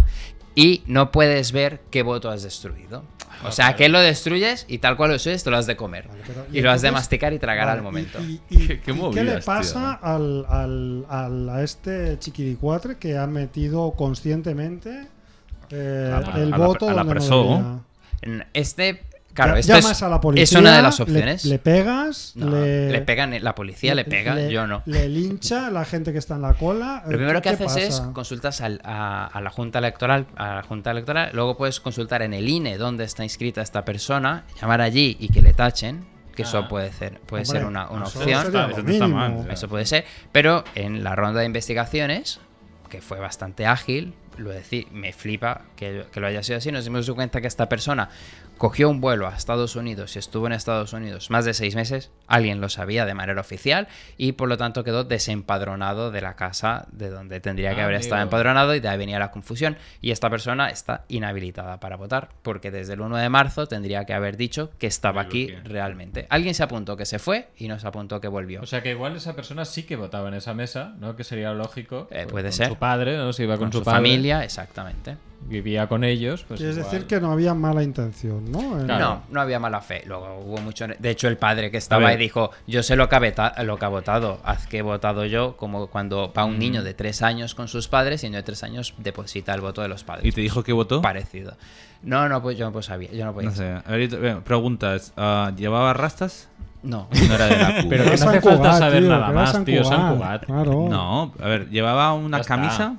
Speaker 6: Y no puedes ver qué voto has destruido. O sea, que lo destruyes y tal cual lo destruyes, te lo has de comer.
Speaker 3: Ah, Vale, pero-
Speaker 6: Y lo has de
Speaker 3: entonces-
Speaker 6: masticar y tragar
Speaker 3: Vale,
Speaker 6: al momento.
Speaker 3: y- y- y-
Speaker 1: Qué- qué
Speaker 3: y
Speaker 1: movidas,
Speaker 3: le
Speaker 1: tío.
Speaker 3: pasa al, al- al- a este chiquiricuatre que ha metido conscientemente eh,
Speaker 1: A la-
Speaker 3: el
Speaker 1: a la-
Speaker 3: voto
Speaker 1: a la
Speaker 3: donde no
Speaker 1: persona.
Speaker 3: debería?
Speaker 6: Este, claro,
Speaker 3: Ya-
Speaker 6: esto
Speaker 3: llamas
Speaker 6: es,
Speaker 3: a la policía,
Speaker 6: es una de las
Speaker 3: le-
Speaker 6: opciones.
Speaker 3: Le, pegas,
Speaker 6: No,
Speaker 3: le,
Speaker 6: le pegan, la policía le pega, yo no.
Speaker 3: Le lincha la gente que está en la cola. eh,
Speaker 6: Lo primero que
Speaker 3: ¿Qué
Speaker 6: haces es
Speaker 3: pasa?
Speaker 6: consultas al- a, a la Junta Electoral, a la Junta E Electoral, luego puedes consultar en el INE dónde está inscrita esta persona, llamar allí y que le tachen. que eso puede ser, puede ser
Speaker 3: Hombre,
Speaker 6: una, una
Speaker 3: eso
Speaker 6: opción.
Speaker 3: sería
Speaker 1: Eso
Speaker 3: lo
Speaker 1: no está
Speaker 3: mínimo.
Speaker 1: mal,
Speaker 6: Eso puede ser. Pero en la ronda de investigaciones, que fue bastante ágil, lo decir, me flipa que, que lo haya sido así. Nos dimos cuenta que esta persona cogió un vuelo a Estados Unidos y estuvo en Estados Unidos más de seis meses. Alguien lo sabía de manera oficial y por lo tanto quedó desempadronado de la casa de donde tendría que haber estado
Speaker 2: Amigo.
Speaker 6: empadronado y de ahí venía la confusión. Y esta persona está inhabilitada para votar porque desde el 1 de marzo tendría que haber dicho que estaba aquí
Speaker 1: Bloquear.
Speaker 6: realmente. Alguien se apuntó que se fue y no se apuntó que volvió.
Speaker 2: O sea que igual esa persona sí que votaba en esa mesa, ¿no? Que sería lógico.
Speaker 6: Eh,
Speaker 2: Pues
Speaker 6: puede
Speaker 2: con
Speaker 6: ser.
Speaker 2: Su padre, ¿no? Si iba con,
Speaker 6: con su
Speaker 2: padre,
Speaker 6: familia, exactamente.
Speaker 2: Vivía con ellos. Pues
Speaker 3: Quieres
Speaker 2: igual.
Speaker 3: decir que no había mala intención, ¿no? En-
Speaker 2: Claro.
Speaker 6: No, no había mala fe. Luego hubo mucho. De hecho, el padre que estaba
Speaker 1: A ver.
Speaker 6: ahí dijo: Yo sé lo que, ha veta- lo que ha votado. Haz que he votado yo, como cuando va un
Speaker 1: Mm.
Speaker 6: niño de tres años con sus padres y el niño de tres años deposita el voto de los padres.
Speaker 1: ¿Y te dijo que votó?
Speaker 6: Parecido. No, no, pues yo no sabía. Yo no podía.
Speaker 1: No sé. A ver, eh, preguntas. Ah, ¿Llevaba rastas?
Speaker 6: No.
Speaker 1: No era de la Q.
Speaker 2: Pero
Speaker 3: Que
Speaker 2: que
Speaker 3: era
Speaker 2: no hace
Speaker 3: San
Speaker 2: falta
Speaker 3: Cugat,
Speaker 2: saber
Speaker 3: tío,
Speaker 2: nada
Speaker 3: que era
Speaker 2: más,
Speaker 3: San
Speaker 2: tío, San
Speaker 3: Cugat,
Speaker 2: Cugat.
Speaker 3: Claro.
Speaker 1: No, a ver, ¿llevaba una
Speaker 2: Ya está.
Speaker 1: camisa?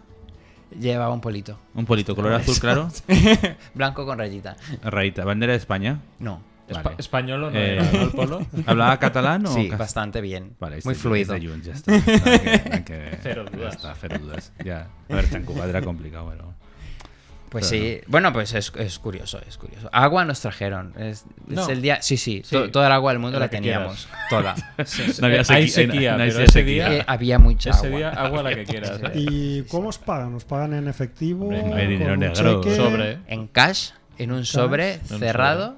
Speaker 6: Llevaba un polito.
Speaker 1: Un polito, color
Speaker 6: Pues.
Speaker 1: azul claro.
Speaker 6: Blanco con rayita.
Speaker 1: Rayita, bandera de España.
Speaker 6: No.
Speaker 2: Espa-
Speaker 1: Vale.
Speaker 2: Español o no
Speaker 1: Eh,
Speaker 2: era, ¿no? El polo.
Speaker 1: ¿Hablaba catalán o
Speaker 6: sí,
Speaker 1: cas-
Speaker 6: bastante bien.
Speaker 1: Vale, este-
Speaker 6: Muy
Speaker 1: este
Speaker 6: fluido.
Speaker 1: es de Jun, ya está. Nada que- nada que-
Speaker 2: Cero
Speaker 1: ya
Speaker 2: dudas.
Speaker 1: está, cero dudas. Ya. A ver, tan cubata era complicado, pero.
Speaker 6: Pues
Speaker 1: Pero
Speaker 6: sí, bueno, pues es, es curioso, es curioso. Agua nos trajeron. Es, es
Speaker 2: No.
Speaker 6: el día. Sí, sí,
Speaker 2: Sí.
Speaker 6: to- toda el agua del mundo
Speaker 2: La
Speaker 6: la
Speaker 2: que
Speaker 6: teníamos.
Speaker 2: quieras.
Speaker 6: Toda.
Speaker 1: No había
Speaker 2: Eh, hay
Speaker 1: sequía,
Speaker 2: sequía,
Speaker 1: no hay
Speaker 2: pero ese
Speaker 1: sequía.
Speaker 2: día-
Speaker 6: Eh, había mucha
Speaker 2: Ese
Speaker 6: agua.
Speaker 2: día, agua la que quieras. ¿eh?
Speaker 6: Sí.
Speaker 3: ¿Y cómo os pagan? ¿Os pagan en efectivo?
Speaker 1: Hombre,
Speaker 3: con
Speaker 1: hay dinero
Speaker 3: un
Speaker 1: negro.
Speaker 3: cheque?
Speaker 2: Sobre.
Speaker 6: En cash, en un sobre
Speaker 2: un
Speaker 6: cerrado.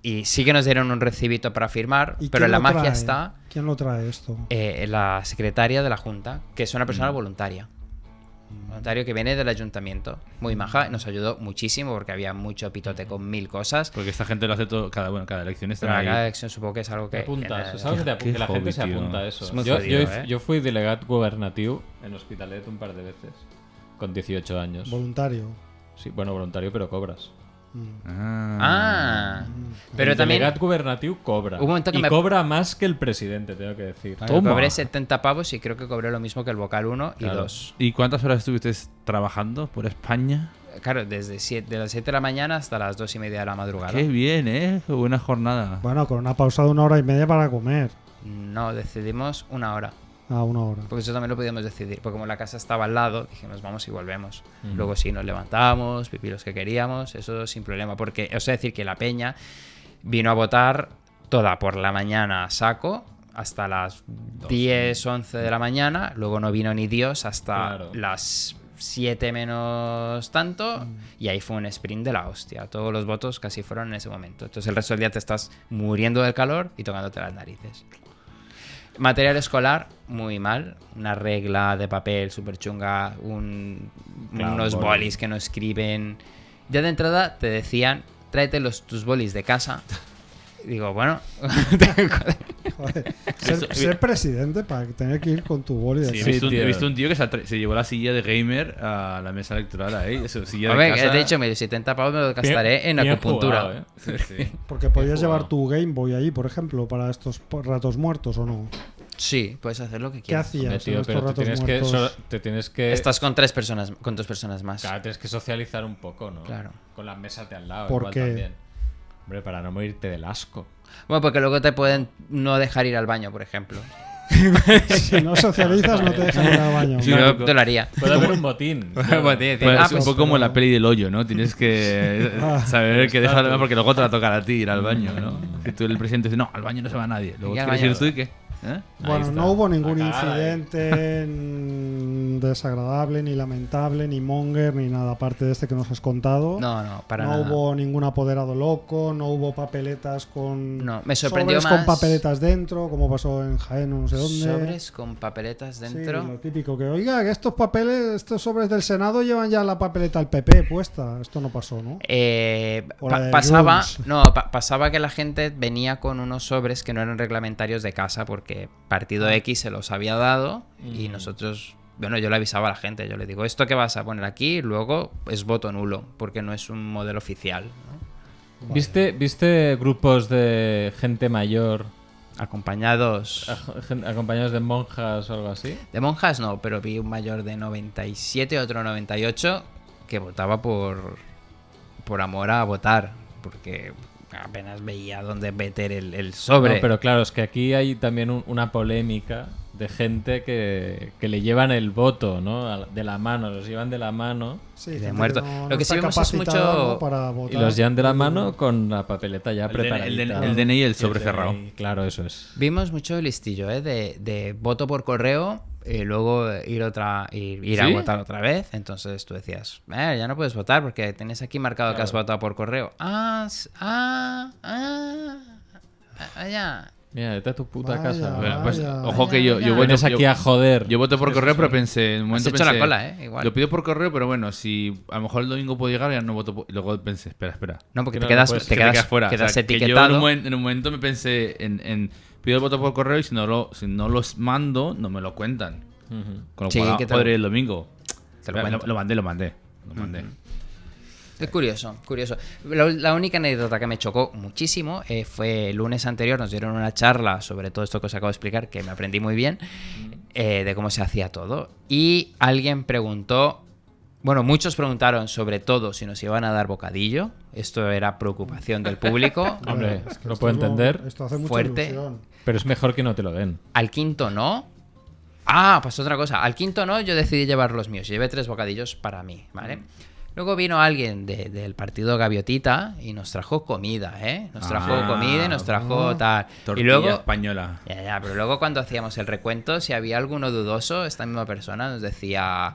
Speaker 6: Y sí que nos dieron un recibito para firmar,
Speaker 3: ¿Y
Speaker 6: pero
Speaker 3: quién
Speaker 6: la
Speaker 3: lo
Speaker 6: magia
Speaker 3: trae?
Speaker 6: está
Speaker 3: ¿Quién lo trae esto?
Speaker 6: eh, la secretaria de la Junta, que es una persona voluntaria. Voluntario que viene del ayuntamiento. Muy maja, nos ayudó muchísimo porque había mucho pitote con mil cosas.
Speaker 1: Porque esta gente lo hace todo. Cada, bueno, cada elección Pues está
Speaker 6: Pero
Speaker 1: ahí.
Speaker 6: cada elección supongo que es algo que.
Speaker 2: Te apuntas,
Speaker 6: que-
Speaker 2: ¿sabes? Que, te apu-
Speaker 1: qué
Speaker 2: que la gente
Speaker 1: hobby,
Speaker 2: se
Speaker 1: tío.
Speaker 2: apunta a eso.
Speaker 6: Es muy
Speaker 2: yo,
Speaker 6: jodido,
Speaker 2: yo-
Speaker 6: ¿eh?
Speaker 2: yo fui delegat gubernativo en Hospitalet un par de veces, con 18 años.
Speaker 3: Voluntario. Mm,
Speaker 2: Sí, bueno, voluntario, pero cobras.
Speaker 1: Ah.
Speaker 6: Ah, pero
Speaker 2: Mm. el
Speaker 6: también
Speaker 2: Delegat gubernativo cobra.
Speaker 6: Hubo un momento que
Speaker 2: y
Speaker 6: me- Ah,
Speaker 2: cobra más que el presidente, tengo que decir.
Speaker 6: yo cobré 70 pavos y creo que cobré lo mismo que el vocal 1 y
Speaker 2: Claro.
Speaker 6: 2.
Speaker 1: ¿Y cuántas horas estuviste trabajando por España?
Speaker 6: Claro, desde siete- de las 7 de la mañana hasta las 2 y media de la madrugada.
Speaker 1: Qué bien, ¿eh? Qué Buena jornada.
Speaker 3: Bueno, con una pausa de una hora y media para comer.
Speaker 6: No, decidimos una hora.
Speaker 3: A una hora.
Speaker 6: Porque eso también lo podíamos decidir. Porque como la casa estaba al lado, dijimos, vamos y volvemos. Luego sí, nos levantamos, pipí los que queríamos, eso sin problema. Porque, o sea, decir que la peña vino a votar toda por la mañana a saco hasta las 10, 11 de la mañana. Luego no vino ni Dios hasta
Speaker 2: Claro.
Speaker 6: las 7 menos tanto. Y ahí fue un sprint de la hostia. Todos los votos casi fueron en ese momento. Entonces el resto del día te estás muriendo del calor y tocándote las narices. Material escolar, muy mal. Una regla de papel súper chunga, un-
Speaker 2: Claro,
Speaker 6: unos
Speaker 2: boli.
Speaker 6: bolis que no escriben. Ya de entrada te decían, tráete los, tus bolis de casa. Digo, bueno,
Speaker 3: Joder, ser, ser presidente para tener que ir con tu boli de
Speaker 1: Sí, he,
Speaker 2: Sí,
Speaker 3: casa.
Speaker 1: visto un, he
Speaker 2: tío.
Speaker 1: visto un tío que se, atre- se llevó la silla de gamer a la mesa electoral ahí. Eso, silla
Speaker 6: a
Speaker 1: de
Speaker 6: ver,
Speaker 1: casa.
Speaker 6: de hecho, me 70 pavos me lo
Speaker 2: Bien-
Speaker 6: gastaré en
Speaker 2: bien
Speaker 6: acupuntura.
Speaker 2: jugado, ¿eh?
Speaker 1: Sí, sí.
Speaker 3: Porque podías
Speaker 2: Wow.
Speaker 3: llevar tu Game Boy ahí, por ejemplo, para estos po- ratos muertos o no.
Speaker 6: Sí, puedes hacer lo que
Speaker 3: ¿Qué
Speaker 6: quieras.
Speaker 3: hacías
Speaker 2: Hombre, tío,
Speaker 3: en estos
Speaker 2: pero te
Speaker 3: ratos
Speaker 2: tienes, que,
Speaker 3: muertos?
Speaker 2: so- te tienes que.
Speaker 6: Estás con tres personas, con dos personas más.
Speaker 2: Claro, tienes que socializar un poco, ¿no?
Speaker 6: Claro.
Speaker 2: Con las mesas de al lado.
Speaker 3: ¿Por
Speaker 2: igual
Speaker 3: qué?
Speaker 2: también. Hombre, para no morirte del asco.
Speaker 6: Bueno, porque luego te pueden no dejar ir al baño, por ejemplo.
Speaker 3: Si no socializas, no te dejan ir al baño.
Speaker 1: Sí,
Speaker 3: ¿no?
Speaker 1: no,
Speaker 6: Yo te lo haría.
Speaker 2: Puede haber un botín. claro.
Speaker 6: Bueno, tío,
Speaker 1: Pues
Speaker 6: ah,
Speaker 1: es un
Speaker 6: pues-
Speaker 1: poco como la peli del hoyo, ¿no? Tienes que
Speaker 3: Ah,
Speaker 1: saber que deja porque luego te va a tocar a ti ir
Speaker 3: Mm.
Speaker 1: al baño, ¿no? Si tú el presidente dice, no, al baño no se va nadie. Luego
Speaker 6: Y al
Speaker 1: quieres
Speaker 6: baño
Speaker 1: ir tú y qué. ¿Eh?
Speaker 3: Bueno,
Speaker 2: está.
Speaker 3: no hubo ningún
Speaker 2: La cagada ahí.
Speaker 3: incidente mm, desagradable, ni lamentable, ni monger, ni nada aparte de este que nos has contado.
Speaker 6: No, no, para
Speaker 3: no
Speaker 6: nada.
Speaker 3: hubo ningún apoderado loco, no hubo papeletas con.
Speaker 6: No, me sorprendió
Speaker 3: sobres
Speaker 6: más-
Speaker 3: con papeletas dentro, como pasó en Jaén, o no sé dónde.
Speaker 6: Sobres con papeletas
Speaker 3: Sí,
Speaker 6: dentro.
Speaker 3: lo típico que, oiga, que estos papeles, estos sobres del Senado llevan ya la papeleta al PP puesta. Esto no pasó, ¿no?
Speaker 6: Eh,
Speaker 3: O la
Speaker 6: pa-
Speaker 3: de
Speaker 6: pasaba,
Speaker 3: Jones.
Speaker 6: no, pa- pasaba que la gente venía con unos sobres que no eran reglamentarios de casa porque Partido X se los había dado y nosotros, bueno, yo le avisaba a la gente, yo le digo, esto que vas a poner aquí luego es voto nulo porque no es un modelo oficial. ¿no?
Speaker 2: ¿Viste, ¿Viste grupos de gente mayor
Speaker 6: Acompañados
Speaker 2: a- gen- acompañados de monjas o algo así?
Speaker 6: de monjas, no, pero vi un mayor de 97, otro 98 que votaba por, por amor a votar porque apenas veía dónde meter el, el sobre.
Speaker 2: No, pero claro, es que aquí hay también un- una polémica de gente que, que le llevan el voto, ¿no? A- De la mano, los llevan de la mano
Speaker 3: Sí,
Speaker 6: de
Speaker 3: gente que
Speaker 6: muerto. Lo que
Speaker 3: está
Speaker 6: sí vemos es
Speaker 3: capacitada,
Speaker 6: mucho-
Speaker 3: ¿no? para votar.
Speaker 2: y los llevan de la mano con la papeleta ya
Speaker 1: El DN-
Speaker 2: preparada.
Speaker 1: el DN- el DNI y el sobre cerrado.
Speaker 2: Claro, eso es.
Speaker 6: Vimos mucho listillo, ¿eh? De, de voto por correo y luego ir, otra, ir, ir
Speaker 1: ¿Sí?
Speaker 6: a votar otra vez. Entonces tú decías, "Eh, ya no puedes votar porque tenés aquí marcado que has votado por correo. Ah, s- ah, ah, ah, ya.
Speaker 2: Mira, vete a tu puta
Speaker 3: Vaya,
Speaker 2: casa.
Speaker 1: Bueno, pues,
Speaker 3: Vaya.
Speaker 1: ojo que yo, yo voto
Speaker 2: Vienes aquí
Speaker 1: yo-
Speaker 2: a joder.
Speaker 1: Yo voté por correo, pero pensé. En un
Speaker 6: Has
Speaker 1: momento
Speaker 6: hecho la
Speaker 1: pensé,
Speaker 6: cola, ¿eh? Igual.
Speaker 1: Lo pido por correo, pero bueno, si a lo mejor el domingo puedo llegar, ya no voto. por- y Luego pensé, espera, espera.
Speaker 6: No, porque
Speaker 2: Que no,
Speaker 6: te
Speaker 2: no
Speaker 6: quedas,
Speaker 2: puedes-
Speaker 6: Pues, te
Speaker 1: que
Speaker 6: quedas,
Speaker 1: Pues, te quedas fuera.
Speaker 6: quedas
Speaker 1: O sea, que yo en un
Speaker 6: etiquetado.
Speaker 1: momen- en, un, momento me pensé en, en pido el voto por correo y si no, lo, si no los mando, no me lo cuentan.
Speaker 2: Ujú.
Speaker 1: Con lo
Speaker 6: Sí,
Speaker 1: cual,
Speaker 6: que te lo-
Speaker 1: podré ir el domingo.
Speaker 6: Te lo
Speaker 1: lo,
Speaker 6: cuento.
Speaker 1: lo mandé, lo mandé. Lo mandé.
Speaker 6: Es curioso, curioso. La, la única anécdota que me chocó muchísimo eh, fue el lunes anterior, nos dieron una charla sobre todo esto que os acabo de explicar, que me aprendí muy bien, eh, de cómo se hacía todo. Y alguien preguntó, bueno, muchos preguntaron sobre todo si nos iban a dar bocadillo, esto era preocupación del público,
Speaker 3: Bueno,
Speaker 2: Hombre,
Speaker 3: es que
Speaker 2: lo
Speaker 3: esto
Speaker 2: puedo
Speaker 3: es
Speaker 2: entender,
Speaker 3: Esto hace mucha
Speaker 6: fuerte.
Speaker 3: ilusión.
Speaker 2: Pero es mejor que no te lo den.
Speaker 6: al quinto no. Ah, pasó otra cosa. Al quinto no, yo decidí llevar los míos. Llevé tres bocadillos para mí, ¿vale? Luego vino alguien de- del partido Gaviotita y nos trajo comida, ¿eh? Nos trajo
Speaker 1: Ah,
Speaker 6: comida y nos trajo
Speaker 3: ah.
Speaker 6: tal. Y
Speaker 1: Tortilla
Speaker 6: luego...
Speaker 1: española.
Speaker 6: Ya, ya, pero luego cuando hacíamos el recuento, si había alguno dudoso, esta misma persona nos decía,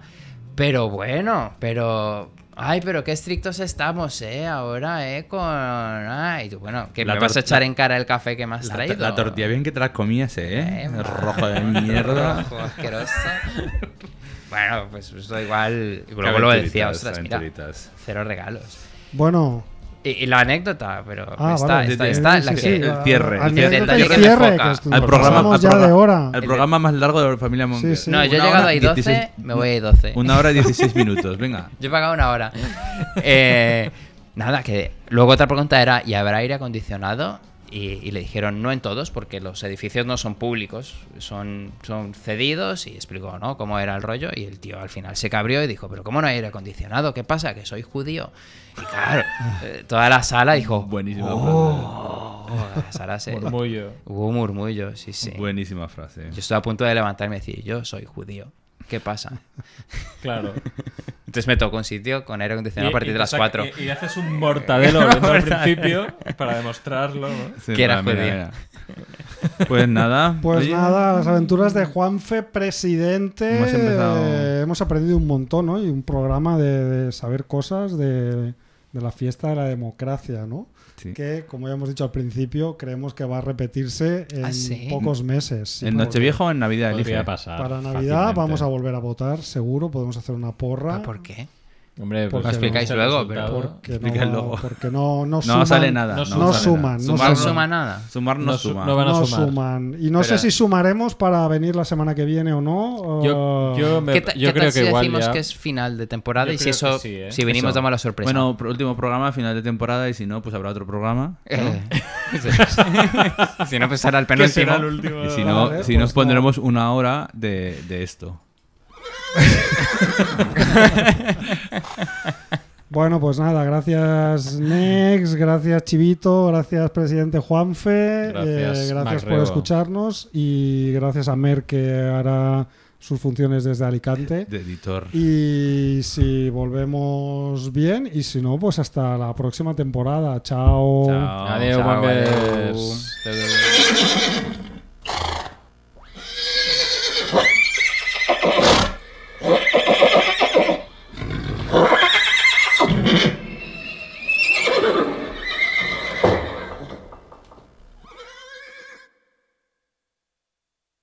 Speaker 6: pero bueno, pero... Ay, pero qué estrictos estamos, ¿eh? Ahora, ¿eh? Con... Ay, tú, bueno, que
Speaker 1: La
Speaker 6: me vas a
Speaker 1: tor-
Speaker 6: echar en cara el café que me has
Speaker 1: La,
Speaker 6: traído.
Speaker 1: la tortilla bien que te la comías, ¿eh?
Speaker 6: Eh,
Speaker 1: Rojo de
Speaker 6: madre,
Speaker 1: mierda.
Speaker 6: rojo asqueroso. bueno, pues esto igual.
Speaker 1: Qué
Speaker 6: Luego lo decía,
Speaker 1: aventuritas,
Speaker 6: ostras, mira,
Speaker 1: aventuritas.
Speaker 6: cero regalos.
Speaker 3: Bueno,
Speaker 6: Y, y la anécota, pero
Speaker 3: Ah,
Speaker 6: Pues está,
Speaker 3: vale.
Speaker 6: está,
Speaker 1: Sí,
Speaker 6: está
Speaker 1: sí,
Speaker 6: la
Speaker 1: sí,
Speaker 6: que.
Speaker 1: sí. el cierre,
Speaker 3: a-
Speaker 1: el
Speaker 3: anécdota
Speaker 6: cierre.
Speaker 3: y
Speaker 6: El que me
Speaker 3: cierre, que
Speaker 6: enfoca.
Speaker 1: Al
Speaker 3: nos
Speaker 1: programa,
Speaker 3: Pues pasamos
Speaker 1: al
Speaker 3: ya de
Speaker 1: programa-
Speaker 3: hora.
Speaker 1: al programa más largo de la familia Monger.
Speaker 3: Sí, sí.
Speaker 6: No, yo he
Speaker 1: Una
Speaker 6: llegado
Speaker 1: hora
Speaker 6: ahí 12,
Speaker 1: 16
Speaker 6: me voy ahí 12.
Speaker 1: Una hora y 16 minutos, venga.
Speaker 6: Yo he pagado una hora. Eh, nada, que luego otra pregunta era, ¿y habrá aire acondicionado? Y, y le dijeron, no en todos, porque los edificios no son públicos, son, son cedidos, y explicó, ¿no? Cómo era el rollo, y el tío al final se cabrió y dijo, pero ¿cómo no hay aire acondicionado? ¿Qué pasa? Que soy judío. Y claro, eh, toda la sala dijo,
Speaker 1: Buenísima
Speaker 6: "Oh". la sala se...
Speaker 2: Murmullo.
Speaker 6: Hubo un murmullo, sí, sí.
Speaker 1: frase. Buenísima frase.
Speaker 6: Yo estoy a punto de levantarme y decir, yo soy judío. ¿Qué pasa?
Speaker 2: Claro.
Speaker 6: Entonces me tocó un sitio con aire acondicionado a partir de las 4.
Speaker 2: Y, haces un mortadelo al principio para demostrarlo.
Speaker 1: Sí,
Speaker 6: que era
Speaker 1: mira, mira,
Speaker 6: judía.
Speaker 1: mira. Pues nada.
Speaker 3: Pues
Speaker 1: oye,
Speaker 3: nada, las aventuras de Juanfe, presidente.
Speaker 1: Hemos empezado-
Speaker 3: Eh, hemos aprendido un montón, ¿no? Y un programa de, de saber cosas de, de la fiesta de la democracia, ¿no?
Speaker 1: sí.
Speaker 3: Que, como ya hemos dicho al principio, creemos que va a repetirse en
Speaker 6: Ah, sí.
Speaker 3: pocos meses. sí,
Speaker 1: ¿En
Speaker 3: porque
Speaker 1: Nochevieja o en Navidad elige?
Speaker 2: Podría pasar.
Speaker 3: Para Navidad
Speaker 2: fácilmente.
Speaker 3: vamos a volver a votar, seguro. Podemos hacer una porra.
Speaker 6: ¿Pero Ah, ¿Por qué?
Speaker 2: Hombre,
Speaker 3: Porque
Speaker 2: pues
Speaker 3: lo explicáis
Speaker 2: el
Speaker 6: luego,
Speaker 2: resultado.
Speaker 3: Porque
Speaker 1: Explica
Speaker 3: no,
Speaker 1: luego.
Speaker 3: porque no, no,
Speaker 1: No
Speaker 3: suman-
Speaker 1: sale nada.
Speaker 2: no
Speaker 3: No
Speaker 1: sale nada.
Speaker 3: suman,
Speaker 1: Sumar
Speaker 3: no
Speaker 6: No
Speaker 3: Claro.
Speaker 6: suma nada.
Speaker 1: Sumar no,
Speaker 2: No su-
Speaker 1: suma.
Speaker 2: no van a
Speaker 3: no
Speaker 2: sumar.
Speaker 3: suman. Y no
Speaker 1: Pero-
Speaker 3: sé si sumaremos para venir la semana que viene o no.
Speaker 2: Yo,
Speaker 3: eh,
Speaker 2: yo me-
Speaker 6: ¿Qué, ta-
Speaker 2: yo
Speaker 6: qué
Speaker 2: creo
Speaker 6: tal si
Speaker 2: que igual
Speaker 6: decimos
Speaker 2: ya-
Speaker 6: que es final de temporada
Speaker 2: Yo
Speaker 6: y si
Speaker 2: creo
Speaker 6: eso,
Speaker 2: que sí, ¿eh?
Speaker 6: si venimos
Speaker 1: Eso.
Speaker 6: damos la sorpresa?
Speaker 1: Bueno, pr- último programa, final de temporada, y si no, pues habrá otro programa.
Speaker 6: Eh, si no pensará el
Speaker 2: ¿Qué será
Speaker 6: penúltimo.
Speaker 2: el último?
Speaker 1: Y si no,
Speaker 3: Vale,
Speaker 1: si
Speaker 3: pues
Speaker 1: nos
Speaker 3: no.
Speaker 1: pondremos una hora de, de esto.
Speaker 3: Bueno, pues nada, gracias Nex, gracias Chivito, gracias presidente Juanfe,
Speaker 2: Gracias,
Speaker 3: eh, gracias
Speaker 2: Mac
Speaker 3: por
Speaker 2: Rebo.
Speaker 3: escucharnos y gracias a Mer que hará sus funciones desde Alicante.
Speaker 1: De editor.
Speaker 3: Y si volvemos bien y si no, pues hasta la próxima temporada. Chao.
Speaker 6: Ah,
Speaker 1: Chao.
Speaker 2: Adiós,
Speaker 6: Chao,
Speaker 2: Wangers.
Speaker 6: adiós.
Speaker 2: Adeu, adeu.